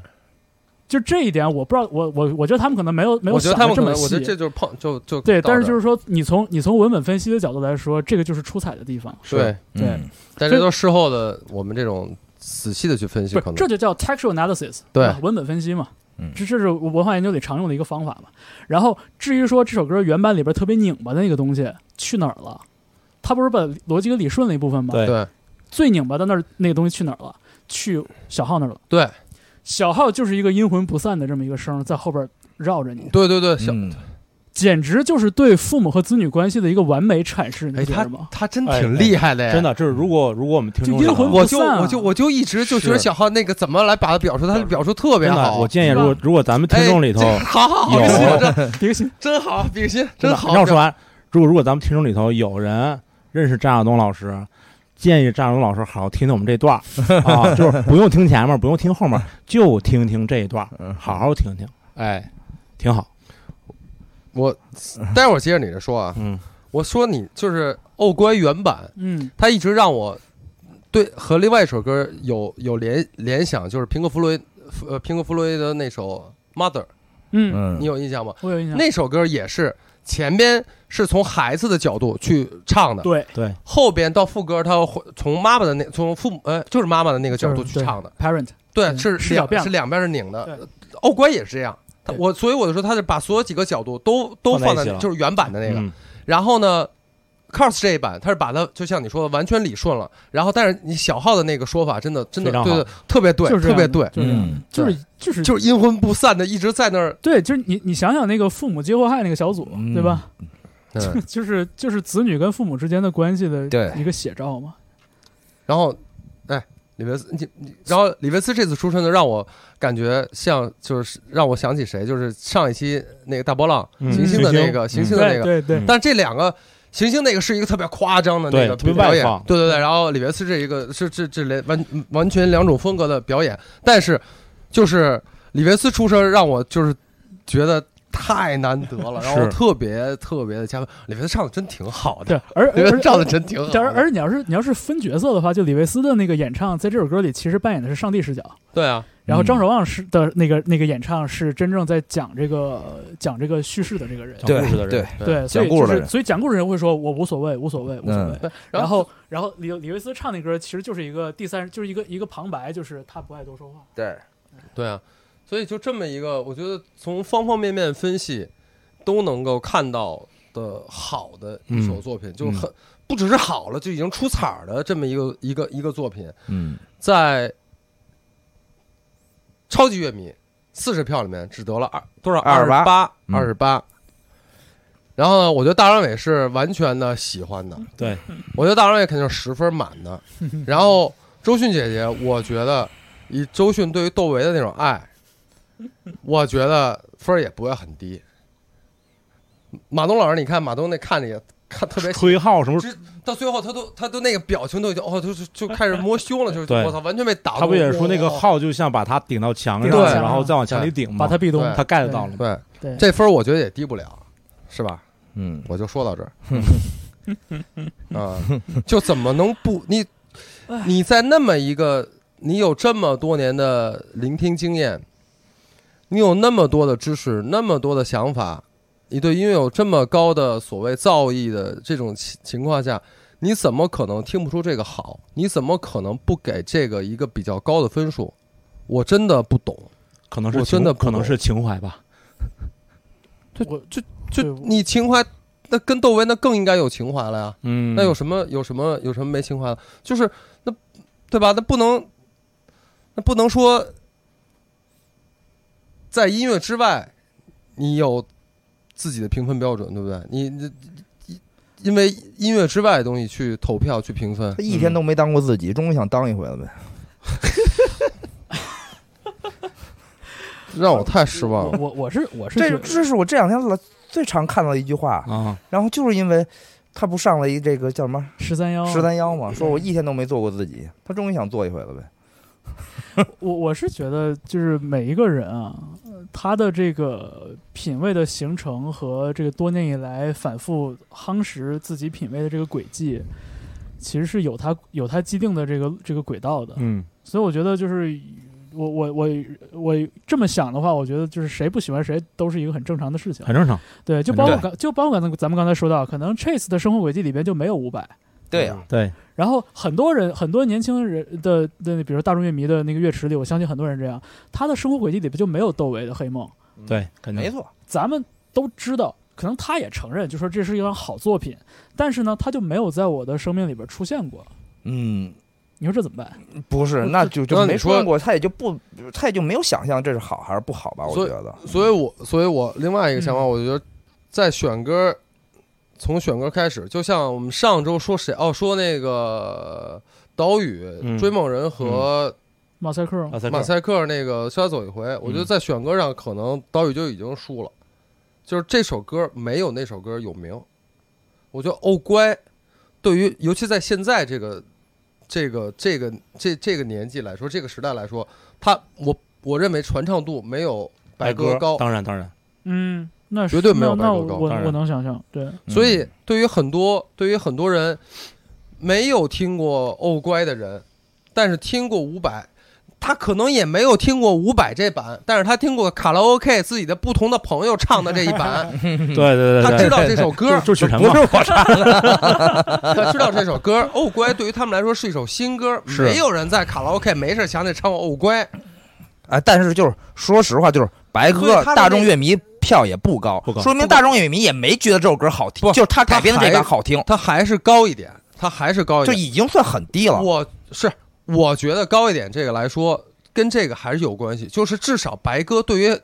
Speaker 1: 就这一点，我不知道，我我我觉得他们可能没有没有
Speaker 3: 我觉
Speaker 1: 想的
Speaker 3: 得他们
Speaker 1: 这
Speaker 3: 可
Speaker 1: 么
Speaker 3: 能，我觉
Speaker 1: 细
Speaker 3: 得。这就是碰就就
Speaker 1: 对，
Speaker 3: 到
Speaker 1: 但是
Speaker 3: 这
Speaker 1: 就
Speaker 3: 儿
Speaker 1: 是说，你从你从文本分析的角度来说，这个就是出彩的地方。
Speaker 3: 对，
Speaker 1: 对
Speaker 5: 嗯
Speaker 3: 但
Speaker 1: 这
Speaker 3: 这都是事后的我们这种仔细的去分析，
Speaker 1: 不
Speaker 3: 可
Speaker 1: 是，
Speaker 3: 能
Speaker 1: 这就叫 textual analysis，
Speaker 3: 对
Speaker 1: 吧文本分析嘛
Speaker 5: 嗯，
Speaker 1: 这这是文化研究里常用的一个方法嘛。然后至于说这首歌原版里边特别拧巴的那个东西去哪儿了，他不是把逻辑给理顺了一部分吗？
Speaker 2: 对
Speaker 3: 对
Speaker 1: 最拧巴的那儿那个东西去哪儿了？去小号那儿了。
Speaker 3: 对
Speaker 1: 小号就是一个阴魂不散的这么一个声儿在后边绕着你，
Speaker 3: 对对对，小
Speaker 5: 嗯
Speaker 1: 简直就是对父母和子女关系的一个完美阐释，
Speaker 3: 哎
Speaker 1: 你觉
Speaker 3: 他
Speaker 1: 得吗？
Speaker 3: 他真
Speaker 2: 哎
Speaker 3: 挺厉害的呀，
Speaker 2: 真的，这是如果如果我们听众
Speaker 1: 就阴
Speaker 2: 有
Speaker 1: 魂
Speaker 3: 我就
Speaker 1: 不散啊
Speaker 3: 我就我就一直就觉得
Speaker 2: 是
Speaker 3: 小浩那个怎么来把它表述，他的表述特别
Speaker 2: 真的，
Speaker 3: 好，
Speaker 2: 我建议
Speaker 1: 是吧
Speaker 2: 如果如果咱们听众里头
Speaker 3: 哎这好好好，
Speaker 2: 有啊
Speaker 3: 比心我真
Speaker 1: 别心，
Speaker 3: 真好，比个心
Speaker 2: 真
Speaker 3: 真
Speaker 2: 的
Speaker 3: 好，
Speaker 2: 让我说完，如果如果咱们听众里头有人认识张亚东老师。建议张亚东老师好好听听我们这段儿
Speaker 3: <laughs>
Speaker 2: 啊，就是不用听前面，不用听后面，
Speaker 3: 嗯
Speaker 2: 就听听这一段儿，
Speaker 5: 嗯
Speaker 2: 好好听听，
Speaker 3: 哎，
Speaker 2: 挺好。
Speaker 3: 我待会儿接着你这说啊，
Speaker 2: 嗯，
Speaker 3: 我说你就是《欧乖》原版，
Speaker 1: 嗯，
Speaker 3: 他一直让我对和另外一首歌有有联联想，就是平克·弗洛伊呃平克·弗洛伊德那首《Mother》，
Speaker 5: 嗯，
Speaker 1: 嗯，
Speaker 3: 你有印象吗？
Speaker 1: 我有印象。
Speaker 3: 那首歌也是前边是从孩子的角度去唱的，
Speaker 1: 对，
Speaker 2: 对，
Speaker 3: 后边到副歌他会从妈妈的那从父母呃就是妈妈的那个角度去唱的，
Speaker 1: parent，
Speaker 3: 嗯对，
Speaker 1: 对
Speaker 3: 是
Speaker 1: 视角
Speaker 3: 两
Speaker 1: 变了
Speaker 3: 是两边是拧的，欧关也是这样。他
Speaker 1: 对
Speaker 3: 我所以我就说，他是把所有几个角度都都
Speaker 2: 放在一
Speaker 3: 放
Speaker 2: 起
Speaker 3: 在
Speaker 2: 了
Speaker 3: 就是原版的那个，
Speaker 2: 嗯
Speaker 3: 然后呢，Cars 这一版他是把它就像你说的完全理顺了，然后但是你小号的那个说法真的真的
Speaker 2: 非常
Speaker 3: 对
Speaker 2: 好
Speaker 3: 对特别对
Speaker 1: 就是这
Speaker 3: 特
Speaker 1: 样的
Speaker 3: 别对，
Speaker 1: 就是这样的
Speaker 5: 嗯
Speaker 1: 就是就是
Speaker 3: 就是阴魂不散的一直在那儿，
Speaker 1: 对，就是你你想想那个父母皆祸害那个小组，
Speaker 5: 嗯
Speaker 1: 对
Speaker 4: <laughs>
Speaker 1: 吧？
Speaker 3: 嗯
Speaker 1: <laughs> 就是就是子女跟父母之间的关系的
Speaker 3: 对
Speaker 1: 一个写照嘛。
Speaker 3: <laughs> 然后，哎，李维斯，你你，然后李维斯这次出身呢，让我感觉像就是让我想起谁，就是上一期那个大波浪
Speaker 2: 嗯
Speaker 3: 行星的那个
Speaker 2: 行星
Speaker 3: 行星的那个，
Speaker 1: 对对
Speaker 2: 嗯
Speaker 3: 但这两个。行星那个是一个特别夸张的那
Speaker 2: 对
Speaker 3: 个
Speaker 2: 特别
Speaker 3: 表演
Speaker 2: 外放，
Speaker 3: 对对对。然后李维斯这一个是这这连完完全两种风格的表演，但是就是李维斯出身让我就是觉得太难得了，然后
Speaker 2: 是
Speaker 3: 特别特别的加分。李维斯唱的真挺好
Speaker 1: 对
Speaker 3: 的，，
Speaker 1: 而
Speaker 3: 李维 <laughs> 斯
Speaker 1: 而
Speaker 3: 唱的真挺好的
Speaker 1: 而而你要是你要是分角色的话，就李维斯的那个演唱，在这首歌里其实扮演的是上帝视角，
Speaker 3: 对啊，
Speaker 1: 然后张守望是的那个那个演唱是真正在讲这个讲这个叙事的这个人，
Speaker 2: 讲故事的人，
Speaker 4: 对
Speaker 1: 对，所以
Speaker 5: 讲故事
Speaker 1: 就
Speaker 5: 的
Speaker 1: 是
Speaker 5: 人
Speaker 1: 所以讲故事人会说我无所谓，无所谓，无所谓。然
Speaker 3: 然
Speaker 1: 后，然后李李维斯唱那歌其实就是一个第三，就是一个一个旁白，就是他不爱多说话。
Speaker 4: 对，
Speaker 3: 对啊，所以就这么一个，我觉得从方方面面分析，都能够看到的好的一
Speaker 2: 嗯
Speaker 3: 首作品，就很不只是好了，就已经出彩儿的这么一个一个一个作品，
Speaker 5: 嗯
Speaker 3: 在超级乐迷四十票里面只得了二多少
Speaker 4: 28
Speaker 3: 十八
Speaker 5: 嗯
Speaker 3: 二十八。然后呢，我觉得大张伟是完全的喜欢的，
Speaker 2: 对，
Speaker 3: 我觉得大张伟肯定是十分满 <laughs> 的。然后周迅姐姐，我觉得以周迅对于窦唯的那种爱，我觉得分儿也不会很低。马东老师，你看马东那看着也看特别
Speaker 2: 吹号什么
Speaker 3: 这到最后他都他都那个表情都已经哦，就就就开始摸胸了，就是
Speaker 2: 对
Speaker 3: 我操，完全被打动。
Speaker 2: 他不也说那个
Speaker 3: 哇
Speaker 2: 号就像把他顶到墙上，
Speaker 1: 顶到
Speaker 3: 墙上
Speaker 2: 然后再往墙里顶嘛，
Speaker 1: 把他壁咚
Speaker 3: 对
Speaker 2: 他 get 到了嘛。
Speaker 3: 对
Speaker 1: 对
Speaker 3: 这分儿我觉得也低不了，是吧？
Speaker 5: 嗯，
Speaker 3: 我就说到这儿。 <laughs> 啊，就怎么能不你
Speaker 1: 哎
Speaker 3: 你在那么一个你有这么多年的聆听经验，你有那么多的知识，那么多的想法，你对音乐有这么高的所谓造诣的这种情情况下，你怎么可能听不出这个好？你怎么可能不给这个一个比较高的分数？我真的不懂。
Speaker 2: 可能是
Speaker 3: 我
Speaker 2: 情
Speaker 3: 真的不
Speaker 2: 可能
Speaker 3: 懂
Speaker 2: 是情怀吧。
Speaker 1: 我对
Speaker 3: 就
Speaker 1: 我
Speaker 3: 你情怀，那跟窦唯那更应该有情怀了呀。
Speaker 2: 嗯，
Speaker 3: 那有什么有什么有什么没情怀的？就是那对吧？那不能，那不能说在音乐之外，你有自己的评分标准，对不对？你你你因为音乐之外的东西去投票去评分
Speaker 4: 他，一天都没当过自己，终于想当一回了呗。
Speaker 3: <laughs> 让我太失望了。
Speaker 1: 我我是我是觉
Speaker 4: 这
Speaker 1: 得
Speaker 4: 这是我这两天老最常看到的一句话，
Speaker 2: 啊？
Speaker 4: 然后就是因为他不上了一这个叫什么
Speaker 1: 十三幺
Speaker 4: 十三幺嘛，说我一天都没做过自己，他终于想做一回了呗。
Speaker 1: 我我是觉得，就是每一个人啊，呃他的这个品味的形成和这个多年以来反复夯实自己品味的这个轨迹，其实是有他有他既定的这个这个轨道的。
Speaker 2: 嗯，
Speaker 1: 所以我觉得，就是我我我我这么想的话，我觉得就是谁不喜欢谁都是一个很正常的事情
Speaker 2: 很。正常。
Speaker 1: 对，就包括刚就包括刚才咱们刚才说到，可能 Chase 的生活轨迹里边就没有伍佰。
Speaker 4: 对
Speaker 3: 嗯
Speaker 4: 呀、
Speaker 2: 对，
Speaker 1: 然后很多人，很多年轻人的的，比如说大众乐迷的那个乐池里，我相信很多人这样，他的生活轨迹里边就没有窦唯的黑梦。
Speaker 3: 嗯
Speaker 2: 对，肯定
Speaker 4: 没错，
Speaker 1: 咱们都知道，可能他也承认，就说这是一张好作品，但是呢，他就没有在我的生命里边出现过。
Speaker 4: 嗯，
Speaker 1: 你说这怎么办？
Speaker 4: 不是，
Speaker 1: 我
Speaker 4: 那就就
Speaker 3: 那你
Speaker 4: 没
Speaker 3: 说
Speaker 4: 说过，他也就不，他也就没有想象这是好还是不好吧？我
Speaker 3: 所
Speaker 4: 觉
Speaker 3: 以
Speaker 4: 得，
Speaker 3: <laughs> 所以我，所以我另外一个想法，
Speaker 1: 嗯
Speaker 3: 我觉得在选歌，从选歌开始，就像我们上周说谁哦，说那个岛屿、
Speaker 2: 嗯
Speaker 3: 追梦人和
Speaker 1: 马赛克
Speaker 2: 马赛克嗯
Speaker 3: 马赛克那个《潇洒走一回》，我觉得在选歌上可能岛屿就已经输了，就是这首歌没有那首歌有名。我觉得《哦乖》对于尤其在现在这个这个这个这这个年纪来说，这个时代来说，它我我认为传唱度没有白鸽
Speaker 2: 鸽
Speaker 3: 高，
Speaker 2: 当然当然，
Speaker 1: 嗯，那
Speaker 3: 绝对没有
Speaker 1: 那那
Speaker 3: 白
Speaker 1: 我
Speaker 3: 鹿高
Speaker 1: 我
Speaker 2: 当然
Speaker 1: 我能想象，对，
Speaker 3: 所以对于很多对于很多人没有听过欧乖的人，但是听过伍佰，他可能也没有听过伍佰这版，但是他听过卡拉 OK 自己的不同的朋友唱的这一
Speaker 2: <laughs>
Speaker 3: 版，
Speaker 2: 对对对，
Speaker 3: 嗯他
Speaker 2: 对
Speaker 3: 知道这首歌，
Speaker 2: 就许晨
Speaker 5: 不
Speaker 2: 嘛
Speaker 5: 是，我唱，
Speaker 3: 他知道这首歌。欧乖对于他们来说是一首新歌，
Speaker 2: 是
Speaker 3: 没有人在卡拉 OK 没事想起唱过 Oh 欧乖，
Speaker 4: 哎，但是就是说实话，就是白
Speaker 3: 所以
Speaker 4: 鸽
Speaker 3: 他的
Speaker 4: 大
Speaker 3: 那
Speaker 4: 众
Speaker 3: 个
Speaker 4: 乐迷票也不高
Speaker 2: 不，高
Speaker 4: 说明大众乐迷也没觉得这首歌好听，
Speaker 3: 不
Speaker 4: 就是他
Speaker 3: 他
Speaker 4: 改编的这
Speaker 3: 还
Speaker 4: 版好听，
Speaker 3: 他还是高一点，他还是高一
Speaker 4: 就
Speaker 3: 点。
Speaker 4: 已经算很低了。
Speaker 3: 我是我觉得高一点这个来说，跟这个还是有关系，就是至少白鸽对于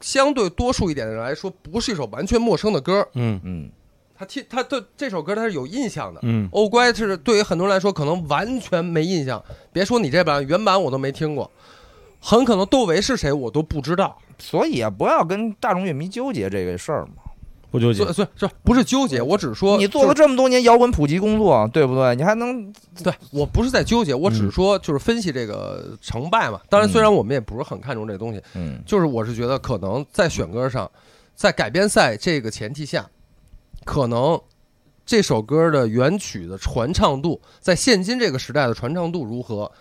Speaker 3: 相对多数一点的人来说，不是一首完全陌生的歌，
Speaker 2: 嗯
Speaker 5: 嗯
Speaker 3: 他听他对这首歌他是有印象的。 <laughs>
Speaker 2: 嗯，
Speaker 3: 欧乖是对于很多人来说可能完全没印象，别说你这版原版我都没听过，很可能窦唯是谁我都不知道，
Speaker 4: 所以啊，不要跟大众乐迷纠结这个事儿嘛。
Speaker 2: 不纠结
Speaker 3: 所以，所以这不是纠结，我只是说
Speaker 4: 你做了这么多年摇滚普及工作，对不对？你还能
Speaker 3: 对我不是在纠结，我只是说就是分析这个成败嘛。当然，虽然我们也不是很看重这东西，
Speaker 5: 嗯
Speaker 3: 就是我是觉得可能在选歌上，在改编赛这个前提下，可能这首歌的原曲的传唱度，在现今这个时代的传唱度如何，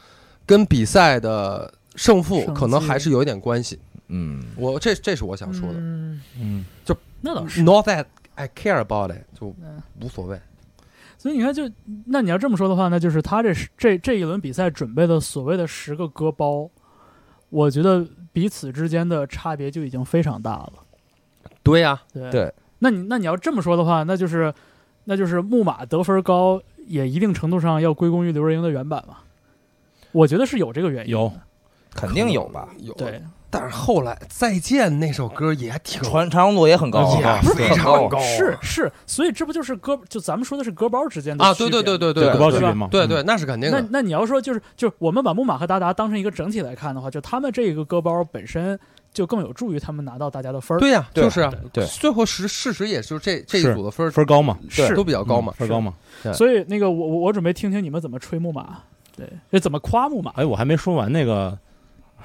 Speaker 3: 跟比赛的胜负
Speaker 1: 胜
Speaker 3: 可能
Speaker 1: 负
Speaker 3: 还是有一点关系。
Speaker 5: 嗯，
Speaker 3: 我这这是我想说的、
Speaker 2: 嗯，
Speaker 1: 那倒是。
Speaker 3: n o t that I care about it，就
Speaker 1: 嗯
Speaker 3: 无所谓。
Speaker 1: 所以你看就，那你要这么说的话，那就是他这这这一轮比赛准备的所谓的十个歌包，我觉得彼此之间的差别就已经非常大了。
Speaker 3: 对呀、
Speaker 1: 对
Speaker 5: 对
Speaker 1: 那你那你要这么说的话，那就是那就是木马得分高，也一定程度上要归功于刘若英的原版嘛。我觉得是有这个原因。
Speaker 2: 有，
Speaker 4: 肯定有吧？
Speaker 3: 有。
Speaker 1: 对，
Speaker 3: 但是后来《再见》那首歌也挺
Speaker 4: 传传唱度也很高
Speaker 2: 也
Speaker 4: 啊，
Speaker 3: 非
Speaker 4: 很
Speaker 3: 常
Speaker 4: 高
Speaker 3: 高，
Speaker 1: 是是，所以这不就是歌，就咱们说的是歌包之间的
Speaker 3: 啊，
Speaker 1: 区
Speaker 3: 对
Speaker 1: 别
Speaker 3: 对对
Speaker 1: 吗
Speaker 3: 对
Speaker 2: 不包
Speaker 1: 对
Speaker 2: 区
Speaker 1: 吧
Speaker 2: 别嘛，
Speaker 3: 对
Speaker 2: 嗯
Speaker 3: 对，那是肯定
Speaker 1: 那
Speaker 3: 的。
Speaker 1: 那你要说就是就是我们把木马和达达当成一个整体来看的话，就他们这个歌包本身就更有助于他们拿到大家的分儿。
Speaker 3: 对呀、
Speaker 4: 对
Speaker 3: 就是啊，
Speaker 5: 对
Speaker 3: 最后实事实也就是这这一
Speaker 2: 是
Speaker 3: 组的分儿
Speaker 2: 分高嘛，
Speaker 1: 是
Speaker 3: 都比较呃高
Speaker 2: 嗯
Speaker 3: 嘛。
Speaker 2: 分高嘛。
Speaker 1: 所以那个我我我准备听听你们怎么吹木马，对，就怎么夸木马。
Speaker 2: 哎，我还没说完那个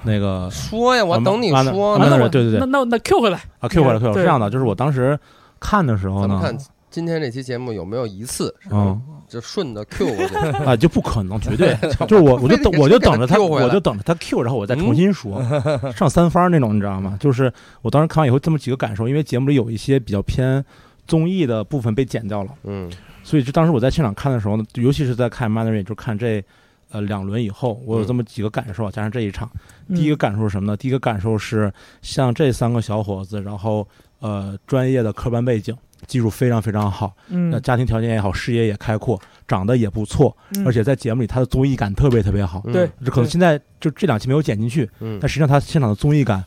Speaker 2: 那个
Speaker 3: 说呀，我
Speaker 2: 啊
Speaker 3: 等你
Speaker 2: 啊那
Speaker 3: 说
Speaker 2: 啊
Speaker 3: 呢。
Speaker 1: 那
Speaker 2: 那
Speaker 1: 我
Speaker 2: 对对对
Speaker 1: 那那那 Q 回来，
Speaker 2: 啊，Q 回来
Speaker 1: 对
Speaker 2: Q 是这样的，就是我当时看的时候
Speaker 3: 咱们
Speaker 2: 呢，
Speaker 3: 看今天这期节目有没有一次是
Speaker 2: 嗯，
Speaker 3: 就顺着 Q
Speaker 2: <laughs>
Speaker 3: 过去？
Speaker 2: 啊，就不可能，绝
Speaker 3: <laughs>
Speaker 2: 对就是我，我就等，我就等着他，
Speaker 3: 嗯非得给他 Q 回来嗯
Speaker 2: 我就等着他 Q，然后我再重新说， <laughs> 上三番儿那种，你知道吗？就是我当时看完以后这么几个感受，因为节目里有一些比较偏综艺的部分被剪掉了，
Speaker 3: 嗯，
Speaker 2: 所以就当时我在现场看的时候呢，尤其是在看《m a n n e r 就看这呃两轮以后，我有
Speaker 3: 嗯
Speaker 2: 这么几个感受啊，加上这一场，第
Speaker 1: 嗯
Speaker 2: 一个感受是什么呢？第一个感受是像这三个小伙子，然后呃专业的科班背景，技术非常非常好，
Speaker 1: 嗯，
Speaker 2: 那
Speaker 1: 嗯，
Speaker 2: 家庭条件也好，事业也开阔，长得也不错，而且在节目里他的综艺感特别特别好。
Speaker 3: 嗯
Speaker 1: 对，
Speaker 2: 这可能现在就这两期没有剪进去，
Speaker 3: 嗯
Speaker 2: 但实际上他现场的综艺感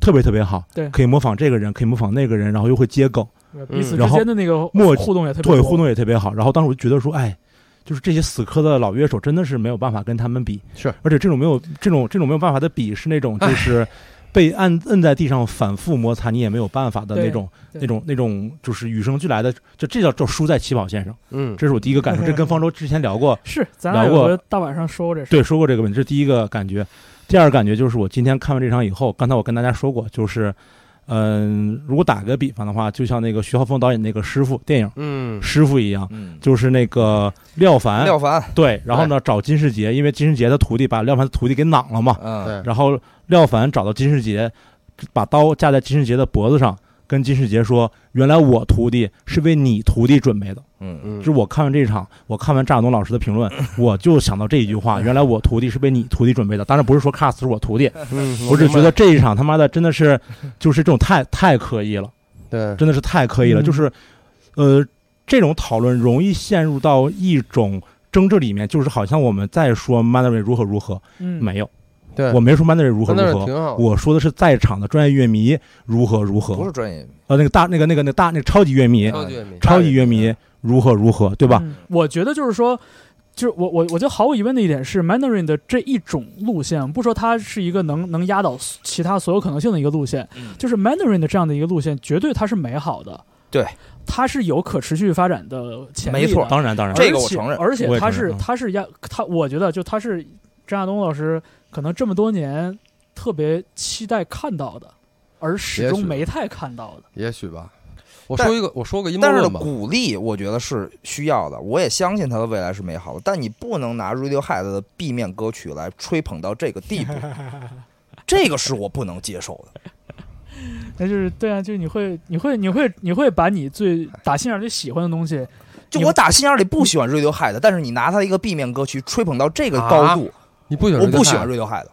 Speaker 2: 特别特别好，
Speaker 1: 对
Speaker 2: 可以模仿这个人，可以模仿那个人，然后又会接梗，
Speaker 1: 对彼此
Speaker 3: 嗯
Speaker 1: 之
Speaker 2: 然后
Speaker 1: 间的那个
Speaker 2: 默
Speaker 1: 互动也特别
Speaker 2: 对，
Speaker 1: 多
Speaker 2: 互动也特别好。然后当时我就觉得说，哎，就是这些死磕的老乐手真的是没有办法跟他们比，
Speaker 3: 是，哎
Speaker 2: 而且这种没有这种这种没有办法的比是那种就是被按摁在地上反复摩擦，你也没有办法的
Speaker 1: 对
Speaker 2: 那种
Speaker 1: 对
Speaker 2: 那种那种就是与生俱来的，就这叫叫输在起跑线上。
Speaker 3: 嗯，
Speaker 2: 这是我第一个感受，这跟方舟之前聊过，
Speaker 1: 是，咱俩
Speaker 2: 聊
Speaker 1: 有
Speaker 2: 过
Speaker 1: 个大晚上说过这事。
Speaker 2: 对，说过这个问题，这是第一个感觉。第二个感觉就是我今天看完这场以后，刚才我跟大家说过，就是，嗯、如果打个比方的话，就像那个徐浩峰导演那个师傅电影
Speaker 3: 嗯
Speaker 2: 《师傅》一样，
Speaker 5: 嗯，
Speaker 2: 就是那个廖凡，
Speaker 4: 廖凡，
Speaker 2: 对，然后呢找金世杰，因为金世杰的徒弟把廖凡的徒弟给攮了嘛，
Speaker 5: 嗯，
Speaker 3: 对，
Speaker 2: 然后廖凡找到金世杰，把刀架在金世杰的脖子上，跟金世杰说：“原来我徒弟是为你徒弟准备的。”
Speaker 5: 嗯，
Speaker 3: 嗯
Speaker 2: 就是我看完这一场，我看完赵亚东老师的评论，我就想到这一句话：原来我徒弟是被你徒弟准备的。当然不是说 cast 是我徒弟，
Speaker 3: 嗯
Speaker 2: 我只觉得这一场他妈的真的是，就是这种太太刻意了，
Speaker 3: 对，
Speaker 2: 真的是太刻意了。
Speaker 1: 嗯
Speaker 2: 就是，呃，这种讨论容易陷入到一种争执里面，就是好像我们在说 Mandarin 如何如何，
Speaker 1: 嗯，
Speaker 2: 没有，
Speaker 3: 对，
Speaker 2: 我没说 Mandarin 如何
Speaker 3: 那
Speaker 2: 如
Speaker 3: 是
Speaker 2: 何。
Speaker 3: 挺好的。
Speaker 2: 我说的是在场的专业乐迷如何如何
Speaker 4: 不，是专业，
Speaker 2: 呃，那个大那个那个那个大那个超级乐迷，
Speaker 3: 超级乐迷
Speaker 2: 超级乐迷如何如何，对吧？
Speaker 1: 嗯我觉得就是说，就是我我我觉得毫无疑问的一点是，Mandarin 的这一种路线，不说它是一个能能压倒其他所有可能性的一个路线，
Speaker 4: 嗯
Speaker 1: 就是 Mandarin 的这样的一个路线，绝对它是美好的，
Speaker 4: 对，
Speaker 1: 它是有可持续发展的潜力的
Speaker 4: 没错
Speaker 2: 当然当然，
Speaker 4: 这个我
Speaker 1: 而且
Speaker 4: 承认
Speaker 1: 而且
Speaker 2: 我也
Speaker 1: 他
Speaker 2: 承
Speaker 1: 是
Speaker 2: 认嗯
Speaker 1: 他是压他，我觉得就他是张亚东老师可能这么多年特别期待看到的，而始
Speaker 3: 也
Speaker 1: 终
Speaker 3: 许
Speaker 1: 没太看到的。
Speaker 3: 也许吧。我
Speaker 4: 但
Speaker 3: 说一个，我说个阴谋
Speaker 4: 但是
Speaker 3: 论吧。
Speaker 4: 鼓励我觉得是需要的，我也相信他的未来是美好的，但你不能拿 Radiohead 的 B 面歌曲来吹捧到这个地步，这个是我不能接受的。
Speaker 1: 那就是对啊，就是你会你会你会你会把你最打心眼里喜欢的东西，
Speaker 4: 就
Speaker 1: 你
Speaker 4: 我打心眼里不喜欢 Radiohead，的但是你拿他的一个 B 面歌曲吹捧到这个高度，
Speaker 3: 你不喜欢
Speaker 4: 我
Speaker 3: 这个
Speaker 4: 不喜
Speaker 3: 菜
Speaker 4: 欢 Radiohead，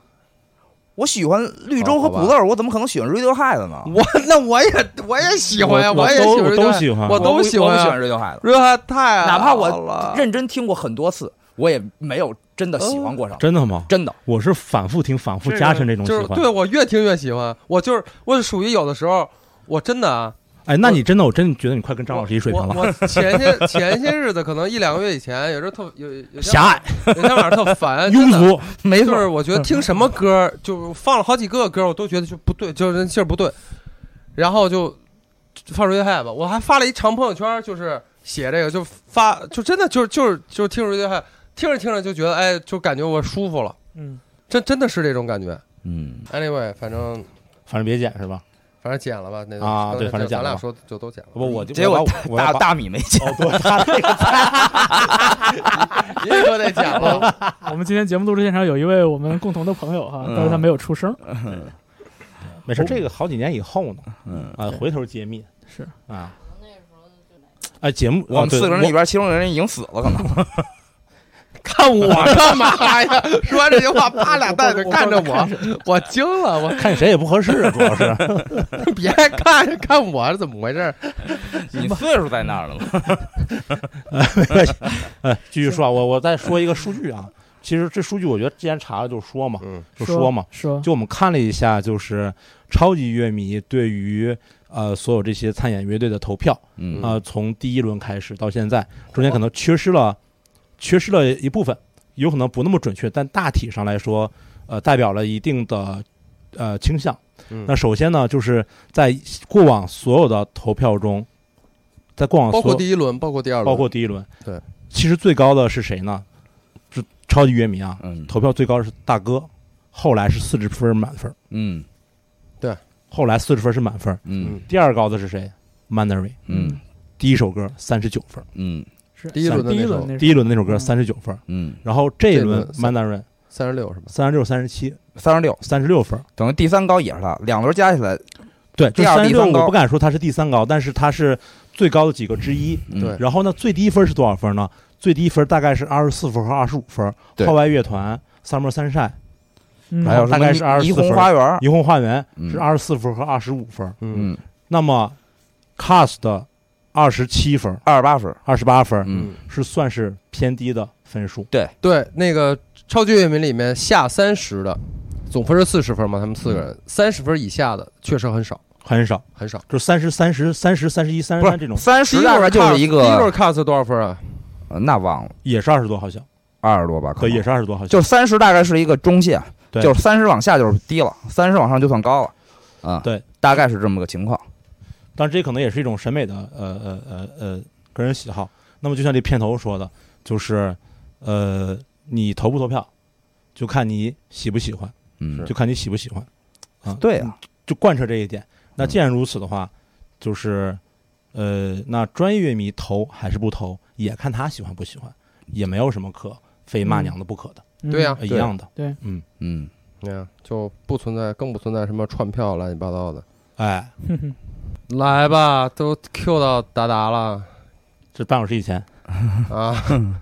Speaker 4: 我喜欢绿洲
Speaker 3: 好
Speaker 4: 和
Speaker 3: 好吧
Speaker 4: 不乐，我怎么可能喜欢 Radiohead 呢？
Speaker 3: 我那我也我也喜欢呀，
Speaker 2: 我
Speaker 3: 也
Speaker 2: 都
Speaker 3: 喜欢
Speaker 2: 我
Speaker 3: 这
Speaker 2: 都
Speaker 3: 个菜，
Speaker 2: 喜欢
Speaker 3: 我都
Speaker 4: 不
Speaker 3: 喜
Speaker 4: 我
Speaker 3: 欢
Speaker 4: 不喜
Speaker 3: 啊
Speaker 4: 欢 Radiohead，
Speaker 3: Radiohead 太好了，
Speaker 4: 哪怕我认真听过很多次，我也没有真的喜欢过上，
Speaker 2: 真的吗？
Speaker 4: 真的。
Speaker 2: 我是反复听、反复加深这种喜
Speaker 3: 就是
Speaker 2: 欢。
Speaker 3: 对我越听越喜欢，我就是我是属于有的时候我真的啊，
Speaker 2: 哎，那你真的，我真觉得你快跟张老师一水平
Speaker 3: 我
Speaker 2: 了。
Speaker 3: 我我前些前些日子，可能一两个月以前，有时候特有有
Speaker 2: 狭隘、
Speaker 3: 有天晚上
Speaker 2: <laughs>
Speaker 3: 特烦，真
Speaker 2: 庸
Speaker 3: 的。
Speaker 2: 俗，
Speaker 4: 没
Speaker 3: 就是我觉得听什么歌，就放了好几个歌，我都觉得就不对，就是劲儿不对，然后就放出 Radiohead 吧。我还发了一长朋友圈，就是写这个，就发，就真的就是就是就是听 Radiohead，听着听着就觉得，哎，就感觉我舒服了，
Speaker 1: 嗯，
Speaker 3: 真真的是这种感觉。
Speaker 5: 嗯，
Speaker 3: Anyway，反正
Speaker 2: 反正别剪是吧？
Speaker 3: 反正剪了吧，那就
Speaker 2: 啊对
Speaker 3: 刚
Speaker 2: 反
Speaker 3: 才
Speaker 2: 正
Speaker 3: 咱
Speaker 2: 剪了
Speaker 3: 俩
Speaker 2: 吧
Speaker 3: 说就都 <laughs> 剪了。
Speaker 2: 不，我
Speaker 5: 结果
Speaker 2: 我
Speaker 5: 大
Speaker 2: 要把
Speaker 5: 大米没见，
Speaker 2: 哦，对，他那个
Speaker 3: 您说得剪了，
Speaker 1: 嗯我们今天节目录制现场有一位我们共同的朋友哈，
Speaker 5: 嗯
Speaker 1: 但是他没有出声。
Speaker 2: 没事，这个好几年以后呢，
Speaker 5: 嗯，
Speaker 2: 啊，回头揭秘
Speaker 1: 是
Speaker 2: 啊。哎，节目
Speaker 4: 我
Speaker 2: 哦
Speaker 4: 们
Speaker 2: 对
Speaker 4: 四个人里边，其中有人已经死了，
Speaker 2: <laughs>
Speaker 4: 可能。
Speaker 3: 看 <laughs> 我干嘛呀？说完这句话，啪俩蛋就看着我，我惊了，我
Speaker 2: 看谁也不合适啊，主要
Speaker 4: <laughs>
Speaker 2: 是
Speaker 3: 别看看我怎么回事儿？
Speaker 5: 你岁数在那儿了吗？
Speaker 2: 没关系。哎，继续说啊，我我再说一个数据啊。其实这数据我觉得之前查了就说嘛，
Speaker 3: 嗯，
Speaker 2: 就说嘛，
Speaker 1: 说
Speaker 2: 就我们看了一下，就是超级乐迷对于呃所有这些参演乐队的投票
Speaker 5: <laughs> 嗯
Speaker 2: 啊、呃从第一轮开始到现在，中间可能缺失了缺失了一部分，有可能不那么准确，但大体上来说，呃，代表了一定的呃倾向。
Speaker 3: 嗯
Speaker 2: 那首先呢，就是在过往所有的投票中，在过往所
Speaker 3: 包括
Speaker 2: 有
Speaker 3: 第一轮，包括第二轮，
Speaker 2: 包括第一轮，
Speaker 3: 对，
Speaker 2: 其实最高的是谁呢？是超级乐迷啊，
Speaker 5: 嗯
Speaker 2: 投票最高是大哥，后来是四十分满分，
Speaker 5: 嗯
Speaker 2: 后来四十分是满分，
Speaker 5: 嗯
Speaker 2: 第二高的是谁？Mandarin，
Speaker 5: 嗯
Speaker 2: 第一首歌三十九分，
Speaker 5: 嗯
Speaker 1: 是
Speaker 3: 第一轮的
Speaker 1: 第一
Speaker 3: 那
Speaker 1: 轮
Speaker 3: 首
Speaker 1: 那
Speaker 2: 第一轮的那首歌
Speaker 1: 嗯
Speaker 2: 三十九分，
Speaker 5: 嗯，
Speaker 2: 然后这一轮
Speaker 3: 这轮
Speaker 2: Mandarin
Speaker 3: 三十六是吧？
Speaker 2: 三十六、三十七、
Speaker 4: 三十六，
Speaker 2: 三十六分，
Speaker 4: 等于第三高也是他，两轮加起来，
Speaker 2: 对，就
Speaker 4: 第二
Speaker 2: 三十六，
Speaker 4: 第三高
Speaker 2: 我不敢说它是第三高，但是它是最高的几个之一。
Speaker 5: 嗯
Speaker 3: 对
Speaker 2: 然后呢，最低分是多少分呢？最低分大概是二十四分和二十五分。
Speaker 5: 对
Speaker 2: 画外乐团、Summer Sunshine、
Speaker 1: 嗯
Speaker 2: 还有大概是
Speaker 4: 霓
Speaker 2: 24
Speaker 4: 霓虹花园，
Speaker 2: 霓虹花园
Speaker 5: 嗯
Speaker 2: 是二十四分和二十五分。
Speaker 5: 嗯
Speaker 2: 那么 Cast 二十七分、
Speaker 4: 二十八分，
Speaker 2: 二十八分
Speaker 5: 嗯
Speaker 2: 是算是偏低的分数。
Speaker 3: 对，那个超级乐迷里面下三十的，总分是四十分嘛，他们四个人三十分以下的确实很少，
Speaker 2: 很少，
Speaker 3: 很少。
Speaker 2: 就三十、三十、三十、三十一、三十
Speaker 4: 不
Speaker 2: 三这种
Speaker 4: 是，三
Speaker 3: 第
Speaker 4: 十
Speaker 3: 一
Speaker 4: 大概
Speaker 3: 轮
Speaker 4: 就是一
Speaker 3: cast- 第一
Speaker 4: 个，
Speaker 3: 轮 cast 多少分啊？
Speaker 4: 呃那忘了
Speaker 2: 也是二十多，好像
Speaker 4: 二十多吧，可
Speaker 2: 对，也
Speaker 4: 能。
Speaker 2: 是二十多，好像
Speaker 4: 就三十大概是一个中线，
Speaker 2: 对
Speaker 4: 就三十往下就是低了，三十往上就算高了，啊，
Speaker 2: 对，
Speaker 4: 大概是这么个情况。
Speaker 2: 但是这可能也是一种审美的呃呃呃呃个人喜好。那么就像这片头说的，就是呃，你投不投票，就看你喜不喜欢，
Speaker 5: 嗯
Speaker 2: 就看你喜不喜欢，啊，
Speaker 4: 对啊，
Speaker 2: 就贯彻这一点。那既然如此的话，就是呃，那专业乐迷投还是不投，也看他喜欢不喜欢，也没有什么可非骂娘的不可的，
Speaker 3: 啊对呀、
Speaker 2: 呃一样的。
Speaker 5: 嗯
Speaker 3: 嗯就不存在，更不存在什么串票乱七八糟的。
Speaker 2: 哎，
Speaker 1: 嗯哼哼
Speaker 3: 来吧，都 Q 到达达了
Speaker 2: 这半小时以前，
Speaker 3: 啊！
Speaker 1: <laughs>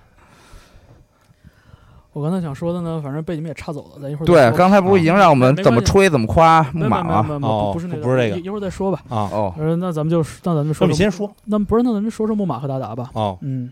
Speaker 1: 我刚才想说的呢，反正被你们也插走了，咱一会儿再
Speaker 4: 对，
Speaker 1: 说啊
Speaker 4: 刚才不是已经让我们怎么吹怎么夸
Speaker 1: 没
Speaker 4: 木
Speaker 1: 有没
Speaker 4: 马啊
Speaker 1: 有没有没有
Speaker 4: 吗？
Speaker 1: 没有
Speaker 2: 哦
Speaker 1: 不是那
Speaker 2: 不是这个
Speaker 1: 一一会儿再说吧。
Speaker 2: 啊，
Speaker 4: 哦，
Speaker 1: 呃，那咱们就那咱们
Speaker 2: 那
Speaker 1: 说，
Speaker 2: 你先说
Speaker 1: 那不是那咱们说说木马和达达吧。
Speaker 2: 哦，
Speaker 1: 嗯，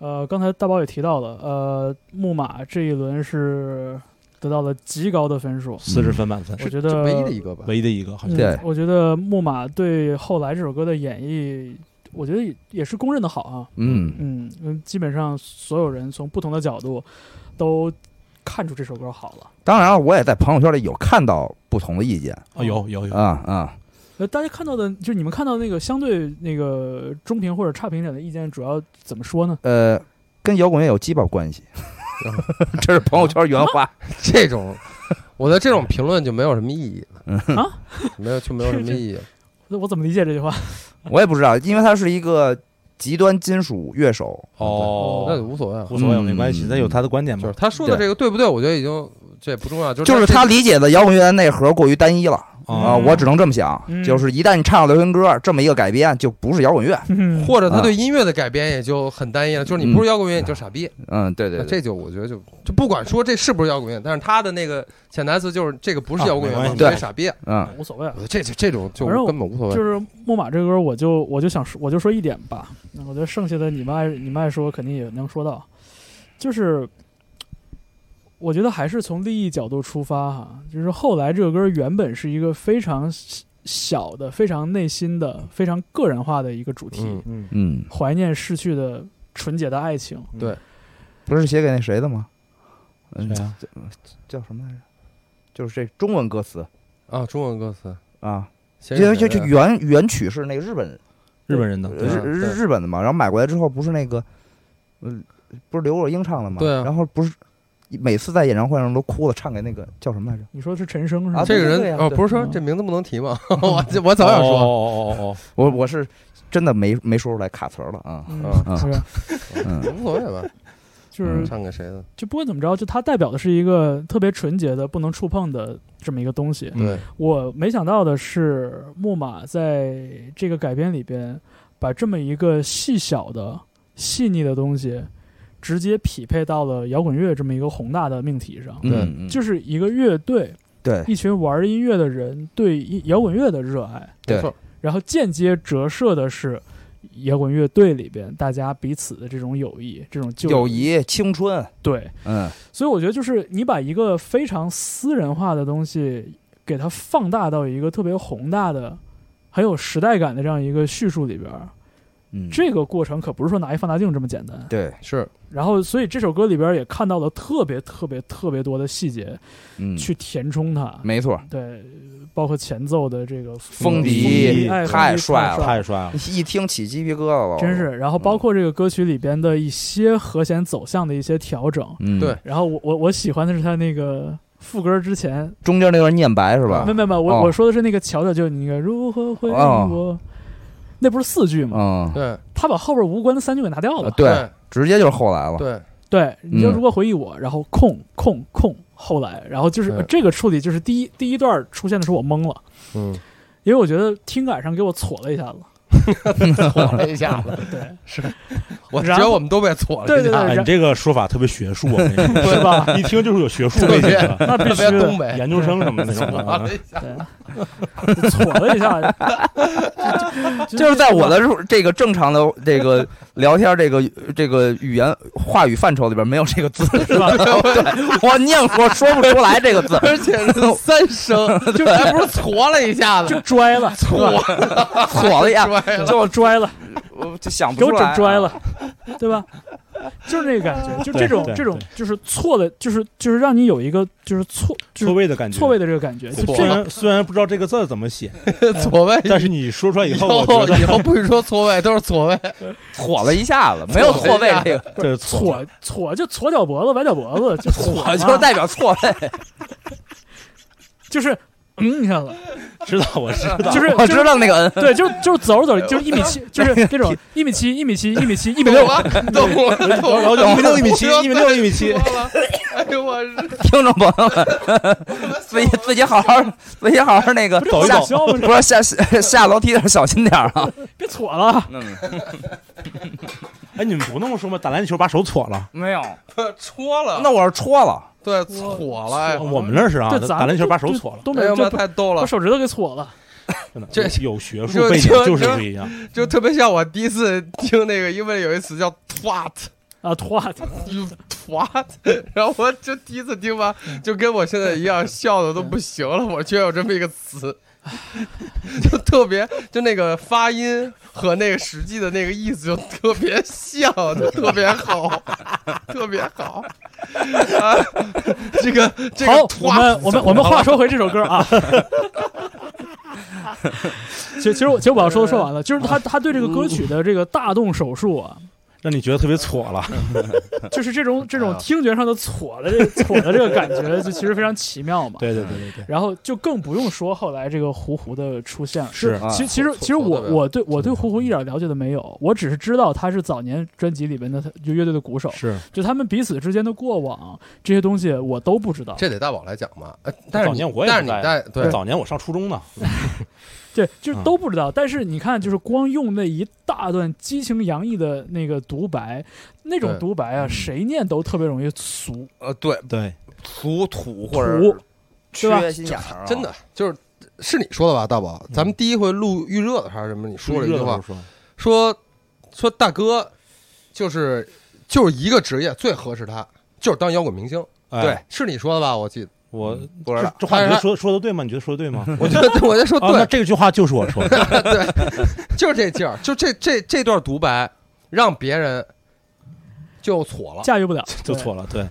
Speaker 1: 呃，刚才大宝也提到了，呃，木马这一轮是得到了极高的分数，
Speaker 2: 四十分满分，
Speaker 1: 我觉
Speaker 3: 这
Speaker 1: 得
Speaker 3: 唯一的一个吧。
Speaker 2: 唯一的一个好像。
Speaker 4: 对
Speaker 1: 嗯，我觉得木马对后来这首歌的演绎，我觉得也也是公认的好啊。
Speaker 5: 嗯
Speaker 1: 嗯，嗯基本上所有人从不同的角度都看出这首歌好了。
Speaker 4: 当然了我也在朋友圈里有看到不同的意见
Speaker 2: 哦，有有有，
Speaker 4: 啊啊，
Speaker 1: 呃，大家看到的，就是你们看到那个相对那个中评或者差评点的意见，主要怎么说呢？
Speaker 4: 呃，跟摇滚乐有鸡巴关 <laughs> 系，这是朋友圈原 <laughs> 话。
Speaker 3: 这种，我的这种评论就没有什么意义了
Speaker 1: 啊，
Speaker 3: <laughs> 没有就没有什么意义了。
Speaker 1: 那我怎么理解这句话？
Speaker 4: 我也不知道，因为他是一个极端金属乐手，
Speaker 2: 哦
Speaker 3: 那就无所谓了。
Speaker 2: 无所谓，没关系，
Speaker 5: 嗯
Speaker 2: 那有他的观点
Speaker 3: 就
Speaker 2: 嘛
Speaker 3: 是。他说的
Speaker 4: 对
Speaker 3: 这个对不对？我觉得已经这也不重要，就是
Speaker 4: 就是
Speaker 3: 他
Speaker 4: 他理解的摇滚乐的内核过于单一了啊！
Speaker 1: 嗯
Speaker 4: 我只能这么想
Speaker 1: 嗯，
Speaker 4: 就是一旦你唱流行歌，这么一个改编就不是摇滚乐。
Speaker 1: 嗯
Speaker 3: 或者他对音乐的改编也就很单一了，就是你不是摇滚乐你就傻逼，
Speaker 4: 嗯，对对
Speaker 3: 那
Speaker 4: 对，
Speaker 3: 这就我觉得就就不管说这是不是摇滚乐，但是他的那个潜台词就是这个不是摇滚乐
Speaker 2: 啊没关，系
Speaker 3: 你就是傻逼。
Speaker 4: 嗯
Speaker 1: <laughs> 无所谓啊
Speaker 3: 我。觉得这这这种就
Speaker 1: 反正我
Speaker 3: 根本无所谓
Speaker 1: 就。是木马这个歌，我就我就想说，我就说一点吧。那我觉得剩下的你们爱你们爱说，肯定也能说到。就是我觉得还是从利益角度出发哈，就是后来这个歌原本是一个非常小小的、非常内心的、非常个人化的一个主题，
Speaker 3: 嗯，
Speaker 2: 嗯，
Speaker 5: 嗯
Speaker 1: 怀念逝去的纯洁的爱情。
Speaker 4: 不是写给那谁的吗？嗯
Speaker 2: 对，啊，
Speaker 4: 叫什么来着？就是这中文歌词
Speaker 3: 啊，中文歌词，
Speaker 4: 啊，
Speaker 3: 先
Speaker 4: 因
Speaker 3: 是
Speaker 4: 为就
Speaker 3: 谁
Speaker 4: 就
Speaker 3: 的
Speaker 4: 原原曲是那个日本
Speaker 2: 日本人的，
Speaker 4: 呃日
Speaker 3: 对啊
Speaker 4: 日
Speaker 3: 对
Speaker 4: 日本呃的嘛，然后买过来之后不是那个，嗯，不是刘若英唱的嘛，
Speaker 3: 对啊
Speaker 4: 然后不是每次在演唱会上都哭了，唱给那个叫什么来着？
Speaker 1: 你说是陈升是
Speaker 4: 啊
Speaker 1: 吗？
Speaker 3: 这个
Speaker 4: 对
Speaker 3: 人
Speaker 4: 呀
Speaker 3: 哦，
Speaker 4: 对
Speaker 3: 不是说
Speaker 1: 嗯
Speaker 3: 这名字不能提吗？ <laughs> 我我早想
Speaker 2: 哦
Speaker 3: 说，
Speaker 2: 哦哦哦
Speaker 4: 我我是真的没没说出来卡词儿了啊。
Speaker 1: 嗯，
Speaker 3: 嗯
Speaker 1: 是，
Speaker 4: 嗯，
Speaker 3: 无所谓吧，
Speaker 1: 就是
Speaker 3: 唱给谁的？
Speaker 1: 就不管怎么着，就它代表的是一个特别纯洁的、不能触碰的这么一个东西
Speaker 4: 嗯
Speaker 2: 哦，。
Speaker 3: 对，
Speaker 1: 我没想到的是，木马在这个改编里边，把这么一个细小的、细腻的东西，直接匹配到了摇滚乐这么一个宏大的命题上。
Speaker 3: <laughs> 对
Speaker 5: 嗯，
Speaker 1: 就是是一个乐队，
Speaker 4: 对
Speaker 1: 一群玩音乐的人对一摇滚乐的热爱，
Speaker 3: 没
Speaker 4: 对
Speaker 3: 错，
Speaker 1: 然后间接折射的是摇滚乐队里边大家彼此的这种友谊，这种旧
Speaker 4: 友谊、青春，
Speaker 1: 对。
Speaker 4: 嗯，
Speaker 1: 所以我觉得，就是你把一个非常私人化的东西，给它放大到一个特别宏大的、很有时代感的这样一个叙述里边儿，
Speaker 5: 嗯
Speaker 1: 这个过程可不是说拿一放大镜这么简单。
Speaker 4: 对，
Speaker 3: 是
Speaker 1: 然后，所以这首歌里边儿也看到了特别特别特别多的细节
Speaker 5: 嗯
Speaker 1: 去填充它，
Speaker 4: 没错，
Speaker 1: 对，包括前奏的这个
Speaker 4: 嗯风
Speaker 1: 笛
Speaker 4: 笛
Speaker 1: 哎
Speaker 4: 太
Speaker 1: 风笛
Speaker 4: 帅
Speaker 1: 太
Speaker 4: 了
Speaker 1: 帅
Speaker 2: 太帅了，
Speaker 4: 一听起鸡皮疙瘩了，
Speaker 1: 真是。然后包括这个歌曲里边的一些和弦走向的一些调整。
Speaker 5: 嗯
Speaker 3: 对
Speaker 1: 然后我我我喜欢的是他那个副歌之前
Speaker 4: 中间那段念白是吧
Speaker 1: 没？没没，我、
Speaker 4: 哦
Speaker 1: 我说的是那个乔乔，就是你那个如何回忆我，那不是四句吗？
Speaker 4: 嗯，
Speaker 3: 对
Speaker 1: 他把后边无关的三句给拿掉了。
Speaker 4: 啊对，直接就是后来了，
Speaker 3: 对，
Speaker 1: 对，你就
Speaker 4: 嗯
Speaker 1: 如何回忆我，然后空空空，后来，然后就是、
Speaker 3: 对
Speaker 1: 这个处理，就是第一第一段出现的时候我懵了，
Speaker 3: 嗯，
Speaker 1: 因为我觉得听感上给我挫了一下子。
Speaker 4: <laughs>
Speaker 3: 错了一下子，
Speaker 1: 对
Speaker 3: 我觉
Speaker 1: 然
Speaker 3: 得
Speaker 1: 后
Speaker 3: 我们都被错了
Speaker 1: 对
Speaker 3: 一
Speaker 1: 对
Speaker 3: 下，
Speaker 1: 对，
Speaker 2: 哎，你
Speaker 1: 然
Speaker 2: 这个说法特别学术，我跟你说
Speaker 1: 是吧？
Speaker 2: <laughs> 一听就是有学术
Speaker 3: 对
Speaker 2: 背景的，
Speaker 1: 那必须
Speaker 3: 特别东
Speaker 1: 的，
Speaker 3: 北， <laughs> 啊
Speaker 2: 研究生什么的那种啊
Speaker 3: 错
Speaker 2: 的。
Speaker 3: 了一下，
Speaker 1: 对，就挫了一下子，就
Speaker 4: 就是在我的入这个正常的这个聊天这个这个语言话语范畴里边没有这个字，
Speaker 1: 是吧？
Speaker 4: <laughs> 对我念我说不出来这个字，
Speaker 3: <laughs> 而且
Speaker 2: <laughs>
Speaker 3: 是三声，就还不是错了一下
Speaker 1: 就
Speaker 3: 子，
Speaker 1: 拽了，
Speaker 3: 错了
Speaker 4: 错了呀，
Speaker 2: 哎
Speaker 3: 拽了，
Speaker 1: 给我拽了。
Speaker 4: 我就想不
Speaker 1: 给
Speaker 4: 出
Speaker 1: 我
Speaker 4: 来，啊
Speaker 1: 整拽，了，对吧？ <laughs> 就是那个感觉，就这种
Speaker 2: 对对
Speaker 1: 这种就是错的，就是就是让你有一个就是错就是
Speaker 2: 错位的感觉，
Speaker 1: 错位的这个感觉，就这
Speaker 3: 错
Speaker 2: 虽
Speaker 1: 个
Speaker 2: 然虽然不知道这个字儿怎么写，
Speaker 3: 错位，
Speaker 2: 但是你说出来以
Speaker 3: 以
Speaker 2: 后，我觉
Speaker 3: 后 <laughs>
Speaker 2: 得
Speaker 3: 以后不许说错位，都是错位，
Speaker 4: 错了一下子，没有错位这个，
Speaker 2: 这是错
Speaker 1: 错错就错脚脖子崴脚脖子，就错
Speaker 4: 我
Speaker 1: 嘛
Speaker 4: 就是代表错位，
Speaker 1: 就是嗯，你看了，
Speaker 2: 知道我知道，
Speaker 1: 就是
Speaker 4: 我
Speaker 1: 就
Speaker 4: 知
Speaker 1: 是
Speaker 4: 道那个嗯，
Speaker 1: 对，就就是走着走着就是一米七，就是那种一米七一米七一米七一米
Speaker 3: 懂
Speaker 1: 六，
Speaker 2: <laughs>
Speaker 3: 了，懂了，懂了，
Speaker 2: 然后就一米六一米七一米六一米七，
Speaker 3: 错了，哎呦我日，
Speaker 2: <laughs>
Speaker 4: 听众朋友们，自己自己好好自己好好那个
Speaker 1: 搞
Speaker 4: 下
Speaker 1: 搞笑吗？
Speaker 4: 不是下下下楼梯的时候小心点儿啊！
Speaker 1: 别错了，
Speaker 4: 嗯
Speaker 2: 哎，你们不那么说吗？打篮球把手搓了，
Speaker 4: 没有，
Speaker 3: 戳了，
Speaker 4: 那我是戳了，
Speaker 3: 对，错了，哎
Speaker 2: 我们那是啊，
Speaker 1: 对，咱
Speaker 2: 打篮球把手搓
Speaker 1: 错
Speaker 2: 了，
Speaker 1: 东北
Speaker 3: 哎
Speaker 1: 人
Speaker 3: 呦妈，
Speaker 1: 这
Speaker 3: 太逗
Speaker 1: 把
Speaker 3: 了，
Speaker 1: 手指头给搓了，
Speaker 2: 真的
Speaker 3: 这
Speaker 2: 有学术
Speaker 3: 就
Speaker 2: 背景
Speaker 3: 就
Speaker 2: 就是
Speaker 3: 就
Speaker 2: 不一样。
Speaker 3: 就特别像我第一次听那个，因为有一词叫 twat，
Speaker 1: 啊，脱了，
Speaker 3: 就 twat，然 <laughs> 后我就第一次听吧，就跟我现在一样，笑的都不行了。我居然有这么一个词， <laughs> 就特别就那个发音和那个实际的那个意思就特别像，就特别好，特别好。 <laughs> 啊，这个这个
Speaker 1: 好，我
Speaker 3: twat，
Speaker 1: 们我们我们话说回这首歌啊。 <laughs> 其实其实我其实我要说的说完了，就是
Speaker 3: 啊
Speaker 1: 他他对这个歌曲的这个大动手术啊，
Speaker 2: 让你觉得特别挫了，
Speaker 3: 嗯
Speaker 1: 就是这
Speaker 3: <laughs>
Speaker 1: 种这
Speaker 3: 哎
Speaker 1: 种听觉上的挫的这挫的这个感觉，就其实非常奇妙嘛。
Speaker 2: 对对对对对，
Speaker 1: 然后就更不用说后来这个胡胡的出现了。
Speaker 2: 是
Speaker 1: 就其实其实
Speaker 3: 啊错
Speaker 1: 其实我
Speaker 3: 错的
Speaker 1: 我对我对胡胡一点了解都没有，我只是知道他是早年专辑里边的他就乐队的鼓手，
Speaker 2: 是
Speaker 1: 就他们彼此之间的过往这些东西我都不知道。
Speaker 3: 这得大宝来讲嘛。呃但是
Speaker 2: 早
Speaker 3: 你
Speaker 2: 年我也
Speaker 3: 但是
Speaker 2: 不在
Speaker 3: 你带对
Speaker 2: 早年我上初中呢，
Speaker 1: 对，就是
Speaker 2: 嗯
Speaker 1: 都不知道。但是你看，就是光用那一大段激情洋溢的那个独白，那种
Speaker 3: 对
Speaker 1: 独白
Speaker 2: 嗯
Speaker 1: 啊，谁念都特别容易俗
Speaker 4: 呃，对，
Speaker 2: 对，
Speaker 4: 俗土或
Speaker 1: 土
Speaker 4: 者。
Speaker 1: 对吧
Speaker 4: 缺心眼儿啊，
Speaker 3: 真的就是是你说的吧，大宝？咱们第一回录预热的还是什么？你说了一句
Speaker 2: 嗯热
Speaker 3: 话
Speaker 2: 的，时候说，
Speaker 3: 说说大哥就是就是一个职业最合适他，就是当摇滚明星。
Speaker 2: 哎啊
Speaker 4: 对，
Speaker 3: 是你说的吧？我记得，
Speaker 2: 我
Speaker 4: 不知道
Speaker 2: 这这话你觉
Speaker 3: 但
Speaker 2: 得
Speaker 3: 嗯是
Speaker 2: 说说的对吗？你觉得说的对吗？
Speaker 3: <laughs> 我觉
Speaker 2: <laughs>
Speaker 3: 得我在说
Speaker 4: <laughs>
Speaker 2: 啊，
Speaker 4: 哦
Speaker 2: 那
Speaker 3: 对，
Speaker 2: 这句话就是我说
Speaker 3: <laughs>
Speaker 2: 的，
Speaker 3: 就是这劲儿，就这这这段独白让别人就错了，
Speaker 1: 驾驭不了，
Speaker 2: <laughs> 就
Speaker 1: 对
Speaker 2: 错了，对，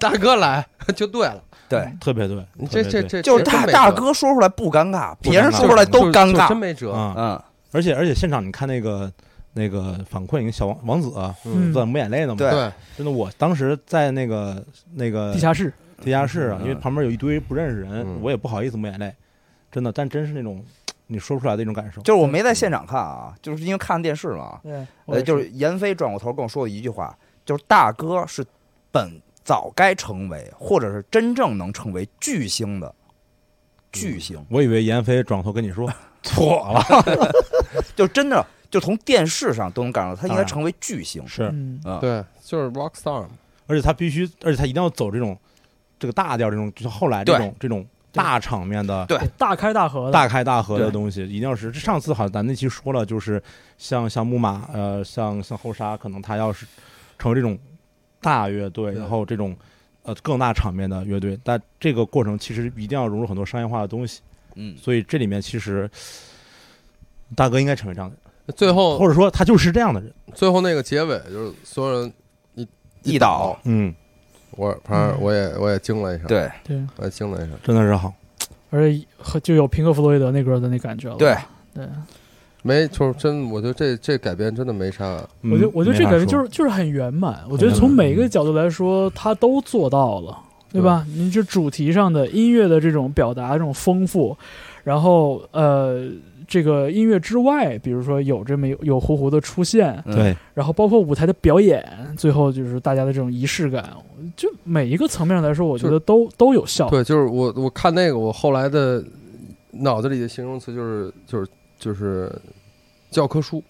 Speaker 3: 大哥来就对了。
Speaker 4: 对，
Speaker 2: 特别对
Speaker 3: 你，
Speaker 2: 特
Speaker 3: 这
Speaker 2: 别
Speaker 3: 这
Speaker 2: 对
Speaker 4: <laughs>
Speaker 3: 这
Speaker 4: 就是
Speaker 3: 这
Speaker 4: 大
Speaker 3: 真没
Speaker 4: 大
Speaker 3: 辙
Speaker 4: 哥说出来不尴尬，
Speaker 2: 不
Speaker 4: 别
Speaker 2: 尴
Speaker 4: 人
Speaker 2: 尬
Speaker 3: 就
Speaker 4: 说出来
Speaker 3: 就
Speaker 4: 都尴
Speaker 3: 就真
Speaker 4: 尬。
Speaker 3: 没辙。
Speaker 2: 啊，
Speaker 4: 嗯，
Speaker 2: 而且而且现场你看那个那个反馈，一个小王王子啊
Speaker 1: 嗯
Speaker 2: 在抹眼泪呢嘛。
Speaker 4: 对
Speaker 3: 对，
Speaker 2: 真的，我当时在那个那个
Speaker 1: 地下室，
Speaker 2: 地下室啊，
Speaker 5: 嗯
Speaker 2: 因为旁边有一堆不认识人，
Speaker 3: 嗯
Speaker 2: 我也不好意思抹眼泪，真的，但真是那种你说不出来的一种感受。
Speaker 4: 就是我没在现场看啊，就是因为看电视嘛。
Speaker 1: 对，
Speaker 4: 呃，就是闫飞转过头跟我说的一句话，就是大哥是本早该成为，或者是真正能成为巨星的巨星，
Speaker 2: 我以为闫飞转头跟你
Speaker 3: <laughs>
Speaker 2: 说错了，
Speaker 4: <laughs> 就真的就从电视上都能感受到他应
Speaker 2: 当
Speaker 4: 该
Speaker 2: 然
Speaker 4: 成为巨星。
Speaker 2: 是，
Speaker 1: 嗯，
Speaker 4: 啊，
Speaker 3: 对，就是 rock star 嘛。
Speaker 2: 而且他必须，而且他一定要走这种这个大调，这种就是后来这种这种大场面的
Speaker 4: 对
Speaker 1: 大开大合的，
Speaker 2: 大开大合的
Speaker 4: 对
Speaker 2: 东西，一定要是。上次好像咱那期说了，就是像像木马，呃，像像后沙，可能他要是成为这种大乐队，
Speaker 3: 对
Speaker 2: 然后这种呃更大场面的乐队，但这个过程其实一定要融入很多商业化的东西，
Speaker 4: 嗯，
Speaker 2: 所以这里面其实大哥应该成为这样的人，
Speaker 3: 最后
Speaker 4: 哦
Speaker 2: 或者说他就是这样的人。
Speaker 3: 最后那个结尾就是所有人
Speaker 4: 一导，
Speaker 2: 嗯，
Speaker 3: 我反
Speaker 1: 嗯
Speaker 3: 正我也我也惊了一下，
Speaker 4: 对
Speaker 1: 对，
Speaker 3: 我也惊了一下，
Speaker 2: 真的是好。
Speaker 1: 而且和就有平克·弗洛伊德那歌的那感觉了。
Speaker 4: 对，
Speaker 1: 对，
Speaker 3: 没就是真，我觉得这这改编真的没啥，
Speaker 1: 我觉得
Speaker 2: 嗯
Speaker 1: 我觉得这
Speaker 2: 没法
Speaker 1: 感觉
Speaker 2: 说
Speaker 1: 就是就是很圆满。我觉得从每个角度来说，他都做到了，对吧？你这主题上的音乐的这种表达，这种丰富，然后呃，这个音乐之外，比如说有这么有有胡胡的出现，
Speaker 4: 嗯
Speaker 2: 对，
Speaker 1: 然后包括舞台的表演，最后就是大家的这种仪式感，就每一个层面来说，我觉得都都有效。
Speaker 3: 对，就是我我看那个，我后来的脑子里的形容词就是就是就是教科书，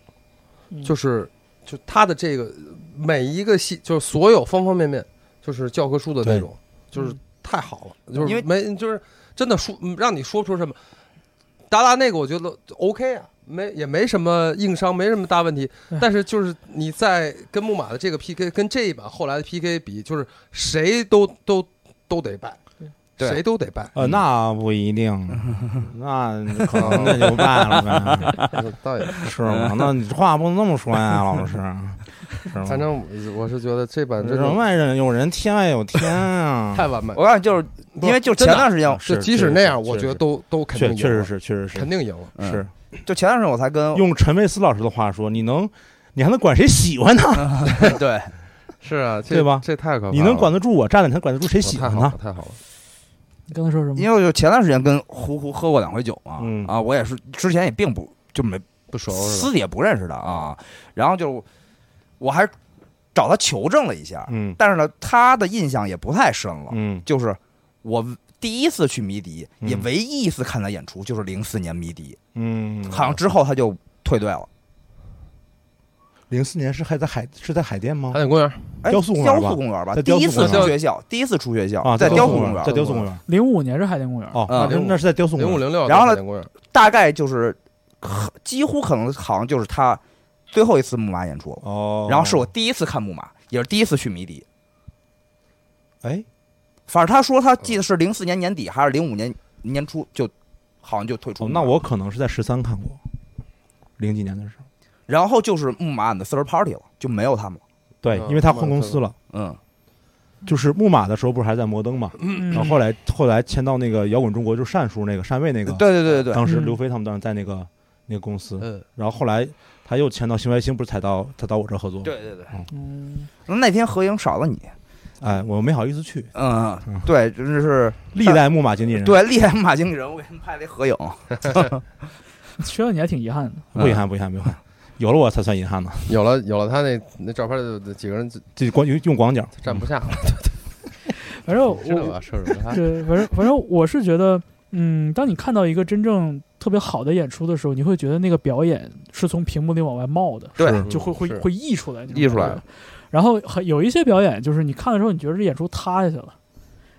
Speaker 1: 嗯
Speaker 3: 就是就他的这个每一个细，就是所有方方面面，就是教科书的那种，就是
Speaker 1: 嗯
Speaker 3: 太好了，就是
Speaker 4: 因为
Speaker 3: 没就是真的说嗯让你说不出什么。达达那个我觉得 OK 啊，没也没什么硬伤，没什么大问题
Speaker 1: 对。
Speaker 3: 但是就是你在跟木马的这个 PK 跟这一版后来的 PK 比，就是谁都都都得败，
Speaker 4: 对
Speaker 3: 谁都得
Speaker 2: <laughs>
Speaker 3: 败。
Speaker 2: 呃，那不一 <laughs> 定，那可能那就败了呗。
Speaker 3: 倒也，
Speaker 2: 是吗？那你话不能那么说呀，老师，是吗？
Speaker 3: 反正我我是觉得这版真
Speaker 2: 人
Speaker 3: 的
Speaker 2: 外人有人，天外有天啊。
Speaker 3: 太完美了。
Speaker 4: 我感觉就是
Speaker 3: 不
Speaker 4: 因为就前段时间，
Speaker 3: 就即使那样，我觉得都都肯定
Speaker 2: 确
Speaker 3: 赢
Speaker 2: 确实
Speaker 3: 了
Speaker 2: 是，确实是
Speaker 3: 肯，定赢了。
Speaker 4: 嗯
Speaker 2: 是
Speaker 4: 就前段时间我才跟
Speaker 2: 用陈佩斯老师的话说，你能，你还能管谁喜欢他？
Speaker 4: <laughs> 对
Speaker 3: 是啊，这
Speaker 2: 对吧
Speaker 3: 这太可怕了，
Speaker 2: 你能管得住我站着，你能管得住谁喜
Speaker 3: 太
Speaker 2: 欢
Speaker 3: 好
Speaker 2: 他
Speaker 3: 了，？太好了。
Speaker 1: 你刚才说什么？
Speaker 4: 因为我就前段时间跟胡胡喝过两回酒嘛，
Speaker 2: 嗯
Speaker 4: 啊，我也是之前也并不就没
Speaker 3: 不熟是吧？
Speaker 4: 私底也不认识的啊，然后就我还找他求证了一下，
Speaker 2: 嗯
Speaker 4: 但是呢，他的印象也不太深了，
Speaker 2: 嗯，
Speaker 4: 就是我。第一次去迷笛，
Speaker 2: 嗯
Speaker 4: 也唯一一次看他演出就是零四年迷笛，
Speaker 2: 嗯，
Speaker 4: 好像之后他就退队了。
Speaker 2: 零四年是还在海是在海淀吗
Speaker 3: 海？淀公园，
Speaker 4: 哎，
Speaker 2: 雕塑公园吧
Speaker 4: 雕塑公园吧，
Speaker 2: 在
Speaker 4: 第
Speaker 2: 雕塑
Speaker 4: 一次
Speaker 2: 公
Speaker 3: 园
Speaker 4: 出学校，第一次出学校，
Speaker 2: 啊，
Speaker 4: 在
Speaker 2: 雕
Speaker 4: 雕塑公
Speaker 2: 在雕塑公
Speaker 4: 园。
Speaker 2: 园。
Speaker 1: 零五年是海淀公园，
Speaker 2: 哦，那
Speaker 4: 嗯
Speaker 2: 真那是在雕塑公
Speaker 3: 啊零五
Speaker 2: 园。
Speaker 3: 零六。
Speaker 4: 然后呢
Speaker 3: 海淀公园，
Speaker 4: 大概就是可几乎可能好像就是他最后一次木马演出，
Speaker 2: 哦，
Speaker 4: 然后是我第一次看木马，也是第一次去迷笛。
Speaker 2: 哎，
Speaker 4: 反正他说他记得是零四年年底还是零五年年初就，好像就退出
Speaker 2: 哦
Speaker 4: 木马。
Speaker 2: 那我可能是在十三看过，零几年的时候。
Speaker 4: 然后就是木马 and third party 了，就没有他们了。
Speaker 2: 对，
Speaker 3: 嗯
Speaker 2: 因为他换公司了。
Speaker 4: 嗯，
Speaker 2: 就是木马的时候不是还在摩登嘛，
Speaker 1: 然
Speaker 2: 然后后来后来签到那个摇滚中国，就单叔那个单位那个，
Speaker 4: 对对对对对，
Speaker 2: 当时
Speaker 1: 嗯
Speaker 2: 刘飞他们当时在那个那个公司，
Speaker 3: 嗯，
Speaker 2: 然后后来他又签到新外星，不是才到才到我这儿合作，，
Speaker 4: 对对对。
Speaker 1: 嗯，
Speaker 4: 那天合影少了你，
Speaker 2: 哎，我没好意思去，
Speaker 4: 嗯
Speaker 2: 嗯，
Speaker 4: 对，真是
Speaker 2: 历代木马经纪人，，
Speaker 4: 对厉害马经纪人，我给他们拍了一合影。
Speaker 1: 缺了你还挺遗憾的。
Speaker 2: 不遗憾不遗憾不遗憾，有了我才算遗憾呢，
Speaker 3: 有了有了，他那那照片就几个人就
Speaker 2: 这光用用广角
Speaker 3: 站不下了。
Speaker 1: 反正
Speaker 3: 知道
Speaker 1: 嗯我
Speaker 3: 吧？射手他
Speaker 1: 对，反正反正我是觉得，嗯，当你看到一个真正特别好的演出的时候，你会觉得那个表演是从屏幕里往外冒的，
Speaker 4: 对
Speaker 2: 是
Speaker 1: 就会会
Speaker 3: 嗯是
Speaker 1: 会溢出来，
Speaker 4: 溢出来。
Speaker 1: 然后很有一些表演，就是你看的时候，你觉得这演出塌下去了。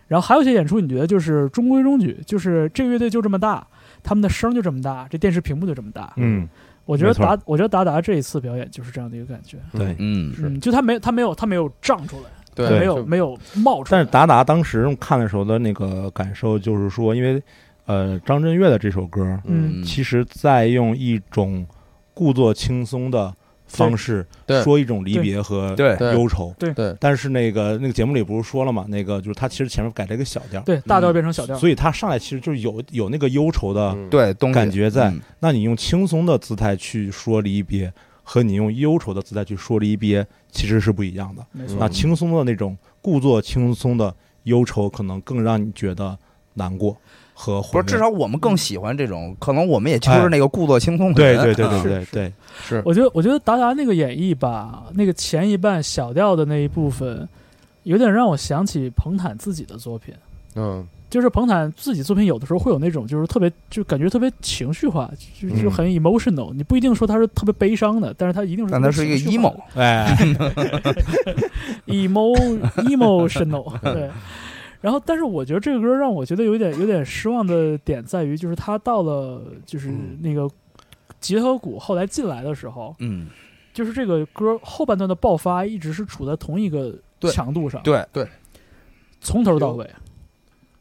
Speaker 1: 然后还有一些演出，你觉得就是中规中矩，就是这个乐队就这么大，他们的声就这么大，这电视屏幕就这么大。
Speaker 2: 嗯，
Speaker 1: 我觉得
Speaker 2: 没错
Speaker 1: 达，我觉得达达这一次表演就是这样的一个感觉。
Speaker 2: 对，
Speaker 4: 嗯
Speaker 1: 嗯，就他没他没有他没有胀出来，
Speaker 3: 对
Speaker 1: 没有
Speaker 3: 就
Speaker 1: 没有冒出
Speaker 2: 但
Speaker 1: 来。
Speaker 2: 是达达当时看的时候的那个感受就是说，因为呃张震岳的这首歌，
Speaker 1: 嗯
Speaker 2: 其实在用一种故作轻松的方式
Speaker 3: 对
Speaker 2: 说一种离
Speaker 1: 对
Speaker 2: 别和
Speaker 4: 嗯对
Speaker 3: 对
Speaker 2: 忧愁，
Speaker 1: 对
Speaker 3: 对
Speaker 2: 但是那个那个节目里不是说了嘛，那个就是他其实前面改了一个小调。
Speaker 1: 对大调变成小调，
Speaker 2: 所以他上来其实就是有有那个忧愁的
Speaker 3: 嗯
Speaker 4: 对，东西
Speaker 2: 感觉在。
Speaker 4: 嗯
Speaker 2: 那你用轻松的姿态去说离别，和你用忧愁的姿态去说离别其实是不一样的。
Speaker 1: 没
Speaker 5: 嗯
Speaker 1: 错
Speaker 2: 那，轻松的那种故作轻松的忧愁，可能更让你觉得难过和
Speaker 5: 不
Speaker 2: 回
Speaker 5: 是，
Speaker 2: 味
Speaker 5: 至少我们更喜欢这种，可能我们也就是那个故作轻松的
Speaker 2: 对
Speaker 5: 人。
Speaker 2: 对对对
Speaker 5: 啊
Speaker 2: 对
Speaker 1: <laughs>
Speaker 2: 对，
Speaker 1: 我觉得，我觉得达达那个演绎吧，那个前一半小调的那一部分，有点让我想起彭坦自己的作品。
Speaker 3: 嗯，
Speaker 1: 就是彭坦自己作品有的时候会有那种，就是特别就感觉特别情绪化，就就
Speaker 2: 嗯
Speaker 1: 很 emotional、你不一定说他是特别悲伤的，但是他一定是
Speaker 5: 但他
Speaker 2: 嗯
Speaker 5: 是一个 emo
Speaker 2: 哎，
Speaker 1: emo
Speaker 5: <laughs>
Speaker 1: emotional <laughs> 对。然后，但是我觉得这个歌让我觉得有点有点失望的点在于，就是他到了就是
Speaker 2: 嗯
Speaker 1: 那个吉他和鼓后来进来的时候，
Speaker 5: 嗯，
Speaker 1: 就是这个歌后半段的爆发一直是处在同一个
Speaker 4: 对
Speaker 1: 强度上，
Speaker 4: 对
Speaker 3: 对，
Speaker 1: 从头到尾，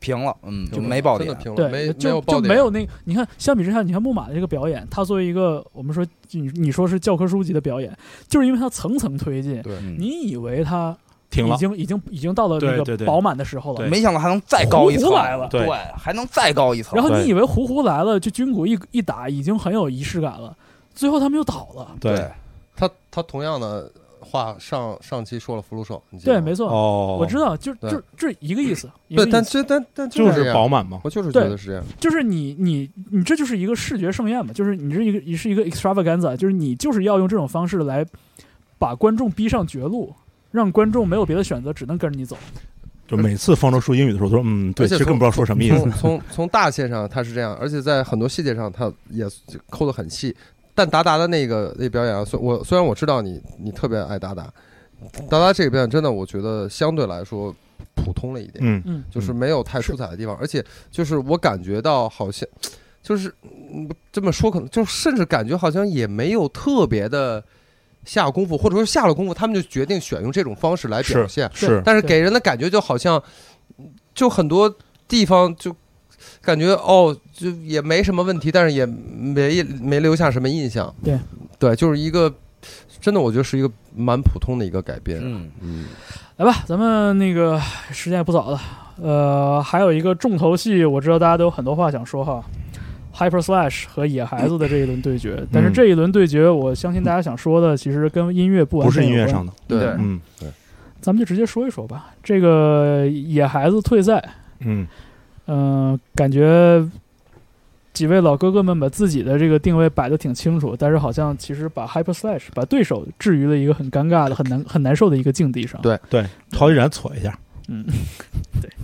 Speaker 5: 平了，嗯，就
Speaker 3: 平了
Speaker 5: 没爆
Speaker 3: 真的
Speaker 5: 点。
Speaker 3: 平了，没
Speaker 1: 对，
Speaker 3: 没有
Speaker 1: 就
Speaker 3: 爆
Speaker 1: 就
Speaker 3: 点，
Speaker 1: 没有那个，你看相比之下，你看木马的这个表演，它作为一个我们说你你说是教科书级的表演，就是因为它层层推进，
Speaker 3: 对
Speaker 5: 嗯
Speaker 1: 你以为它
Speaker 2: 停
Speaker 1: 已
Speaker 2: 了，
Speaker 1: 经已经已经到了那
Speaker 2: 对
Speaker 1: 个
Speaker 2: 对对
Speaker 1: 饱满的时候了，
Speaker 2: 对
Speaker 5: 没想到还能再高一层，
Speaker 1: 胡胡来了
Speaker 2: 对
Speaker 5: 还能再高一层。
Speaker 1: 然后
Speaker 2: 对
Speaker 1: 你以为胡胡来了，就军鼓一一打已经很有仪式感了，最后他们又倒了，
Speaker 2: 对
Speaker 3: 他他同样的话上上期说了福禄寿，你记得
Speaker 1: 对，
Speaker 3: 吗
Speaker 1: 没错，
Speaker 2: 哦，
Speaker 1: 我知道，就就
Speaker 3: 对
Speaker 1: 就一个意思，一个
Speaker 3: 对，
Speaker 1: 意
Speaker 3: 但
Speaker 1: 思
Speaker 3: 这但但
Speaker 2: 就是
Speaker 3: 饱，
Speaker 2: 饱满嘛，
Speaker 3: 我就是觉
Speaker 1: 对
Speaker 3: 得是这样，
Speaker 1: 就是你你你这就是一个视觉盛宴嘛，就是你是一个你是一个 extravaganza，就是你就是要用这种方式来把观众逼上绝路，让观众没有别的选择，只能跟着你走。
Speaker 2: 就每次方舟说英语的时候，我说嗯，对，
Speaker 3: 而
Speaker 2: 其
Speaker 3: 且
Speaker 2: 实更不知道说什么意思
Speaker 3: 从。从从大线上他是这样，而且在很多细节上他也抠得很细。但达达的那个那表演啊，虽我虽然我知道你你特别爱达达，达达这个表演真的我觉得相对来说普通了一点，
Speaker 2: 嗯，
Speaker 1: 嗯，
Speaker 3: 就是没有太出彩的地方，而且就是我感觉到好像就是嗯这么说可能就甚至感觉好像也没有特别的下功夫，或者说下了功夫，他们就决定选用这种方式来表现，
Speaker 2: 是
Speaker 3: 但是
Speaker 1: 对
Speaker 3: 给人的感觉就好像，就很多地方就感觉哦，就也没什么问题，但是也没没留下什么印象。
Speaker 1: 对，
Speaker 3: 对，就是一个真的，我觉得是一个蛮普通的一个改编。
Speaker 5: 嗯，
Speaker 3: 嗯，
Speaker 1: 来吧，咱们那个时间也不早了，呃，还有一个重头戏，我知道大家都有很多话想说哈。Hyper Slash 和野孩子的这一轮对
Speaker 2: 嗯
Speaker 1: 决，但是这一轮对决，我相信大家想说的其实跟音乐不完
Speaker 2: 不
Speaker 1: 全
Speaker 2: 是音
Speaker 1: 有
Speaker 2: 乐
Speaker 1: 关
Speaker 2: 上的，
Speaker 3: 对
Speaker 5: 对，
Speaker 2: 嗯
Speaker 1: 咱们就直接说一说吧。这个野孩子退赛，
Speaker 2: 嗯，
Speaker 1: 嗯，感觉几位老哥哥们把自己的这个定位摆得挺清楚，但是好像其实把 Hyper Slash 把对手置于了一个很尴尬的、很难、很难受的一个境地上。
Speaker 3: 对
Speaker 2: 对，陶依然搓一下，
Speaker 1: 嗯，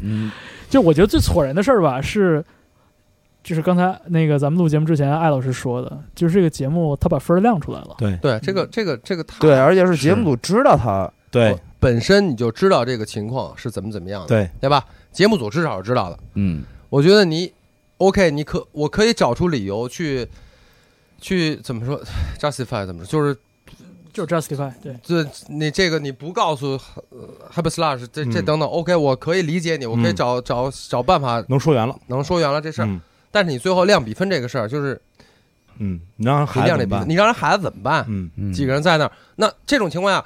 Speaker 5: 嗯，
Speaker 1: 就我觉得最挫人的事儿吧，是就是刚才那个咱们录节目之前艾老师说的，就是这个节目他把分儿亮出来了。
Speaker 2: 对
Speaker 3: 对，这个这个这个他
Speaker 4: 对，而且是节目组知道他，
Speaker 2: 对
Speaker 3: 本身你就知道这个情况是怎么怎么样的，
Speaker 2: 对，
Speaker 3: 对吧？节目组至少是知道的。
Speaker 5: 嗯，
Speaker 3: 我觉得你 OK，你可我可以找出理由去去怎么说 <sighs> justify 怎么说，就是
Speaker 1: 就是 Justify，对，
Speaker 3: 这你这个你不告诉呃 Happy Slash 这这
Speaker 2: 嗯
Speaker 3: 等等、o k 我可以理解你，我可以
Speaker 2: 嗯
Speaker 3: 找、找找办法
Speaker 2: 能说圆了，
Speaker 3: 能说圆了这事儿、
Speaker 2: 嗯
Speaker 3: 但是你最后量比分这个事儿，就是
Speaker 2: 嗯，你让
Speaker 3: 你
Speaker 2: 孩
Speaker 3: 量
Speaker 2: 子怎
Speaker 3: 这比
Speaker 2: 么
Speaker 3: 分，
Speaker 2: 办？
Speaker 3: 你让人孩子怎么办？
Speaker 2: 嗯，
Speaker 5: 嗯
Speaker 3: 几个人在那儿，那这种情况下，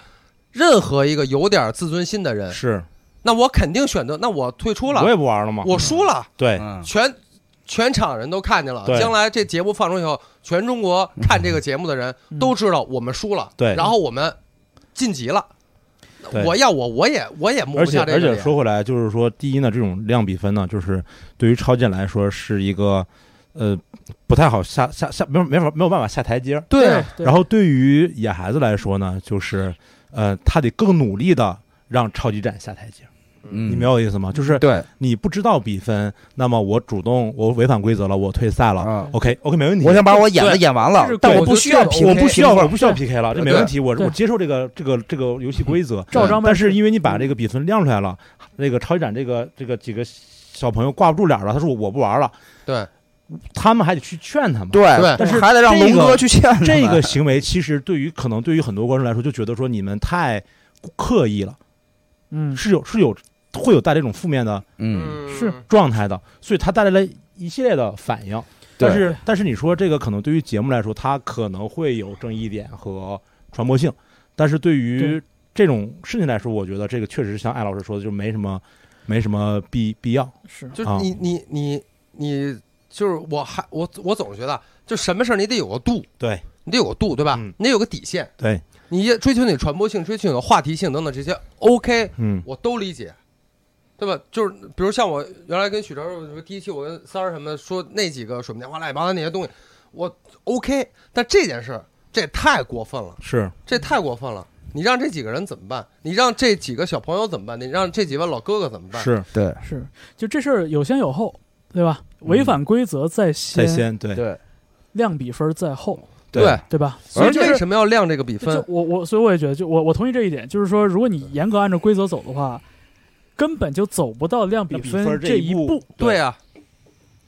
Speaker 3: 任何一个有点自尊心的人，
Speaker 2: 是，
Speaker 3: 那我肯定选择，那我退出了
Speaker 2: 嗯我，也不玩了嘛，
Speaker 3: 我输了，
Speaker 2: 对，
Speaker 5: 嗯
Speaker 3: 全全场人都看见了。
Speaker 2: 对
Speaker 3: 将来这节目放出以后，全中国看这个节目的人
Speaker 1: 嗯
Speaker 3: 都知道我们输了，
Speaker 2: 对
Speaker 3: 然后我们晋级了。
Speaker 2: 哎对
Speaker 3: 我要我我也我也抹
Speaker 2: 而
Speaker 3: 不
Speaker 2: 且
Speaker 3: 下这
Speaker 2: 而
Speaker 3: 个
Speaker 2: 且
Speaker 3: 脸
Speaker 2: 说回来，就是说，第一呢，这种量比分呢，就是对于超健来说是一个，呃，不太好下下下没有没法没有办法下台阶儿。
Speaker 3: 对，
Speaker 1: 对啊
Speaker 2: 然后对啊于野孩子来说呢，就是呃，他得更努力的让超级战下台阶儿。
Speaker 5: 嗯，
Speaker 2: 你明白我意思吗？就是
Speaker 5: 对
Speaker 2: 你不知道比分，那么我主动我违反规则了，我退赛了。
Speaker 5: 啊，
Speaker 2: OK OK 没问题
Speaker 5: 我。想把我演的
Speaker 3: 对
Speaker 5: 演完了
Speaker 1: 这是，
Speaker 5: 但
Speaker 1: 对
Speaker 5: 我不需要
Speaker 3: 我觉
Speaker 5: PK，
Speaker 2: 我不需要，我
Speaker 5: 停
Speaker 2: 不需要 PK 了，这没
Speaker 3: 对
Speaker 2: 问题。我
Speaker 1: 对
Speaker 2: 我接受这个这个这个游戏规则，
Speaker 1: 照章
Speaker 2: 但
Speaker 1: 办事。
Speaker 2: 是因为你把这个比分亮出来了，那个超级展这个这个几个小朋友挂不住脸了，他说我不玩了，
Speaker 3: 对
Speaker 2: 他们还得去劝他们。
Speaker 5: 对
Speaker 3: 对
Speaker 5: 但是还得让龙哥去劝他嗯们
Speaker 2: <laughs> 这个行为其实对于可能对于很多观众来说，就觉得说你们太刻意了，
Speaker 1: 嗯，
Speaker 2: 是有是有会有带来这种负面的
Speaker 5: 嗯，
Speaker 1: 是
Speaker 2: 状态的，所以它带来了一系列的反应。
Speaker 5: 对
Speaker 2: 但是但是你说这个可能对于节目来说，它可能会有争议点和传播性，但是对于
Speaker 1: 对
Speaker 2: 这种事情来说，我觉得这个确实像艾老师说的，就没什么没什么必必要。
Speaker 1: 是，
Speaker 3: 就是
Speaker 2: 啊
Speaker 3: 你你你你就是我还我我总觉得，就什么事儿你得有个度。
Speaker 2: 对
Speaker 3: 你得有个度，对吧？
Speaker 2: 嗯
Speaker 3: 你得有个底线，
Speaker 2: 对，
Speaker 3: 你追求你传播性、追求你的话题性等等这些，OK，
Speaker 2: 嗯
Speaker 3: 我都理解，对吧？就是比如像我原来跟许哲第一期，我跟三儿什么的说那几个水木年华乱七八糟那些东西，我 OK，但这件事儿这也太过分了，
Speaker 2: 是，
Speaker 3: 这太过分了。你让这几个人怎么办？你让这几个小朋友怎么办？你让这几位老哥哥怎么办？
Speaker 2: 是
Speaker 5: 对，
Speaker 1: 是，就这事儿有先有后，对吧？违反规则在先，
Speaker 2: 嗯在先，对
Speaker 4: 对，
Speaker 1: 量比分在后，
Speaker 3: 对，
Speaker 1: 对吧？所
Speaker 3: 而
Speaker 1: 以这
Speaker 3: 为
Speaker 1: 是
Speaker 3: 什么要亮这个比
Speaker 1: 就
Speaker 3: 分
Speaker 1: 就？我我所以我也觉得，就我我同意这一点，就是说，如果你严格按照规则走的话，根本就走不到量比分
Speaker 2: 这
Speaker 1: 一
Speaker 2: 步，，
Speaker 3: 对啊，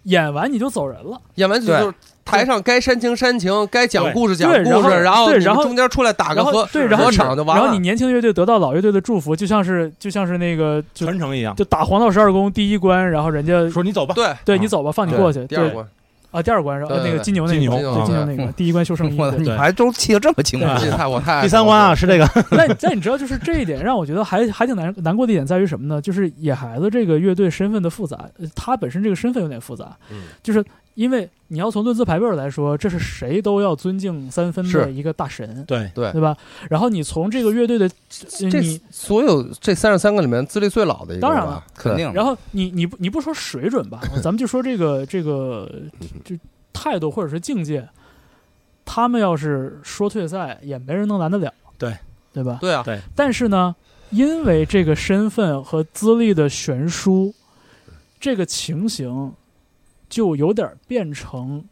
Speaker 1: 演完你就走人了。
Speaker 3: 演完就
Speaker 4: 对
Speaker 3: 就是台上该煽情煽情，该讲
Speaker 2: 对
Speaker 3: 故事讲
Speaker 1: 对然
Speaker 3: 故
Speaker 1: 后
Speaker 3: 事，然后
Speaker 1: 对
Speaker 3: 你
Speaker 1: 然
Speaker 3: 们
Speaker 1: 后
Speaker 3: 中间出来打个
Speaker 1: 然后
Speaker 3: 和
Speaker 1: 对，然后
Speaker 3: 合
Speaker 1: 你
Speaker 3: 场就完
Speaker 1: 然后
Speaker 3: 了
Speaker 1: 你。年轻乐队得到老乐队的祝福，就像是就像是那个就
Speaker 2: 传承一样，
Speaker 1: 就打黄道十二宫第一关，然后人家
Speaker 2: 说你走吧，
Speaker 3: 对，
Speaker 1: 对你走吧，放你
Speaker 2: 对
Speaker 1: 过去。
Speaker 3: 第二
Speaker 1: 对
Speaker 3: 关
Speaker 1: 啊，第二关是吧
Speaker 3: 对
Speaker 1: 呃
Speaker 3: 对
Speaker 1: 那个
Speaker 3: 对
Speaker 1: 金牛那个
Speaker 2: 金牛
Speaker 1: 对金牛那个第一关修
Speaker 4: <laughs>
Speaker 1: 圣衣。
Speaker 5: 我
Speaker 1: 对
Speaker 5: 你
Speaker 2: 对
Speaker 5: 还都记得这么清楚
Speaker 2: 对，
Speaker 3: 这太我太
Speaker 2: 第三关啊，是这个，
Speaker 1: 但但你知道，就是这一点让我觉得还还挺难难过的一点在于什么呢？就是野孩子这个乐队身份的复杂，呃他本身这个身份有点复杂，
Speaker 3: 嗯
Speaker 1: 就是因为你要从论资排辈儿来说，这是谁都要尊敬三分的
Speaker 3: 是
Speaker 1: 一个大神，
Speaker 2: 对，
Speaker 1: 对吧？然后你从这个乐队的，呃
Speaker 3: 这
Speaker 1: 你
Speaker 3: 所有这三十三个里面资历最老的一个吧，
Speaker 1: 当然了
Speaker 3: 对，
Speaker 5: 肯定。
Speaker 1: 然后你你不你不说水准吧，咱们就说这个这个就态度或者是境界，他们要是说退赛，也没人能拦得了，
Speaker 2: 对
Speaker 1: 对吧？
Speaker 3: 对啊，
Speaker 2: 对
Speaker 1: 但是呢，因为这个身份和资历的悬殊，这个情形就有点儿变成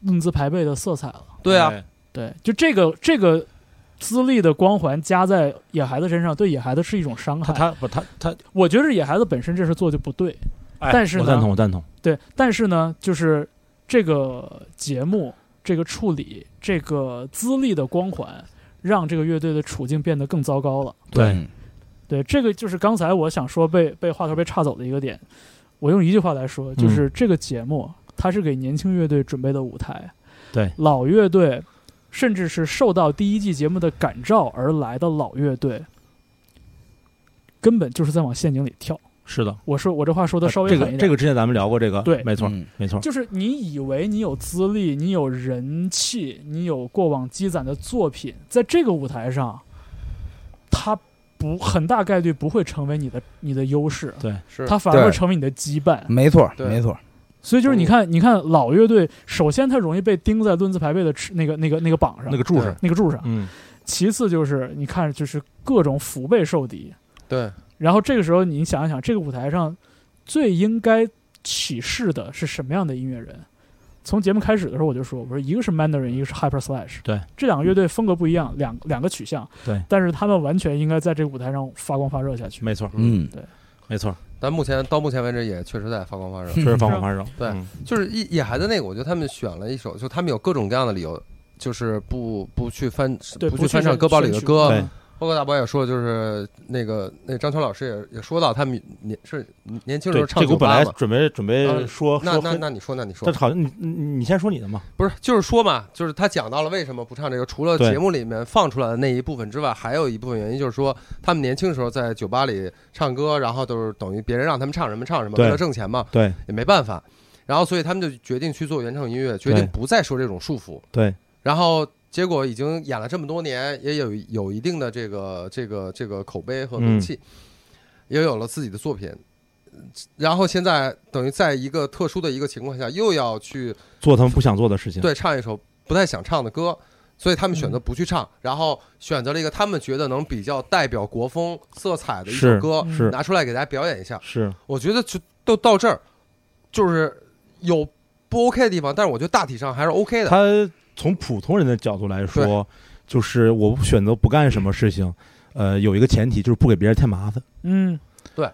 Speaker 1: 论资排辈的色彩了。
Speaker 3: 对啊，，
Speaker 1: 对，就这个这个资历的光环加在野孩子身上，对野孩子是一种伤
Speaker 2: 他
Speaker 1: 害。
Speaker 2: 他不他他，
Speaker 1: 我觉得野孩子本身这事做就不对，
Speaker 2: 哎
Speaker 1: 但是
Speaker 2: 我
Speaker 1: 呢
Speaker 2: 赞同，我赞同，
Speaker 1: 对，但是呢，就是这个节目、这个处理、这个资历的光环，让这个乐队的处境变得更糟糕了。
Speaker 2: 对，
Speaker 5: 嗯
Speaker 1: 对，这个就是刚才我想说被被话头被岔走的一个点。我用一句话来说，
Speaker 2: 嗯
Speaker 1: 就是这个节目它是给年轻乐队准备的舞台，
Speaker 2: 对
Speaker 1: 老乐队，甚至是受到第一季节目的感召而来的老乐队，根本就是在往陷阱里跳。
Speaker 2: 是的，哎
Speaker 1: 我说我这话说的稍微
Speaker 2: 呃这
Speaker 1: 狠一点，
Speaker 2: 个这个之前咱们聊过这个，
Speaker 1: 对
Speaker 2: 没错
Speaker 5: 嗯
Speaker 2: 没错，
Speaker 1: 就是你以为你有资历，你有人气，你有过往积攒的作品，在这个舞台上，它不很大概率不会成为你的你的优势，
Speaker 3: 是
Speaker 1: 它反而会
Speaker 5: 对
Speaker 1: 成为你的羁绊。
Speaker 2: 嗯
Speaker 5: 没错，
Speaker 3: 对
Speaker 5: 没错，
Speaker 1: 所以就是你
Speaker 2: 哦
Speaker 1: 看，你看老乐队，首先它容易被钉在论资排辈的尺那个那个那个榜上，
Speaker 2: 那个注释，
Speaker 1: 那个柱上；
Speaker 2: 嗯，
Speaker 1: 其次就是你看，就是各种腹背受敌。
Speaker 3: 对，
Speaker 1: 然后这个时候你想一想，这个舞台上最应该启示的是什么样的音乐人？从节目开始的时候我就说，我说一个是 Mandarin，一个是 Hyper Slash，
Speaker 2: 对，
Speaker 1: 这两个乐队风格不一样，两两个取向，
Speaker 2: 对，
Speaker 1: 但是他们完全应该在这个舞台上发光发热下去。
Speaker 2: 没错
Speaker 5: 嗯，
Speaker 2: 没错，
Speaker 3: 咱目前到目前为止也确实在发光发热，
Speaker 2: 确实放火发热，
Speaker 3: 对
Speaker 2: 嗯
Speaker 3: 就是野野孩子那个，我觉得他们选了一首，就他们有各种各样的理由，就是不不去翻
Speaker 1: 对，
Speaker 3: 去
Speaker 1: 去
Speaker 3: 翻唱歌宝里的歌，啊
Speaker 2: 对
Speaker 3: 包括大宝也说，就是那个那张秋老师也也说到，他们年是年轻时
Speaker 2: 对，
Speaker 3: 候
Speaker 2: 这
Speaker 3: 唱
Speaker 2: 个
Speaker 3: 酒
Speaker 2: 我本
Speaker 3: 吧
Speaker 2: 来
Speaker 3: 嘛。
Speaker 2: 准备准备
Speaker 3: 呃
Speaker 2: 说
Speaker 3: 那
Speaker 2: 说
Speaker 3: 那
Speaker 2: 黑，
Speaker 3: 那你说，那你说
Speaker 2: 但，好像你你你先说你的嘛，
Speaker 3: 不是就是说嘛，就是他讲到了为什么不唱这个，除了
Speaker 2: 对
Speaker 3: 节目里面放出来的那一部分之外，还有一部分原因就是说，他们年轻时候在酒吧里唱歌，然后都是等于别人让他们唱什么唱什么，
Speaker 2: 对
Speaker 3: 为了挣钱嘛，
Speaker 2: 对
Speaker 3: 也没办法。然后所以他们就决定去做原创音乐，决定不再受这种束缚。
Speaker 2: 对，
Speaker 3: 然后结果已经演了这么多年，也有有一定的这个这个这个口碑和
Speaker 2: 嗯
Speaker 3: 名气，也有了自己的作品。然后现在等于在一个特殊的一个情况下，又要去
Speaker 2: 做他们不想做的事情，
Speaker 3: 对唱一首不太想唱的歌，所以他们选
Speaker 2: 嗯
Speaker 3: 择不去唱，然后选择了一个他们觉得能比较代表国风色彩的一首
Speaker 2: 是
Speaker 3: 歌，
Speaker 1: 嗯
Speaker 2: 是
Speaker 3: 拿出来给大家表演一下。
Speaker 2: 是，
Speaker 3: 我觉得就都到这儿，就是有不 OK 的地方，但是我觉得大体上还是 OK 的。
Speaker 2: 他从普通人的角度来说，就是我选择不干什么事情，呃，有一个前提就是不给别人添麻烦。
Speaker 1: 嗯，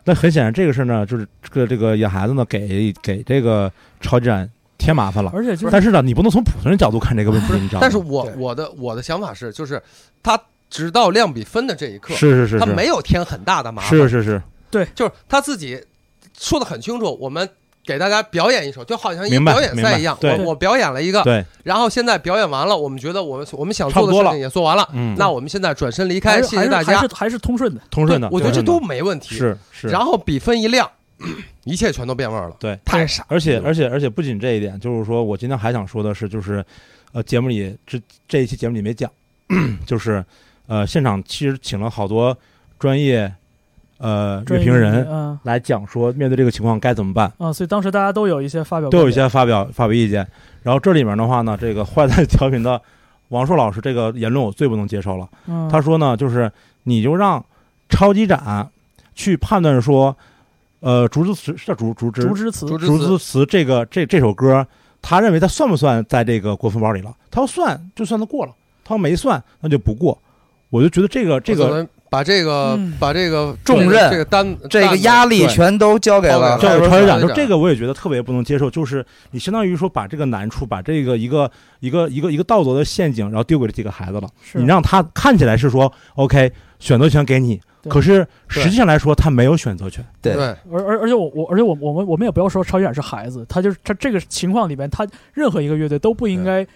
Speaker 2: 那很显然，这个事儿呢，就是这个这个野孩子呢，给给这个超级展添麻烦了。
Speaker 1: 而且就是
Speaker 2: 但是呢，你不能从普通人角度看这个问题，你知道吗？
Speaker 3: 但是我
Speaker 4: 对
Speaker 3: 我的我的想法是，就是他直到量比分的这一刻，
Speaker 2: 是是是
Speaker 3: 他
Speaker 2: 是
Speaker 3: 没有添很大的麻烦，
Speaker 2: 是是是，
Speaker 3: 就是他自己说的很清楚，我们。给大家表演一首，就好像一个
Speaker 2: 明白
Speaker 3: 表演
Speaker 2: 明白
Speaker 3: 赛一样。
Speaker 2: 对
Speaker 3: 我我表演了一个，
Speaker 2: 对，
Speaker 3: 然后现在表演完了，我们觉得我们我们想
Speaker 2: 差不
Speaker 3: 做的
Speaker 2: 多
Speaker 3: 事
Speaker 2: 了
Speaker 3: 情也做完了，
Speaker 2: 嗯，
Speaker 3: 啊那我们现在转身离
Speaker 1: 还
Speaker 3: 开，
Speaker 1: 是
Speaker 3: 谢谢大
Speaker 1: 还
Speaker 3: 家
Speaker 1: 是。还是通顺的。
Speaker 2: 通顺的，
Speaker 3: 我觉得这
Speaker 2: 通
Speaker 3: 都
Speaker 2: 顺的
Speaker 3: 没问题。
Speaker 2: 是是。
Speaker 3: 然后比分一亮， <coughs> 一切全都变味儿了。
Speaker 2: 对
Speaker 3: 太傻了。
Speaker 2: 而且
Speaker 3: 对
Speaker 2: 而且而且不仅这一点，就是说我今天还想说的是，就是，呃，节目里这这一期节目里没讲， <clears throat> 就是呃，现场其实请了好多专业呃乐
Speaker 1: 专业
Speaker 2: 评人
Speaker 1: 嗯
Speaker 2: 来讲说，面对这个情况该怎么办，
Speaker 1: 啊，所以当时大家都有一些发表，
Speaker 2: 都有一些发表发表意见。然后这里面的话呢，这个坏蛋调频的王硕老师这个言论我最不能接受了。
Speaker 1: 嗯，
Speaker 2: 他说呢，就是你就让超级展去判断说，呃，竹之词是叫竹竹之
Speaker 1: 竹之词
Speaker 3: 竹之
Speaker 2: 竹
Speaker 3: 子
Speaker 2: 之词这个这这首歌，他认为他算不算在这个国分包里了？他要算就算他过了，他要没算那就不过。我就觉得这个这
Speaker 3: 我
Speaker 2: 个
Speaker 3: 怎么把这个
Speaker 1: 嗯
Speaker 3: 把这个
Speaker 4: 重任
Speaker 3: 这个担
Speaker 4: 这个压力全都交给了
Speaker 3: 交
Speaker 2: 叫
Speaker 3: 给
Speaker 2: 超级展，就
Speaker 3: 这个
Speaker 2: 这个我也觉得特别不能接受，就是你相当于说把这个难处，把这个一个一个一个一个道德的陷阱，然后丢给这几个孩子了。
Speaker 1: 是
Speaker 2: 你让他看起来是说 OK，选择权给你，
Speaker 1: 对
Speaker 2: 可是实际上来说他没有选择权。
Speaker 3: 对
Speaker 4: 对
Speaker 3: 对
Speaker 1: 而而而且我我而且我我们我们也不要说超级展是孩子，他就是他这个情况里边，他任何一个乐队都不应该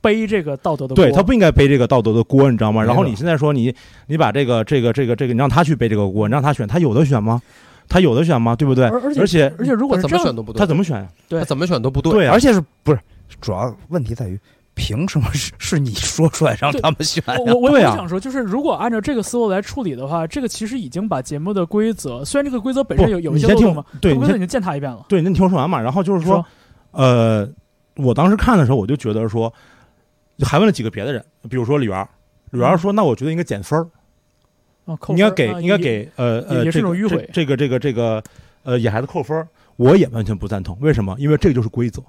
Speaker 1: 背这个道德的锅。
Speaker 2: 对他不应该背这个道德的锅，你知道吗？
Speaker 3: 没
Speaker 2: 然后你
Speaker 3: 错
Speaker 2: 现在说你你把这个这个这个这个，你让他去背这个锅，你让他选，他有的选吗？他有的选吗？对不对？
Speaker 1: 而而且
Speaker 2: 而且
Speaker 1: 而且如果
Speaker 3: 他
Speaker 1: 是这样
Speaker 3: 怎么选，都不对，
Speaker 2: 他怎么选呀？
Speaker 1: 对
Speaker 3: 他怎么选都不对。
Speaker 2: 对啊
Speaker 5: 而且是不是
Speaker 4: 主要问题在于，凭什么是是你说出来让
Speaker 1: 对
Speaker 4: 他们选？
Speaker 1: 我我我我
Speaker 2: 对啊
Speaker 1: 想说，就是如果按照这个思路来处理的话，这个其实已经把节目的规则，虽然这个规则本身有有
Speaker 2: 不，
Speaker 1: 一些
Speaker 2: 你先
Speaker 1: 漏
Speaker 2: 听
Speaker 1: 洞嘛
Speaker 2: 我，，对，
Speaker 1: 这个
Speaker 2: 你
Speaker 1: 规则
Speaker 2: 先
Speaker 1: 已经践踏一遍了。
Speaker 2: 对，你先听我说完嘛。然后就是
Speaker 1: 说
Speaker 2: 说，呃，我当时看的时候，我就觉得说，还问了几个别的人，比如说李源儿，李源儿说，那我觉得应该减分儿，
Speaker 1: 啊，嗯扣
Speaker 2: 应该
Speaker 1: 分
Speaker 2: 给
Speaker 1: 啊
Speaker 2: 应该
Speaker 1: 也
Speaker 2: 给呃
Speaker 1: 也
Speaker 2: 呃
Speaker 1: 也是
Speaker 2: 这个
Speaker 1: 种迂
Speaker 2: 这
Speaker 1: 回
Speaker 2: 这个这个这个呃野孩子扣分儿，我也完全不赞同。为什么？因为这就是规则，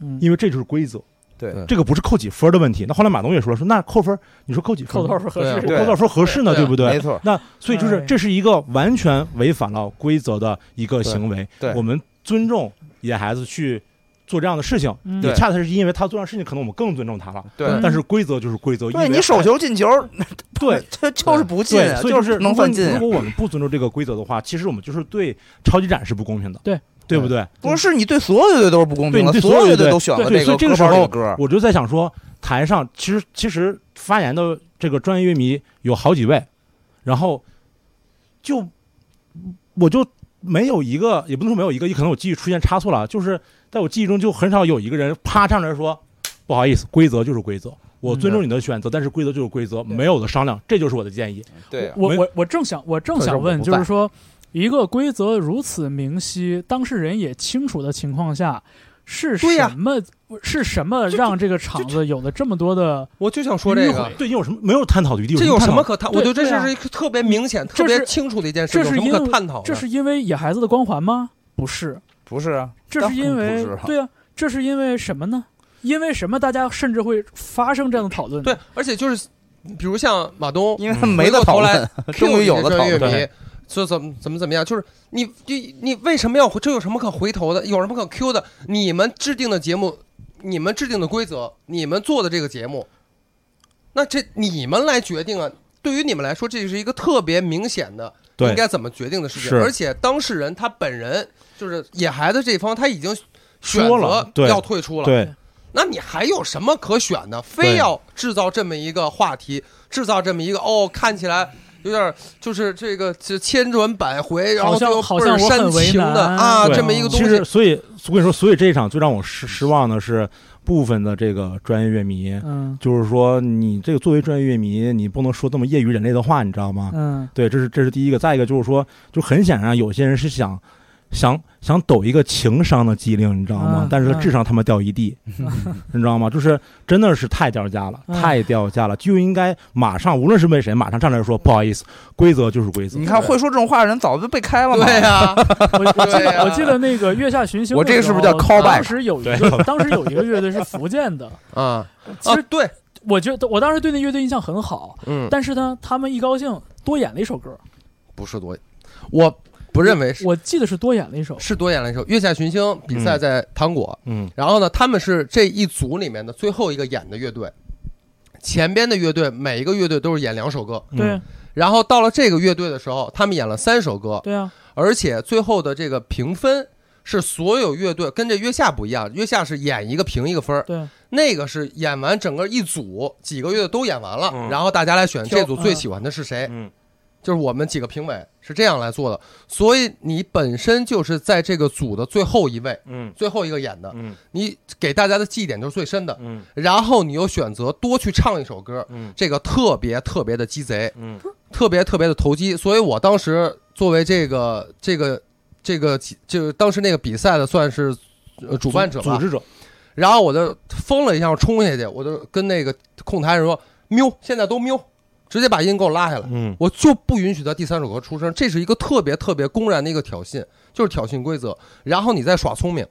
Speaker 1: 嗯
Speaker 2: 因为这就是规则。
Speaker 4: 对
Speaker 2: 这个不是扣几分的问题。那后来马东也说了，说那扣分，你说扣几分
Speaker 1: 扣
Speaker 2: 呢？
Speaker 1: 多少分合适？
Speaker 4: 对
Speaker 2: 扣多少分合适呢？对
Speaker 3: 对
Speaker 2: 不
Speaker 4: 没
Speaker 2: 对？
Speaker 4: 错，
Speaker 2: 那所以就
Speaker 1: 哎
Speaker 2: 是这是一个完全违反了规则的一个行为。
Speaker 4: 对对
Speaker 2: 我们尊重野孩子去做这样的事情，
Speaker 1: 嗯
Speaker 2: 也
Speaker 4: 对
Speaker 2: 恰恰是因为他做这样的事情，可能我们更尊重他了。
Speaker 4: 对
Speaker 1: 嗯
Speaker 2: 但是规则就是规则，
Speaker 4: 对
Speaker 2: 因为
Speaker 4: 你手球进球，
Speaker 2: 对，
Speaker 4: 他就是不进
Speaker 2: 对
Speaker 4: 啊，，
Speaker 2: 所以
Speaker 4: 是
Speaker 2: 是
Speaker 4: 能
Speaker 2: 如果
Speaker 4: 算
Speaker 2: 你
Speaker 4: 进
Speaker 2: 如
Speaker 4: 啊。
Speaker 2: 果我们不尊重这个规则的话，其实我们就是对超级展是不公平的，
Speaker 1: 对
Speaker 2: 对不对？
Speaker 4: 不是，是你对所有乐队都是不公
Speaker 2: 对
Speaker 4: 平
Speaker 2: 你
Speaker 4: 的，
Speaker 2: 对
Speaker 4: 所
Speaker 2: 所有
Speaker 4: 乐
Speaker 2: 乐
Speaker 4: 队
Speaker 2: 队
Speaker 4: 都选了
Speaker 2: 对
Speaker 4: 这
Speaker 2: 所以
Speaker 4: 个
Speaker 2: 这
Speaker 4: 歌
Speaker 2: 个时
Speaker 4: 包里的
Speaker 2: 候
Speaker 4: 歌，
Speaker 2: 我就在想说，台上其实其实发言的这个专业乐迷有好几位，然后就我就没有一个，也不能说没有一个，也可能我记忆出现差错了，就是在我记忆中就很少有一个人啪站出来说，不好意思，规则就是规则。我尊重你的选择，但是规则就是规则，没有的商量，这就是我的建议。
Speaker 4: 对啊，
Speaker 1: 我
Speaker 2: 没
Speaker 1: 我我正想我正
Speaker 3: 这事儿
Speaker 1: 想
Speaker 3: 我
Speaker 1: 问，
Speaker 3: 不
Speaker 1: 就是
Speaker 3: 办
Speaker 1: 说，一个规则如此明晰，当事人也清楚的情况下，是
Speaker 4: 对呀
Speaker 1: 什么、是什么
Speaker 3: 就
Speaker 1: 让这个场子有了这么多的？
Speaker 3: 我就想说这
Speaker 1: 迂
Speaker 3: 个
Speaker 1: 回，
Speaker 2: 对你有什么没有探讨的余地？
Speaker 3: 这有
Speaker 2: 探
Speaker 3: 什
Speaker 2: 讨
Speaker 3: 么可探？
Speaker 1: 对
Speaker 3: 我觉得这
Speaker 1: 对啊
Speaker 3: 是一个特别明显、
Speaker 1: 这
Speaker 3: 特
Speaker 1: 是
Speaker 3: 别清楚的一件事，
Speaker 1: 这
Speaker 3: 有
Speaker 1: 是
Speaker 3: 什么
Speaker 1: 因
Speaker 3: 可
Speaker 1: 为
Speaker 3: 探讨的？
Speaker 1: 这是因为野孩子的光环吗？不是，
Speaker 4: 不是啊，
Speaker 1: 这是因
Speaker 4: 当
Speaker 1: 为
Speaker 4: 然不是啊
Speaker 1: 对啊，这是因为什么呢？因为什么？大家甚至会发生这样的讨论。
Speaker 3: 对，而且就是比如像马东，
Speaker 4: 因为他们没得讨论，终于有了讨
Speaker 3: 乐迷
Speaker 4: 论。
Speaker 3: 说怎么怎么怎么样？就是你你你为什么要回？这有什么可回头的？有什么可 Q 的？你们制定的节目，你们制定的规则，你们做的这个节目，那这你们来决定啊。对于你们来说，这是一个特别明显的
Speaker 2: 对
Speaker 3: 应该怎么决定的事情，
Speaker 2: 是
Speaker 3: 而且当事人他本人就是野孩子这一方，他已经选
Speaker 2: 说了
Speaker 3: 择
Speaker 2: 对
Speaker 3: 要退出了。
Speaker 2: 对
Speaker 3: 那你还有什么可选呢？非要制造这么一个话题，制造这么一个哦，看起来有点儿就是这个这千转百回，然后
Speaker 1: 好像
Speaker 3: 就
Speaker 1: 好
Speaker 3: 倍
Speaker 1: 像
Speaker 3: 儿
Speaker 1: 我很
Speaker 3: 煽
Speaker 1: 为
Speaker 3: 情
Speaker 1: 难
Speaker 3: 的啊，
Speaker 2: 对
Speaker 3: 这么一个东
Speaker 2: 其
Speaker 3: 西
Speaker 2: 实，，所以我跟你说，所以这一场最让我失失望的是，部分的这个专业乐迷，
Speaker 1: 嗯
Speaker 2: 就是说你这个作为专业乐迷，你不能说这么业余人类的话，你知道吗？
Speaker 4: <laughs>
Speaker 1: 嗯，
Speaker 2: 对，这是这是第一个。再一个就是说，就很显然有些人是想想想抖一个情商的机灵，你知道吗？
Speaker 1: 嗯
Speaker 2: 但是
Speaker 1: 嗯
Speaker 2: 智商他妈掉一地，你知道吗？就是真的是太掉价了，
Speaker 1: 嗯
Speaker 2: 太掉价了，就应该马上，无论是为谁，马上站出来说不好意思，规则就是规则。
Speaker 4: 你看会说这种话的人早就被开了嘛。
Speaker 3: 对啊呀，
Speaker 1: <laughs> 我我记
Speaker 3: 对
Speaker 1: 得
Speaker 3: 呀
Speaker 1: 我记得那个月下寻星的时候，
Speaker 4: 我这个是不是叫 callback？
Speaker 1: 当时有一个，当时有一个乐队是福建的，
Speaker 3: 啊，
Speaker 1: 其
Speaker 3: 啊
Speaker 1: 实
Speaker 3: 对，
Speaker 1: 我觉得我当时对那乐队印象很好，
Speaker 3: 嗯，
Speaker 1: 但是呢，他们一高兴多演了一首歌，
Speaker 3: 不是多，我不认为是
Speaker 1: 我记得是多演了一首，
Speaker 3: 是多演了一首《月下群星》比赛在糖果，
Speaker 2: 嗯，
Speaker 3: 然后呢，他们是这一组里面的最后一个演的乐队，前边的乐队每一个乐队都是演两首歌，
Speaker 2: 嗯
Speaker 1: 对
Speaker 3: 然后到了这个乐队的时候，他们演了三首歌，
Speaker 1: 对啊，
Speaker 3: 而且最后的这个评分是所有乐队跟这约夏不一样，约夏是演一个评一个分儿，
Speaker 1: 对，啊
Speaker 3: 那个是演完整个一组几个乐队都演完了，
Speaker 2: 嗯
Speaker 3: 然后大家来选
Speaker 1: 挑
Speaker 3: 这组最喜欢的是谁。
Speaker 2: 嗯
Speaker 3: 就是我们几个评委是这样来做的，所以你本身就是在这个组的最后一位，
Speaker 2: 嗯
Speaker 3: 最后一个演的，
Speaker 2: 嗯
Speaker 3: 你给大家的记忆点就是最深的，
Speaker 2: 嗯
Speaker 3: 然后你又选择多去唱一首歌，
Speaker 2: 嗯
Speaker 3: 这个特别特别的鸡贼，
Speaker 2: 嗯
Speaker 3: 特别特别的投机，所以我当时作为这个这个这个就是当时那个比赛的算是呃主办者吧，
Speaker 2: 组织者，
Speaker 3: 然后我就疯了一下，我冲下去，我就跟那个控台人说：“喵，现在都喵，直接把音给我拉下来，
Speaker 2: 嗯
Speaker 3: 我就不允许他第三首歌出声。”这是一个特别特别公然的一个挑衅，就是挑衅规则。然后你再耍聪明，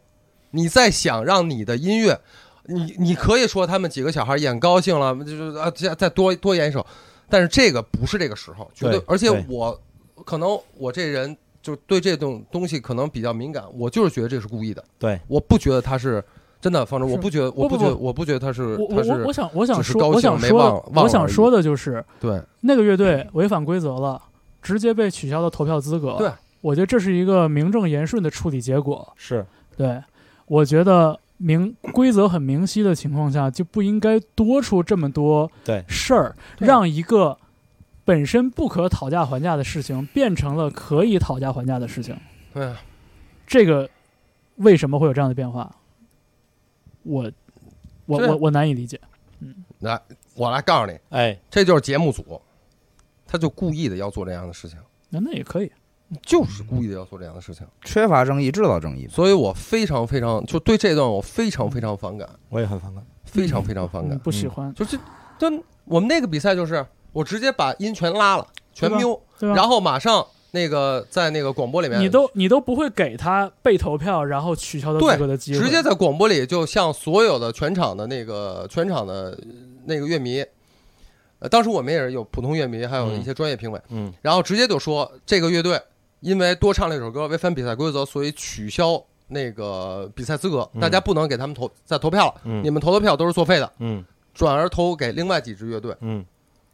Speaker 3: 你再想让你的音乐，你你可以说他们几个小孩演高兴了，就是啊，再再多多演一首，但是这个不是这个时候，绝对
Speaker 2: 对。
Speaker 3: 而且
Speaker 2: 对
Speaker 3: 我可能我这人就对这种东西可能比较敏感，我就是觉得这是故意的。
Speaker 2: 对，
Speaker 3: 我不觉得他是真的，方正，
Speaker 1: 是
Speaker 3: 我不觉得，我
Speaker 1: 不不
Speaker 3: 觉得，
Speaker 1: 不
Speaker 3: 我不觉得他是
Speaker 1: 我，
Speaker 3: 他
Speaker 1: 我我
Speaker 3: 是
Speaker 1: 我想我想
Speaker 3: 只是
Speaker 1: 说
Speaker 3: 高兴
Speaker 1: 我想
Speaker 3: 没
Speaker 1: 说
Speaker 3: 忘
Speaker 1: 的
Speaker 3: 忘了
Speaker 1: 我想
Speaker 3: 而已
Speaker 1: 说的就是
Speaker 3: 对
Speaker 1: 那个乐队违反规则了，直接被取消了投票资格。
Speaker 3: 对，
Speaker 1: 我觉得这是一个名正言顺的处理结果。
Speaker 2: 是
Speaker 1: 对，我觉得明规则很明晰的情况下，就不应该多出这么多
Speaker 2: 对
Speaker 1: 事儿，
Speaker 3: 对
Speaker 1: 让一个本身不可讨价还价的事情变成了可以讨价还价的事情。
Speaker 3: 对啊，
Speaker 1: 这个为什么会有这样的变化？我我
Speaker 3: 对
Speaker 1: 我我难以理解。
Speaker 3: 我来告诉你，
Speaker 2: 哎，
Speaker 3: 这就是节目组，他就故意的要做这样的事情，
Speaker 1: 那那也可以，
Speaker 3: 就是故意的要做这样的事情，
Speaker 4: 缺乏正义，制造正义吧。
Speaker 3: 所以我非常非常就对这段我非常非常反感，
Speaker 2: 我也很反感，
Speaker 3: 非常非常反
Speaker 1: 嗯
Speaker 3: 感。
Speaker 1: 不喜欢，
Speaker 3: 就这，就我们那个比赛就是我直接把音全拉了，全
Speaker 1: 对吧
Speaker 3: 瞄，
Speaker 1: 对吧？
Speaker 3: 然后马上那个在那个广播里面
Speaker 1: 你都你都不会给他被投票然后取消的
Speaker 3: 对
Speaker 1: 资格的机会，
Speaker 3: 直接在广播里就向所有的全场的那个全场的呃那个乐迷，呃，当时我们也是有普通乐迷，还有一些专业评委，
Speaker 2: 嗯
Speaker 3: 然后直接就说这个乐队因为多唱了一首歌违反比赛规则，所以取消那个比赛资格，
Speaker 2: 嗯
Speaker 3: 大家不能给他们投再投票了，
Speaker 2: 嗯
Speaker 3: 你们投的票都是作废的，
Speaker 2: 嗯
Speaker 3: 转而投给另外几支乐队，
Speaker 2: 嗯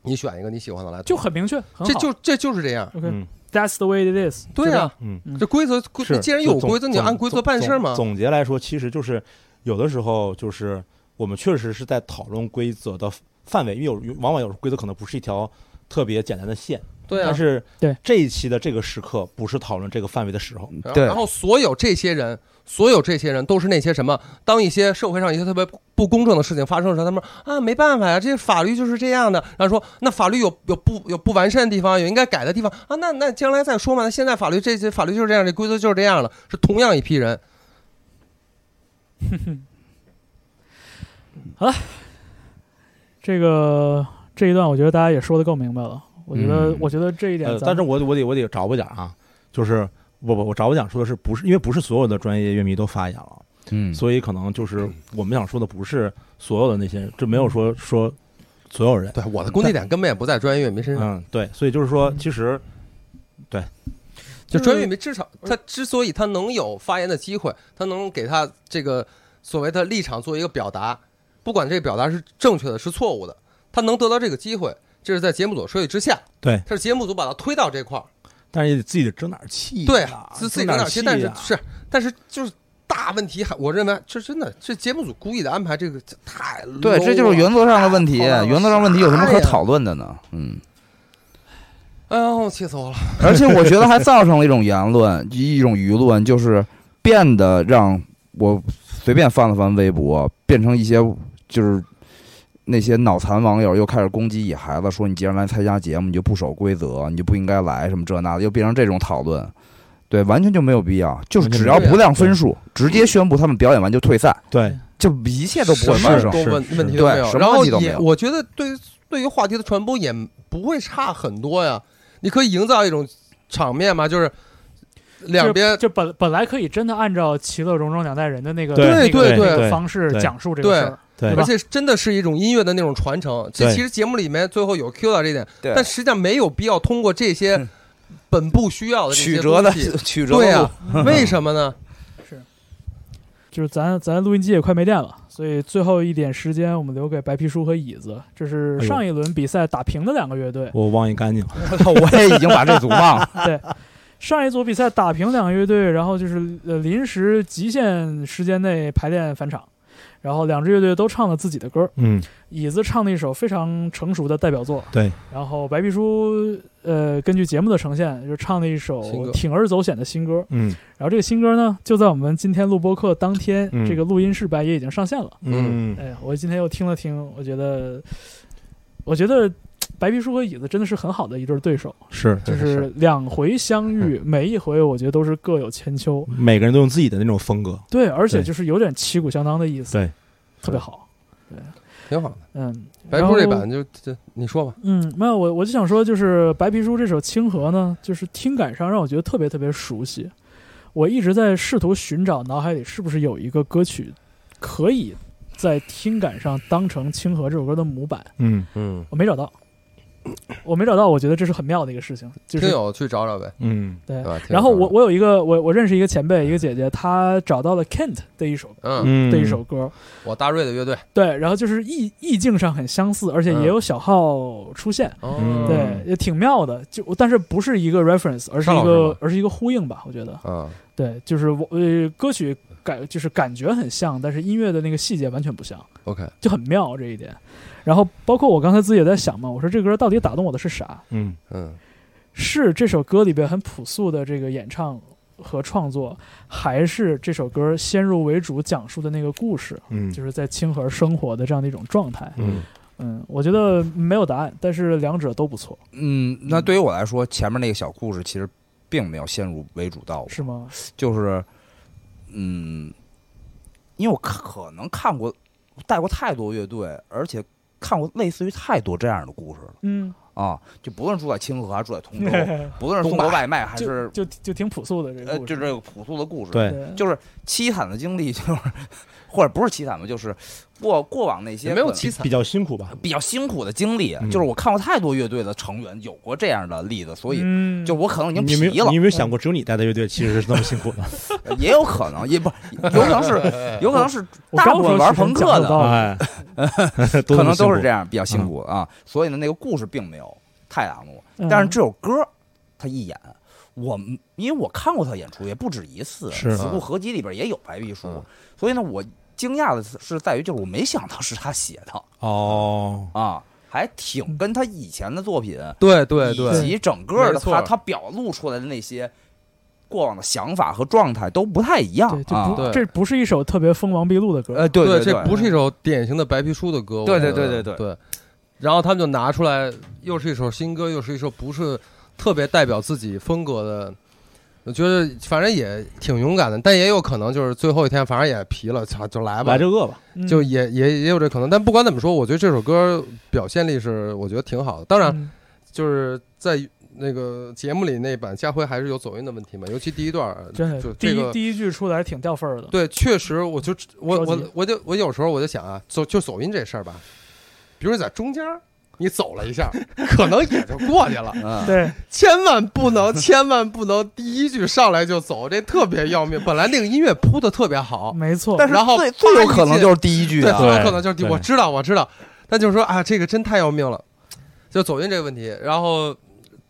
Speaker 3: 你选一个你喜欢的来投，
Speaker 1: 就很明确，很好
Speaker 3: 这就这就是这样，
Speaker 1: OK、
Speaker 2: 嗯
Speaker 1: That's the way it is
Speaker 3: 对
Speaker 1: 吧
Speaker 3: 啊，
Speaker 2: 嗯，
Speaker 1: 嗯
Speaker 3: 这规则规
Speaker 2: 是，
Speaker 3: 既然有
Speaker 2: 总
Speaker 3: 规则，你就
Speaker 2: 总
Speaker 3: 按规则办事儿嘛
Speaker 2: 总，总结来说，其实就是有的时候就是我们确实是在讨论规则的范围，因为有有往往有时候规则可能不是一条特别简单的线，
Speaker 3: 对啊
Speaker 2: 但，是
Speaker 1: 对
Speaker 2: 这一期的这个时刻不是讨论这个范围的时候，呃
Speaker 3: 然后
Speaker 4: 对
Speaker 3: 然后所有这些人，所有这些人都是那些什么？当一些社会上一些特别不公正的事情发生的时候，他们说啊，没办法呀、这法律就是这样的。然后说那法律有有不有不完善的地方，有应该改的地方啊，那那将来再说嘛。那现在法律这些法律就是这样，这规则就是这样了，是同样一批人。
Speaker 1: 这个这一段，我觉得大家也说的够明白了。我觉得、
Speaker 5: 嗯
Speaker 1: 我觉得这一点
Speaker 2: 呃，
Speaker 1: 咱
Speaker 2: 但
Speaker 1: 们，
Speaker 2: 是我得我得我得找补点儿啊，就是我我我找补点儿说的是不是因为不是所有的专业乐迷都发言了，
Speaker 5: 嗯，
Speaker 2: 所以可能就是我们想说的不是所有的那些人，这没有说说所有人，
Speaker 3: 对，我的攻击点根本也不在专业乐迷身上，
Speaker 2: 嗯，对，所以就是说其实
Speaker 3: 就专
Speaker 4: 嗯
Speaker 3: 业乐迷至少他之所以他能有发言的机会，他能给他这个所谓的立场做一个表达，不管这个表达是正确的是错误的，他能得到这个机会，这是在节目组设计之下。
Speaker 2: 对，
Speaker 3: 他是节目组把他推到这块儿，
Speaker 2: 但是也得自己得争点儿
Speaker 4: 哎
Speaker 2: 气呀，
Speaker 3: 对，啊自自己
Speaker 2: 争
Speaker 3: 有
Speaker 2: 点
Speaker 3: 点
Speaker 2: 儿气
Speaker 3: 气，
Speaker 2: 呀，
Speaker 4: 啊
Speaker 3: 但是是，但是就是大问题还，我认为这真的这节目组故意的安排这个这太 low 啊
Speaker 4: 对，这就是原则上的问题。
Speaker 3: 了
Speaker 4: 原则上问题有什么可
Speaker 3: 哎呀
Speaker 4: 讨论的呢？嗯，
Speaker 3: 哎呦，气死我了！
Speaker 4: 而且我觉得还造成了一种言论， <laughs> 一种舆论，就是变得让我随便翻了翻微博，变成一些就是那些脑残网友又开始攻击野孩子，说你既然来参加节目，你就不守规则，你就不应该来什么这那的，又变成这种讨论。对，完全就没有必要，就是
Speaker 2: 完全
Speaker 4: 只
Speaker 2: 没
Speaker 4: 要
Speaker 3: 有
Speaker 4: 不亮分数，直接宣布他们表演完就退赛，
Speaker 2: 对，
Speaker 3: 嗯
Speaker 4: 就一切都不会
Speaker 3: 什么
Speaker 4: 发生。
Speaker 3: 都问
Speaker 2: 是
Speaker 3: 问题
Speaker 4: 是
Speaker 3: 都没有，
Speaker 4: 对什么
Speaker 3: 然后
Speaker 4: 问题都没
Speaker 3: 也
Speaker 4: 有
Speaker 3: 我觉得对于对于话题的传播也不会差很多呀。你可以营造一种场面嘛，就是两边
Speaker 1: 就本本来可以真的按照其乐融融两代人的那个
Speaker 2: 对
Speaker 1: 那个
Speaker 3: 对对
Speaker 2: 对
Speaker 1: 方式
Speaker 2: 对
Speaker 1: 讲述这个事儿，
Speaker 2: 对
Speaker 1: 对
Speaker 3: 而
Speaker 1: 吧？
Speaker 3: 且真的是一种音乐的那种传承。这
Speaker 2: 对
Speaker 3: 其实节目里面最后有 cue 到这一点，
Speaker 4: 对
Speaker 3: 但实际上没有必要通过这些
Speaker 4: 嗯
Speaker 3: 本不需要的这些
Speaker 4: 曲折的
Speaker 3: 东西
Speaker 4: 曲折的
Speaker 3: 对
Speaker 4: 路 <laughs>
Speaker 3: 呀、为什么呢？
Speaker 1: 就是咱咱录音机也快没电了，所以最后一点时间我们留给白皮书和椅子。这是
Speaker 2: 哎呦
Speaker 1: 上一轮比赛打平的两个乐队，
Speaker 2: 我忘一干净了，
Speaker 4: 我也已经把这组忘了。
Speaker 1: 上一组比赛打平两个乐队，然后就是呃临时极限时间内排练返场，然后两支乐队都唱了自己的歌，
Speaker 2: 嗯，
Speaker 1: 椅子唱了一首非常成熟的代表作，
Speaker 2: 对，
Speaker 1: 然后白皮书呃根据节目的呈现，就唱了一首
Speaker 3: 新歌
Speaker 1: 铤而走险的新歌，
Speaker 2: 嗯
Speaker 1: 然后这个新歌呢就在我们今天录播课当天，
Speaker 2: 嗯
Speaker 1: 这个录音室版也已经上线了。
Speaker 2: 嗯，
Speaker 1: 哎，我今天又听了听，我觉得，我觉得白皮书和椅子真的是很好的一对对手，
Speaker 2: 是，
Speaker 3: 嗯
Speaker 1: 就是是嗯两回相遇，每一回我觉得都是各有千秋，
Speaker 2: 每个人都用自己的那种风格，
Speaker 1: 对，而且
Speaker 2: 对
Speaker 1: 就是有点旗鼓相当的意思，
Speaker 2: 对，
Speaker 1: 特别好，
Speaker 3: 挺好的。
Speaker 1: 嗯，
Speaker 3: 白
Speaker 1: 然
Speaker 3: 猪
Speaker 1: 后
Speaker 3: 这版就这，你说吧，
Speaker 1: 嗯，没有我我就想说，就是白皮书这首《清河》呢，就是听感上让我觉得特别特别熟悉。我一直在试图寻找脑海里是不是有一个歌曲，可以在听感上当成《清河》这首歌的模板，
Speaker 2: 嗯
Speaker 3: 嗯，
Speaker 1: 我没找到，我没找到，我觉得这是很妙的一个事情，就
Speaker 3: 听
Speaker 1: 是
Speaker 3: 友去找找呗，
Speaker 2: 嗯
Speaker 1: 对
Speaker 3: 对。吧？听友
Speaker 1: 然后我
Speaker 3: 找找
Speaker 1: 我有一个我我认识一个前辈一个姐姐，她找到了 Kent 的一首
Speaker 3: 嗯，
Speaker 2: 嗯，
Speaker 1: 的一首歌，
Speaker 3: 我大瑞的乐队，
Speaker 1: 对，然后就是意意境上很相似，而且
Speaker 3: 嗯
Speaker 1: 也有小号出现，
Speaker 3: 哦
Speaker 2: 嗯
Speaker 1: 对，也挺妙的。就但是不是一个 reference，而是
Speaker 3: 邵
Speaker 1: 一
Speaker 3: 老师
Speaker 1: 个
Speaker 3: 吗
Speaker 1: 而是一个呼应吧，我觉得
Speaker 3: 嗯，
Speaker 1: 对，就是我呃歌曲感就是感觉很像，但是音乐的那个细节完全不像，
Speaker 3: OK，
Speaker 1: 就很妙这一点。然后包括我刚才自己也在想嘛，我说这歌到底打动我的是啥？
Speaker 2: 嗯
Speaker 3: 嗯，
Speaker 1: 是这首歌里边很朴素的这个演唱和创作，还是这首歌先入为主讲述的那个故事，
Speaker 2: 嗯
Speaker 1: 就是在清河生活的这样的一种状态？
Speaker 2: 嗯
Speaker 1: 嗯，我觉得没有答案，但是两者都不错，
Speaker 4: 嗯，那对于我来说，前面那个小故事其实并没有先入为主到我，
Speaker 1: 是吗？
Speaker 4: 就是，嗯，因为我可可能看过带过太多乐队，而且看过类似于太多这样的故事了
Speaker 1: 嗯，
Speaker 4: 啊，就不论住在清河还是住
Speaker 1: <laughs>
Speaker 4: 在通州， <laughs> 不论是送
Speaker 3: 东
Speaker 4: 过
Speaker 3: 北
Speaker 4: 外卖还
Speaker 1: 就是就就挺朴素的这
Speaker 4: 呃
Speaker 1: 个，故
Speaker 4: 就
Speaker 1: 事，
Speaker 4: 这个朴素的故事，
Speaker 2: 对
Speaker 1: 对，
Speaker 4: 就是凄惨的经历，就是或者不是凄惨吧，就是过过往那些
Speaker 3: 也没有
Speaker 4: 可能
Speaker 3: 凄惨
Speaker 2: 比，较辛苦吧，
Speaker 4: 比较辛苦的经历，啊
Speaker 2: 嗯
Speaker 4: 就是我看过太多乐队的成员有过这样的例子，所以
Speaker 1: 嗯，
Speaker 4: 就我可能已经
Speaker 2: 你有没
Speaker 4: 疲
Speaker 2: 有
Speaker 4: 了
Speaker 2: 你，有没有想过，只有你带的乐
Speaker 3: <laughs>
Speaker 2: 队其实是那么辛苦的？
Speaker 4: 也有可能，也不有可能是有可能是
Speaker 1: 我
Speaker 4: 大
Speaker 1: 刚
Speaker 4: 部
Speaker 1: 说
Speaker 4: 分玩朋克
Speaker 3: 哦
Speaker 4: 的，
Speaker 1: 的，
Speaker 2: 哎，
Speaker 3: <laughs>
Speaker 4: 可
Speaker 2: 可
Speaker 4: 能都是这
Speaker 2: 样。
Speaker 4: 样比较辛苦啊，所以呢，那个故事并没有太打动我，
Speaker 1: 嗯
Speaker 4: 但是这首歌他一演。我们因为我看过他演出也不止一次，
Speaker 2: 是
Speaker 4: 死库合集里边也有白皮书
Speaker 3: 嗯，
Speaker 4: 所以呢，我惊讶的是在于，就是我没想到是他写的，
Speaker 2: 哦，
Speaker 4: 啊，还挺跟他以前的作品，
Speaker 3: 对对对
Speaker 4: 以，及整个的
Speaker 3: 没错
Speaker 4: 他他表露出来的那些过往的想法和状态都不太一样
Speaker 1: 对，
Speaker 4: 啊
Speaker 1: 就。不
Speaker 3: 对
Speaker 1: 这不是一首特别锋芒毕露的歌，
Speaker 4: 呃，对对，
Speaker 3: 这不是一首典型的白皮书的歌，我
Speaker 4: 对对
Speaker 3: 觉得
Speaker 4: 对对
Speaker 3: 对。然后他们就拿出来，又是一首新歌，又是一首不是特别代表自己风格的。我觉得反正也挺勇敢的，但也有可能就是最后一天，反正也疲了，操，就来吧，
Speaker 2: 来这个吧，
Speaker 1: 嗯
Speaker 3: 就也也也有这可能。但不管怎么说，我觉得这首歌表现力是我觉得挺好的。当然，
Speaker 1: 嗯
Speaker 3: 就是在那个节目里那版，佳辉还是有走音的问题嘛，尤其第一段儿，
Speaker 1: 真的
Speaker 3: 就
Speaker 1: 第
Speaker 3: 这
Speaker 1: 一
Speaker 3: 个
Speaker 1: 第一句出来挺掉分儿的，
Speaker 3: 对，确实，我就我
Speaker 1: 着急
Speaker 3: 我我就我有时候我就想啊，走就走音这事儿吧，比如在中间儿你走了一下，可能也就过去
Speaker 1: <laughs>
Speaker 3: 了，
Speaker 4: 嗯，
Speaker 1: 对，
Speaker 3: 千万不能，千万不能第一句上来就走，这特别要命。本来那个音乐铺的特别好，
Speaker 1: 没错，
Speaker 4: 但是
Speaker 3: 然后
Speaker 4: 最
Speaker 3: 发
Speaker 4: 最有
Speaker 3: 一
Speaker 4: 可能
Speaker 3: 进
Speaker 4: 就是第
Speaker 1: 嗯
Speaker 4: 一句
Speaker 3: 对，
Speaker 4: 啊，
Speaker 3: 最有可能就是第
Speaker 2: 对
Speaker 3: 我知道我知道，但就是说啊，这个真太要命了，就走音这个问题。然后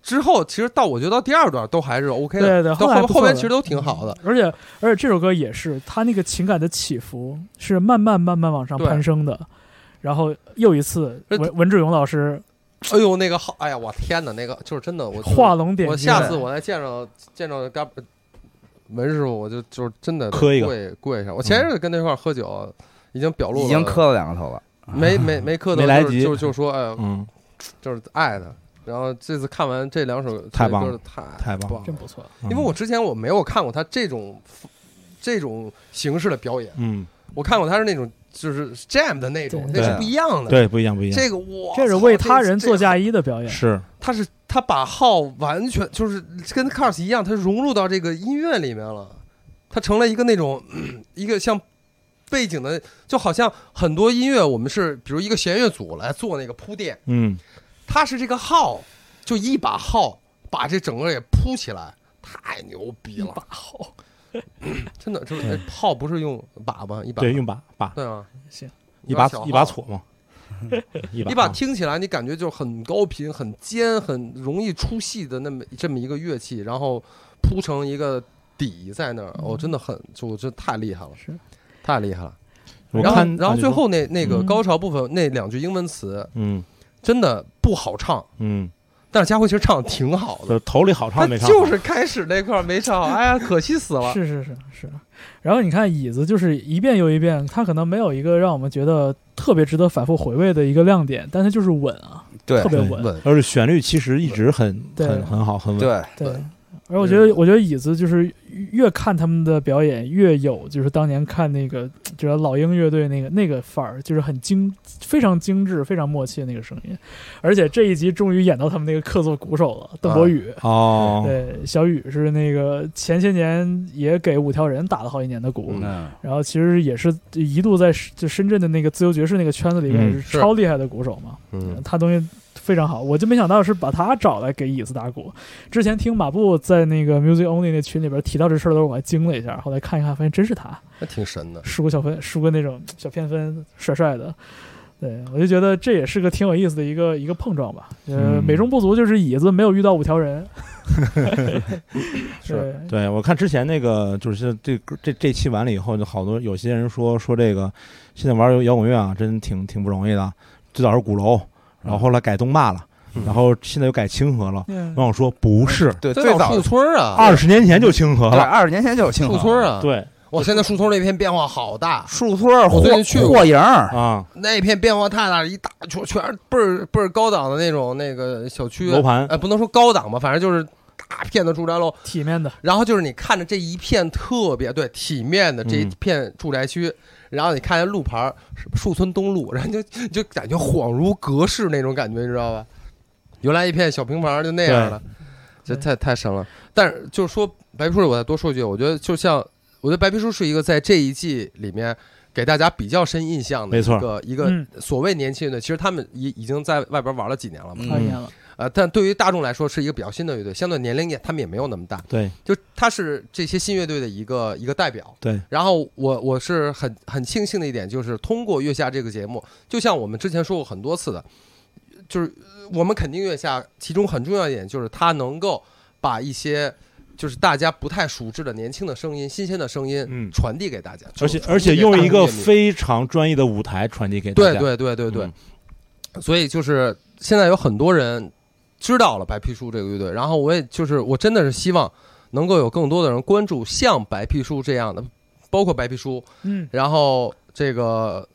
Speaker 3: 之后其实到我觉得到第二段都还是 OK 的，
Speaker 1: 对对，
Speaker 3: 到
Speaker 1: 来
Speaker 3: 后
Speaker 1: 不错
Speaker 3: 后
Speaker 1: 的
Speaker 3: 面其实都挺好的。
Speaker 1: 而且而且这首歌也是，它那个情感的起伏是慢慢慢慢往上
Speaker 3: 对
Speaker 1: 攀升的，然后又一次
Speaker 3: 呃
Speaker 1: 文文志勇老师嗯
Speaker 3: 哎呦，那个好，哎呀，我天哪，那个就是真的，我
Speaker 1: 画龙点睛，
Speaker 3: 我下次我再见着见着嘎文师傅，我就就是真的得
Speaker 2: 磕一个嗯
Speaker 3: 跪跪一下。我前日跟他一块儿喝酒，已经表露了
Speaker 4: 已经磕了两个头了。
Speaker 3: 没没没磕到，
Speaker 2: 没来
Speaker 3: 就是
Speaker 2: 及
Speaker 3: 就就说哎，
Speaker 2: 嗯，
Speaker 3: 就是爱他。然后这次看完这两首
Speaker 2: 太棒，
Speaker 3: 这
Speaker 2: 了
Speaker 3: 歌太
Speaker 2: 太棒了
Speaker 3: 棒
Speaker 1: 真不错，
Speaker 2: 嗯
Speaker 3: 因为我之前我没有看过他这种这种形式的表演，
Speaker 2: 嗯，
Speaker 3: 我看过他是那种就是 jam 的那种，
Speaker 1: 对
Speaker 3: 那是
Speaker 2: 对
Speaker 3: 不一样的。
Speaker 2: 对，不一样，不一样，
Speaker 3: 这个我
Speaker 1: 这是
Speaker 3: 操
Speaker 1: 为他人
Speaker 3: 这
Speaker 1: 做嫁衣的表演，
Speaker 2: 是
Speaker 3: 他是他把号完全就是跟 Cars 一样，他融入到这个音乐里面了，他成了一个那种 <clears throat> 嗯一个像背景的，就好像很多音乐我们是比如一个弦乐组来做那个铺垫，
Speaker 2: 嗯
Speaker 3: 他是这个号，就一把号把这整个也铺起来，太牛逼
Speaker 1: 一
Speaker 3: 了，
Speaker 1: 把好，
Speaker 3: 真的就是
Speaker 2: 对
Speaker 3: 哎号不是用把吧，一把
Speaker 2: 对，用把把
Speaker 3: 对吗？
Speaker 1: 行，
Speaker 2: 一把
Speaker 3: 小号
Speaker 2: 一把锉
Speaker 3: <laughs>
Speaker 2: 嘛，一把啊
Speaker 3: 你把听起来你感觉就很高频、很尖、很容易出戏的那么这么一个乐器，然后铺成一个底在那儿，
Speaker 1: 嗯
Speaker 3: 哦，真的很，就真的太厉害了，
Speaker 1: 是
Speaker 3: 太厉害了。
Speaker 2: 我
Speaker 3: 然后
Speaker 2: 看，
Speaker 3: 然后最，
Speaker 2: 啊
Speaker 3: 后那那个
Speaker 1: 嗯
Speaker 3: 高潮部分那两句英文词
Speaker 2: 你说嗯
Speaker 3: 真的不好唱，
Speaker 2: 嗯，
Speaker 3: 但是佳慧其实唱的挺好的，
Speaker 2: 就头里好
Speaker 3: 他
Speaker 2: 唱没唱好，
Speaker 3: 就是开始那块儿没唱好，哎呀，可惜死了。
Speaker 1: 是是是是。然后你看椅子，就是一遍又一遍，它可能没有一个让我们觉得特别值得反复回味的一个亮点，但它就是稳啊，
Speaker 4: 对
Speaker 1: 特别
Speaker 2: 对
Speaker 1: 稳。
Speaker 3: 稳，
Speaker 2: 而且旋律其实一直很
Speaker 1: 对
Speaker 2: 很很好，很稳。
Speaker 4: 对，
Speaker 1: 对
Speaker 3: 对。
Speaker 1: 而我觉得，
Speaker 3: 嗯
Speaker 1: 我觉得椅子就是越看他们的表演，越有就是当年看那个就是老鹰乐队那个那个范儿，就是很精，非常精致，非常默契的那个声音。而且这一集终于演到他们那个客座鼓手了，邓博宇。
Speaker 2: 哦，
Speaker 1: 对，小雨是那个前些年也给五条人打了好几年的鼓，
Speaker 5: 嗯，
Speaker 1: 然后其实也是一度在就深圳的那个自由爵士那个圈子里面
Speaker 2: 嗯
Speaker 1: 也
Speaker 3: 是
Speaker 1: 是超厉害的鼓手嘛。
Speaker 3: 嗯，
Speaker 1: 他东西非常好，我就没想到是把他找来给椅子打鼓。之前听马布在那个 Music Only 那群里边提到这事儿的时候，我还惊了一下，后来看一看，发现真是他，
Speaker 3: 那挺神的。
Speaker 1: 梳个小分，梳个那种小偏分，帅帅的。对，我就觉得这也是个挺有意思的一个一个碰撞吧。呃，
Speaker 2: 嗯
Speaker 1: 美中不足就是椅子没有遇到五条人，
Speaker 3: <laughs> 是
Speaker 1: 对
Speaker 2: 对，我看之前那个就是这歌这这期完了以后，就好多有些人说说这个现在玩摇摇滚乐啊，真挺挺不容易的。最早是鼓楼，然后后来改东坝了，
Speaker 3: 嗯
Speaker 2: 然后现在又改清河了。
Speaker 1: 嗯
Speaker 2: 网友说不是，
Speaker 4: 对，
Speaker 3: 最
Speaker 4: 最
Speaker 3: 早
Speaker 4: 早
Speaker 3: 树村儿啊，
Speaker 2: 二十年前就清河
Speaker 4: 对
Speaker 2: 了。
Speaker 4: 二十年前就有清
Speaker 3: 树
Speaker 4: 河
Speaker 3: 村儿啊，，
Speaker 2: 对
Speaker 3: 哇，现在树村那片变化好大，
Speaker 4: 树村儿
Speaker 3: 我
Speaker 4: 霍
Speaker 3: 最近去过
Speaker 4: 霍营儿，
Speaker 2: 啊，
Speaker 3: 那片变化太大，一大全全是倍儿倍儿高档的那种那个小区
Speaker 2: 楼盘
Speaker 3: 哎，不能说高档吧，反正就是大片的住宅楼。
Speaker 1: 体面的，
Speaker 3: 然后就是你看着这一片特别对体面的这一
Speaker 2: 嗯
Speaker 3: 片住宅区，然后你看见路牌儿是树村东路，然后就就感觉恍如隔世那种感觉，你知道吧？原来一片小平房就那样了，这
Speaker 1: 对
Speaker 3: 太太神了。但是就是说白皮书，我再多说一句，我觉得就像我觉得白皮书是一个在这一季里面给大家比较深印象的
Speaker 2: 没
Speaker 3: 一
Speaker 2: 错
Speaker 3: 个一个
Speaker 1: 嗯
Speaker 3: 所谓年轻人的，其实他们已已经在外边玩了几年了嘛。
Speaker 1: 二
Speaker 4: 嗯
Speaker 1: 年了，
Speaker 3: 呃，但对于大众来说是一个比较新的乐队，相对年龄也他们也没有那么大，
Speaker 2: 对
Speaker 3: 就他是这些新乐队的一个一个代表。
Speaker 2: 对，
Speaker 3: 然后我我是很很庆幸的一点，就是通过月下这个节目，就像我们之前说过很多次的，就是呃我们肯定月下，其中很重要一点就是它能够把一些就是大家不太熟知的年轻的声音、新鲜的声音
Speaker 2: 嗯
Speaker 3: 传递给大家，
Speaker 2: 而且
Speaker 3: 传
Speaker 2: 而且
Speaker 3: 传递给
Speaker 2: 用
Speaker 3: 大
Speaker 2: 一个
Speaker 3: 众乐迷
Speaker 2: 非常专业的舞台传递给大
Speaker 3: 对
Speaker 2: 家。
Speaker 3: 对对对对
Speaker 2: 嗯，
Speaker 3: 所以就是现在有很多人知道了白皮书这个乐队，然后我也就是我真的是希望能够有更多的人关注像白皮书这样的，包括白皮书，
Speaker 1: 嗯，
Speaker 3: 然后这个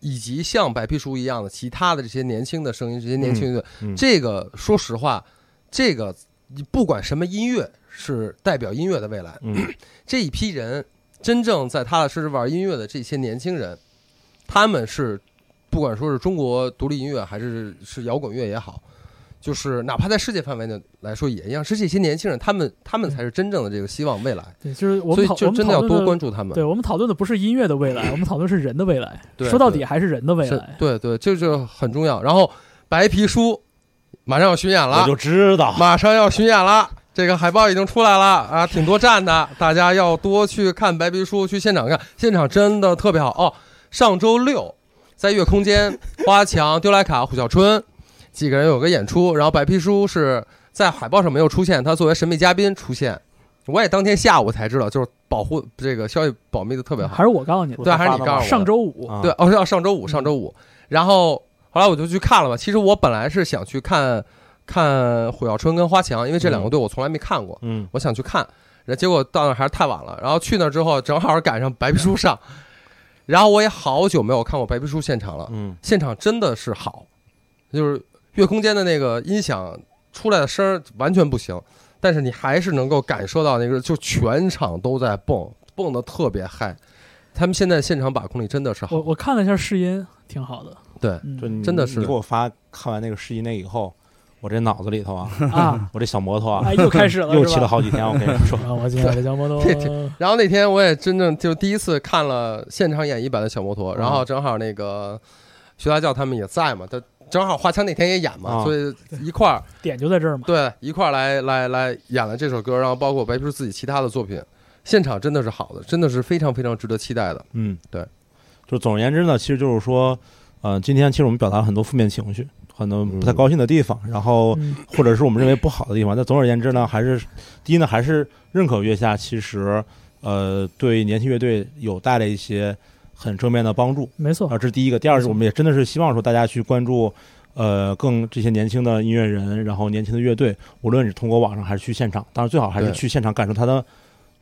Speaker 3: 以及像白皮书一样的其他的这些年轻的声音，这些年轻乐队，
Speaker 2: 嗯嗯
Speaker 3: 这个说实话，这个你不管什么音乐是代表音乐的未来，
Speaker 2: 嗯
Speaker 3: 这一批人真正在踏踏实实玩音乐的这些年轻人，他们是不管说是中国独立音乐还是是摇滚乐也好，就是哪怕在世界范围内来说也一样，是这些年轻人，他们他们才是真正的这个希望未来，
Speaker 1: 对，就是我
Speaker 3: 所
Speaker 1: 们
Speaker 3: 以
Speaker 1: 讨
Speaker 3: 就
Speaker 1: 我们
Speaker 3: 真的要
Speaker 1: 讨论
Speaker 3: 多关
Speaker 1: 的，
Speaker 3: 注他们。
Speaker 1: 对我们讨论的不是音乐的未来，我们讨论是人的未来，
Speaker 3: 对
Speaker 1: 说到
Speaker 3: 对
Speaker 1: 底还是人的未
Speaker 3: 是
Speaker 1: 来，
Speaker 3: 对对，这就很重要。然后白皮书马上要巡演
Speaker 2: 我
Speaker 3: 了
Speaker 2: 就，知道。
Speaker 3: 马上要巡演了，这个海报已经出来了啊，挺多站的，大家要多去看白皮书，去现场看，现场真的特别好哦。上周六在月空间，花强、丢莱卡、虎小春几个人有个演出，然后白皮书是在海报上没有出现，他作为神秘嘉宾出现。我也当天下午才知道，就是保护这个消息保密的特别好
Speaker 1: 还。是我告诉你的，
Speaker 3: 对，还是你告诉我的。
Speaker 1: 上周五，
Speaker 2: 啊嗯
Speaker 3: 对，哦，是要上周五，上周五。然后后来我就去看了嘛。其实我本来是想去看看虎耀春跟花强，因为这两个队我从来没看过，
Speaker 2: 嗯，
Speaker 3: 我想去看。然后结果到那儿还是太晚了。然后去那儿之后，正好是赶上白皮书上，然后我也好久没有看过白皮书现场了。
Speaker 2: 嗯
Speaker 3: 现场真的是好，就是月空间的那个音响出来的声儿完全不行，但是你还是能够感受到那个，就全场都在蹦，蹦的特别嗨。他们现在现场把控力真的是好
Speaker 1: 我，我看了一下试音，挺好的。
Speaker 3: 对
Speaker 1: 嗯
Speaker 2: 就你
Speaker 3: 真的是
Speaker 2: 你给我发看完那个试音那以后，我这脑子里头
Speaker 3: <laughs>
Speaker 2: 啊，
Speaker 1: 啊，
Speaker 2: 我这小摩托啊
Speaker 1: 哎，，又开始了，
Speaker 2: <laughs> 又
Speaker 1: 是吧
Speaker 2: 骑了好几天。我跟你
Speaker 3: <laughs>
Speaker 2: 说，
Speaker 1: 啊！我今天的小摩托，
Speaker 3: 这然后那天我也真正就第一次看了现场演绎版的小摩托，
Speaker 2: 嗯
Speaker 3: 然后正好那个徐大教他们也在嘛，他正好花腔那天也演嘛，
Speaker 2: 啊
Speaker 3: 所以一块儿
Speaker 1: 点就在这儿嘛。
Speaker 3: 对一块儿来来来演了这首歌，然后包括白皮书自己其他的作品，现场真的是好的，真的是非常非常值得期待的。
Speaker 2: 嗯，
Speaker 3: 对。
Speaker 2: 就总而言之呢，其实就是说，呃，今天其实我们表达了很多负面情绪，很多
Speaker 3: 嗯
Speaker 2: 不太高兴的地方，然后
Speaker 1: 嗯
Speaker 2: 或者是我们认为不好的地方。但总而言之呢，还是第一呢，还是认可月下其实呃对年轻乐队有带来一些很正面的帮助。
Speaker 1: 没错
Speaker 2: 啊，，这是第一个。第二是，我们也真的是希望说大家去关注，呃，更这些年轻的音乐人，然后年轻的乐队，无论你通过网上还是去现场，当然最好还是
Speaker 3: 对
Speaker 2: 去现场感受它的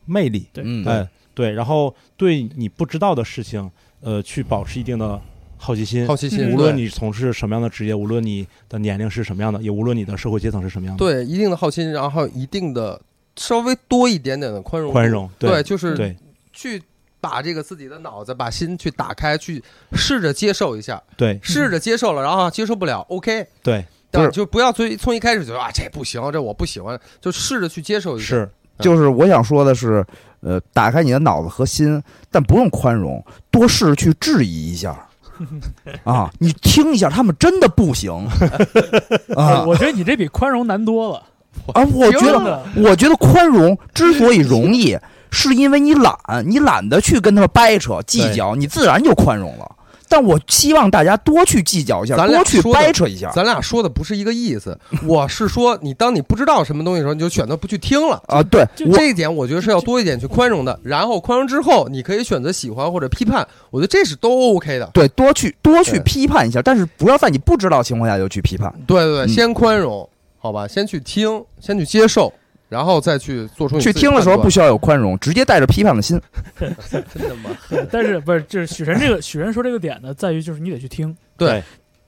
Speaker 2: 魅力。
Speaker 1: 对
Speaker 5: 嗯，
Speaker 2: 哎，对，然后对你不知道的事情，呃，去保持一定的好奇心。
Speaker 3: 好奇心，
Speaker 1: 嗯
Speaker 2: 无
Speaker 3: 对
Speaker 2: 论你从事什么样的职业，无论你的年龄是什么样的，也无论你的社会阶层是什么样的，
Speaker 3: 对一定的好奇心，然后还有一定的稍微多一点点的宽容，
Speaker 2: 宽，容，
Speaker 3: 对，就是
Speaker 2: 对
Speaker 3: 去把这个自己的脑子、把心去打开，去试着接受一下，
Speaker 2: 对
Speaker 3: 试着接受了，然后啊接受不了，OK，
Speaker 2: 对，
Speaker 3: 但
Speaker 4: 不
Speaker 3: 是
Speaker 4: 是
Speaker 3: 就不要从从一开始就啊这不行，这我不喜欢，就试着去接受一下。
Speaker 2: 是
Speaker 4: 就是我想说的是，呃，打开你的脑子和心，但不用宽容，多试着去质疑一
Speaker 3: <laughs>
Speaker 4: 下。啊，你听一下，他们真的不
Speaker 3: <laughs>
Speaker 4: 行啊
Speaker 1: 哎我觉得你这比宽容难多了。
Speaker 4: 啊！我觉
Speaker 1: 真
Speaker 4: 得，
Speaker 1: 的，
Speaker 4: 我觉得宽容之所以容易，是因为你懒，你懒得去跟他们掰扯计较，你自然就宽容了。但我希望大家多去计较一下，
Speaker 3: 咱俩
Speaker 4: 多去
Speaker 3: 说的
Speaker 4: 掰扯一下。
Speaker 3: 咱俩说的不是一个意思，我是说，你当你不知道什么东西的时候，你就选择不去听了。
Speaker 4: 啊，对，
Speaker 1: 就
Speaker 4: 我
Speaker 3: 这一点，我觉得是要多一点去宽容的。然后宽容之后，你可以选择喜欢或者批判，我觉得这是都 OK 的。
Speaker 4: 对多去多去
Speaker 3: 对
Speaker 4: 批判一下，但是不要在你不知道情况下就去批判。
Speaker 3: 对对
Speaker 4: 嗯
Speaker 3: 对，先宽容，好吧，先去听，先去接受，然后再去做出你
Speaker 4: 去
Speaker 3: 自己
Speaker 4: 听的时候
Speaker 3: 判断
Speaker 4: 不需要有宽容，直接带着批判的心。
Speaker 3: 真的
Speaker 4: <laughs>
Speaker 3: 吗？
Speaker 1: 对但是不是就是许晨这个许晨说这个点呢，在于就是你得去听。
Speaker 3: 对，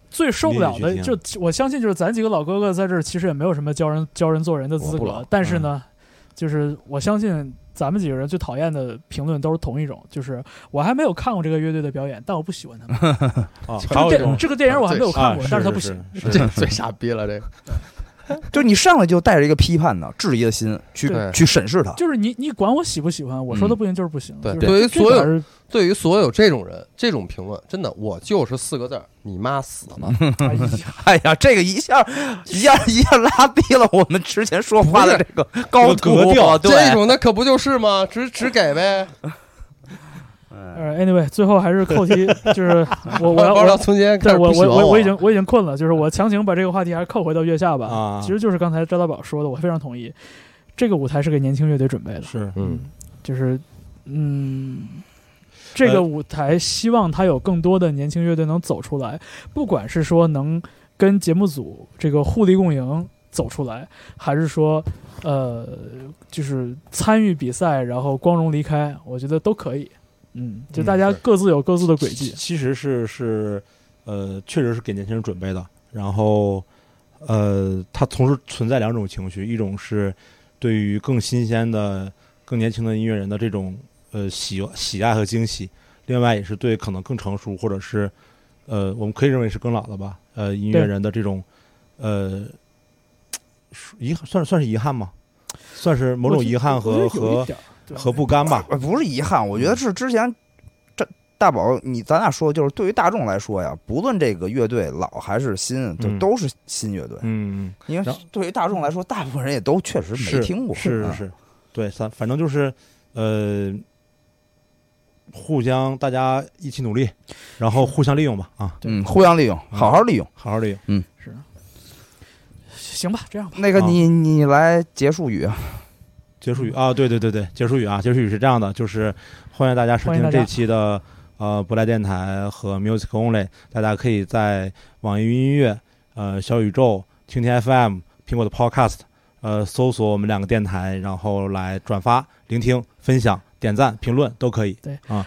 Speaker 1: 最受不了的
Speaker 2: 你得去
Speaker 1: 就我相信就是咱几个老哥哥在这儿其实也没有什么教人教人做人的资
Speaker 3: 我不老
Speaker 1: 格，但是呢，就是我相信咱们几个人最讨厌的评论都是同一种，就是我还没有看过这个乐队的表演，但我不喜欢他们。
Speaker 2: 啊，
Speaker 1: 这个
Speaker 2: 还有一
Speaker 1: 电
Speaker 2: 种
Speaker 1: 这个电影我还没有看
Speaker 2: 啊
Speaker 1: 过，，
Speaker 2: 是
Speaker 1: 但是他不
Speaker 2: 是
Speaker 1: 行。
Speaker 2: 是
Speaker 3: 这最傻逼了，这个
Speaker 4: 就你上来就带着一个批判的、质疑的心去
Speaker 3: 对
Speaker 4: 去审视它。
Speaker 1: 就是你你管我喜不喜欢，我说的
Speaker 4: 嗯
Speaker 1: 不行就是不行。
Speaker 3: 对
Speaker 1: 就是
Speaker 3: 对于
Speaker 1: 这
Speaker 3: 所有
Speaker 1: 这点
Speaker 3: 对于所有这种人，这种评论，真的，我就是四个字儿：你妈死了！
Speaker 1: 儿，哎
Speaker 4: <laughs>
Speaker 1: 呀，
Speaker 4: 哎呀，这个一下一下一下拉低了我们之前说话的这个
Speaker 2: 这个
Speaker 4: 高度啊
Speaker 2: 格调。
Speaker 4: 对，
Speaker 3: 这种那可不就是吗？只只给呗，
Speaker 1: 呃，anyway，最后还是扣题，就是我
Speaker 3: <laughs>
Speaker 1: 我要我
Speaker 3: 玩到
Speaker 1: 要
Speaker 3: 从今天开
Speaker 1: 对
Speaker 3: 始
Speaker 1: 我
Speaker 3: 不喜
Speaker 1: 我
Speaker 3: 欢
Speaker 1: 我我已经我已经困了，就是我强行把这个话题还是扣回到月下吧。
Speaker 2: 啊
Speaker 1: 其实就是刚才赵大宝说的，我非常同意，这个舞台是给年轻乐队准备的，
Speaker 2: 是
Speaker 3: 嗯，
Speaker 1: 就是嗯，这个舞台希望它有更多的年轻乐队能走出来，不管是说能跟节目组这个互利共赢走出来，还是说呃就是参与比赛然后光荣离开，我觉得都可以。嗯，就
Speaker 2: 嗯
Speaker 1: 大家
Speaker 3: 是
Speaker 1: 各自有各自的轨迹
Speaker 2: 其。其实是是，呃，确实是给年轻人准备的。然后，呃，它同时存在两种情绪，一种是对于更新鲜的、更年轻的音乐人的这种呃喜喜爱和惊喜，另外也是对可能更成熟或者是呃，我们可以认为是更老的吧，呃，音乐
Speaker 1: 对
Speaker 2: 人的这种呃遗憾，算算是遗憾吗？算是某种遗憾
Speaker 1: 我觉得
Speaker 2: 和
Speaker 1: 有一
Speaker 2: 和
Speaker 1: 点儿对
Speaker 2: 和不甘吧。
Speaker 4: 呃不是遗憾，我觉得是之前这大宝你咱俩说的就是对于大众来说呀，不论这个乐队老还是新，就
Speaker 2: 嗯
Speaker 4: 都是新乐队，
Speaker 2: 嗯。
Speaker 4: 因为
Speaker 2: 然后
Speaker 4: 对于大众来说，大部分人也都确实
Speaker 2: 是
Speaker 4: 没听过。
Speaker 2: 是
Speaker 4: 嗯
Speaker 2: 是是，对，反反正就是呃，互相大家一起努力，然后互相利用吧啊，
Speaker 4: 嗯，互相利用，
Speaker 2: 嗯
Speaker 4: 好好利用。
Speaker 2: 好好利用。
Speaker 1: 是，行吧，这样吧，
Speaker 4: 那个
Speaker 2: 啊
Speaker 4: 你你来结束语啊，
Speaker 2: 结束语啊，对对对对，结束语啊，结束语是这样的，就是欢迎大家收
Speaker 1: 欢迎
Speaker 2: 听
Speaker 1: 大家
Speaker 2: 这期的呃不来电台和 Music Only，大家可以在网易云音乐、呃小宇宙、蜻蜓 FM、苹果的 Podcast。呃，搜索我们两个电台，然后来转发、聆听、分享、点赞、评论都可以。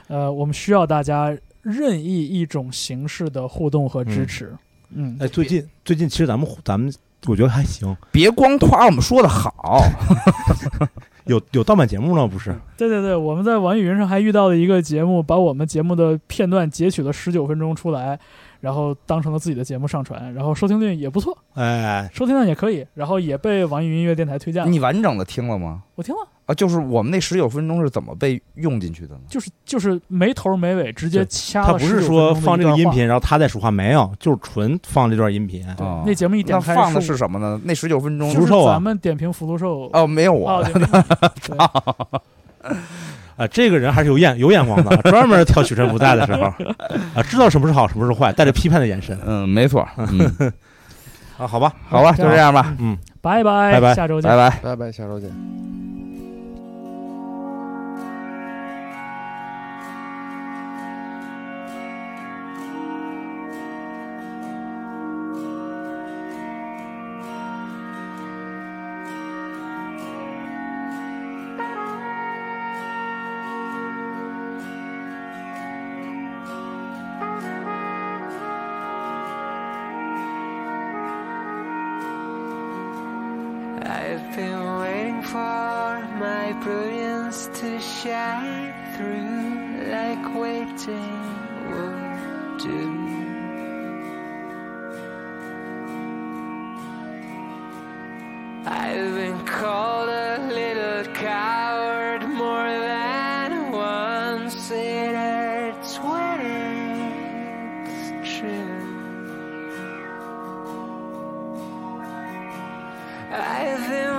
Speaker 1: 呃，我们需要大家任意一种形式的互动和支持。嗯，
Speaker 2: 哎，最近最近其实咱们咱们我觉得还行，
Speaker 4: 别光夸我们说
Speaker 1: <laughs>
Speaker 4: 的好，
Speaker 2: 有有盗版节目呢，不是？
Speaker 1: 对对对，我们在网易云上还遇到了一个节目，把我们节目的片段截取了十九分钟出来，然后当成了自己的节目上传，然后收听率也不错，
Speaker 2: 哎，
Speaker 1: 收听量也可以，然后也被网易云音乐电台推荐了。
Speaker 4: 你完整的听了吗？
Speaker 1: 我听了，
Speaker 4: 啊，就是我们那十九分钟是怎么被用进去的呢？
Speaker 1: 就是就是没头没尾，直接掐
Speaker 2: 他
Speaker 1: 了。
Speaker 2: 不是说放这个音，频，然后他在说话，没有，就是纯放这段音频。
Speaker 1: 对
Speaker 4: 哦，
Speaker 1: 那节目一
Speaker 4: 那
Speaker 1: 点开
Speaker 4: 放的
Speaker 1: 15
Speaker 4: 是什么呢？那十九分钟
Speaker 1: 就是
Speaker 2: 福寿啊
Speaker 1: 咱们点评福禄寿
Speaker 4: 哦，没有
Speaker 1: 哦
Speaker 4: 我，
Speaker 1: 对对对
Speaker 2: 啊，这个人还是有眼有眼光的，专门挑许晨不在的时候，啊，知道什么是好，什么是坏，带着批判的眼神
Speaker 4: 嗯，没错，
Speaker 1: <laughs>
Speaker 4: 嗯，
Speaker 2: 啊，好吧，
Speaker 4: 好吧，就这样
Speaker 1: 嗯
Speaker 4: 吧，
Speaker 1: 拜拜，
Speaker 2: 拜拜
Speaker 1: 下周见
Speaker 4: 拜。拜。
Speaker 3: 拜拜，下周见。
Speaker 6: Thank I've been waiting for my brilliance to shine through like waiting would do. I've been called a little coward more than once. It hurts when it's true. I've been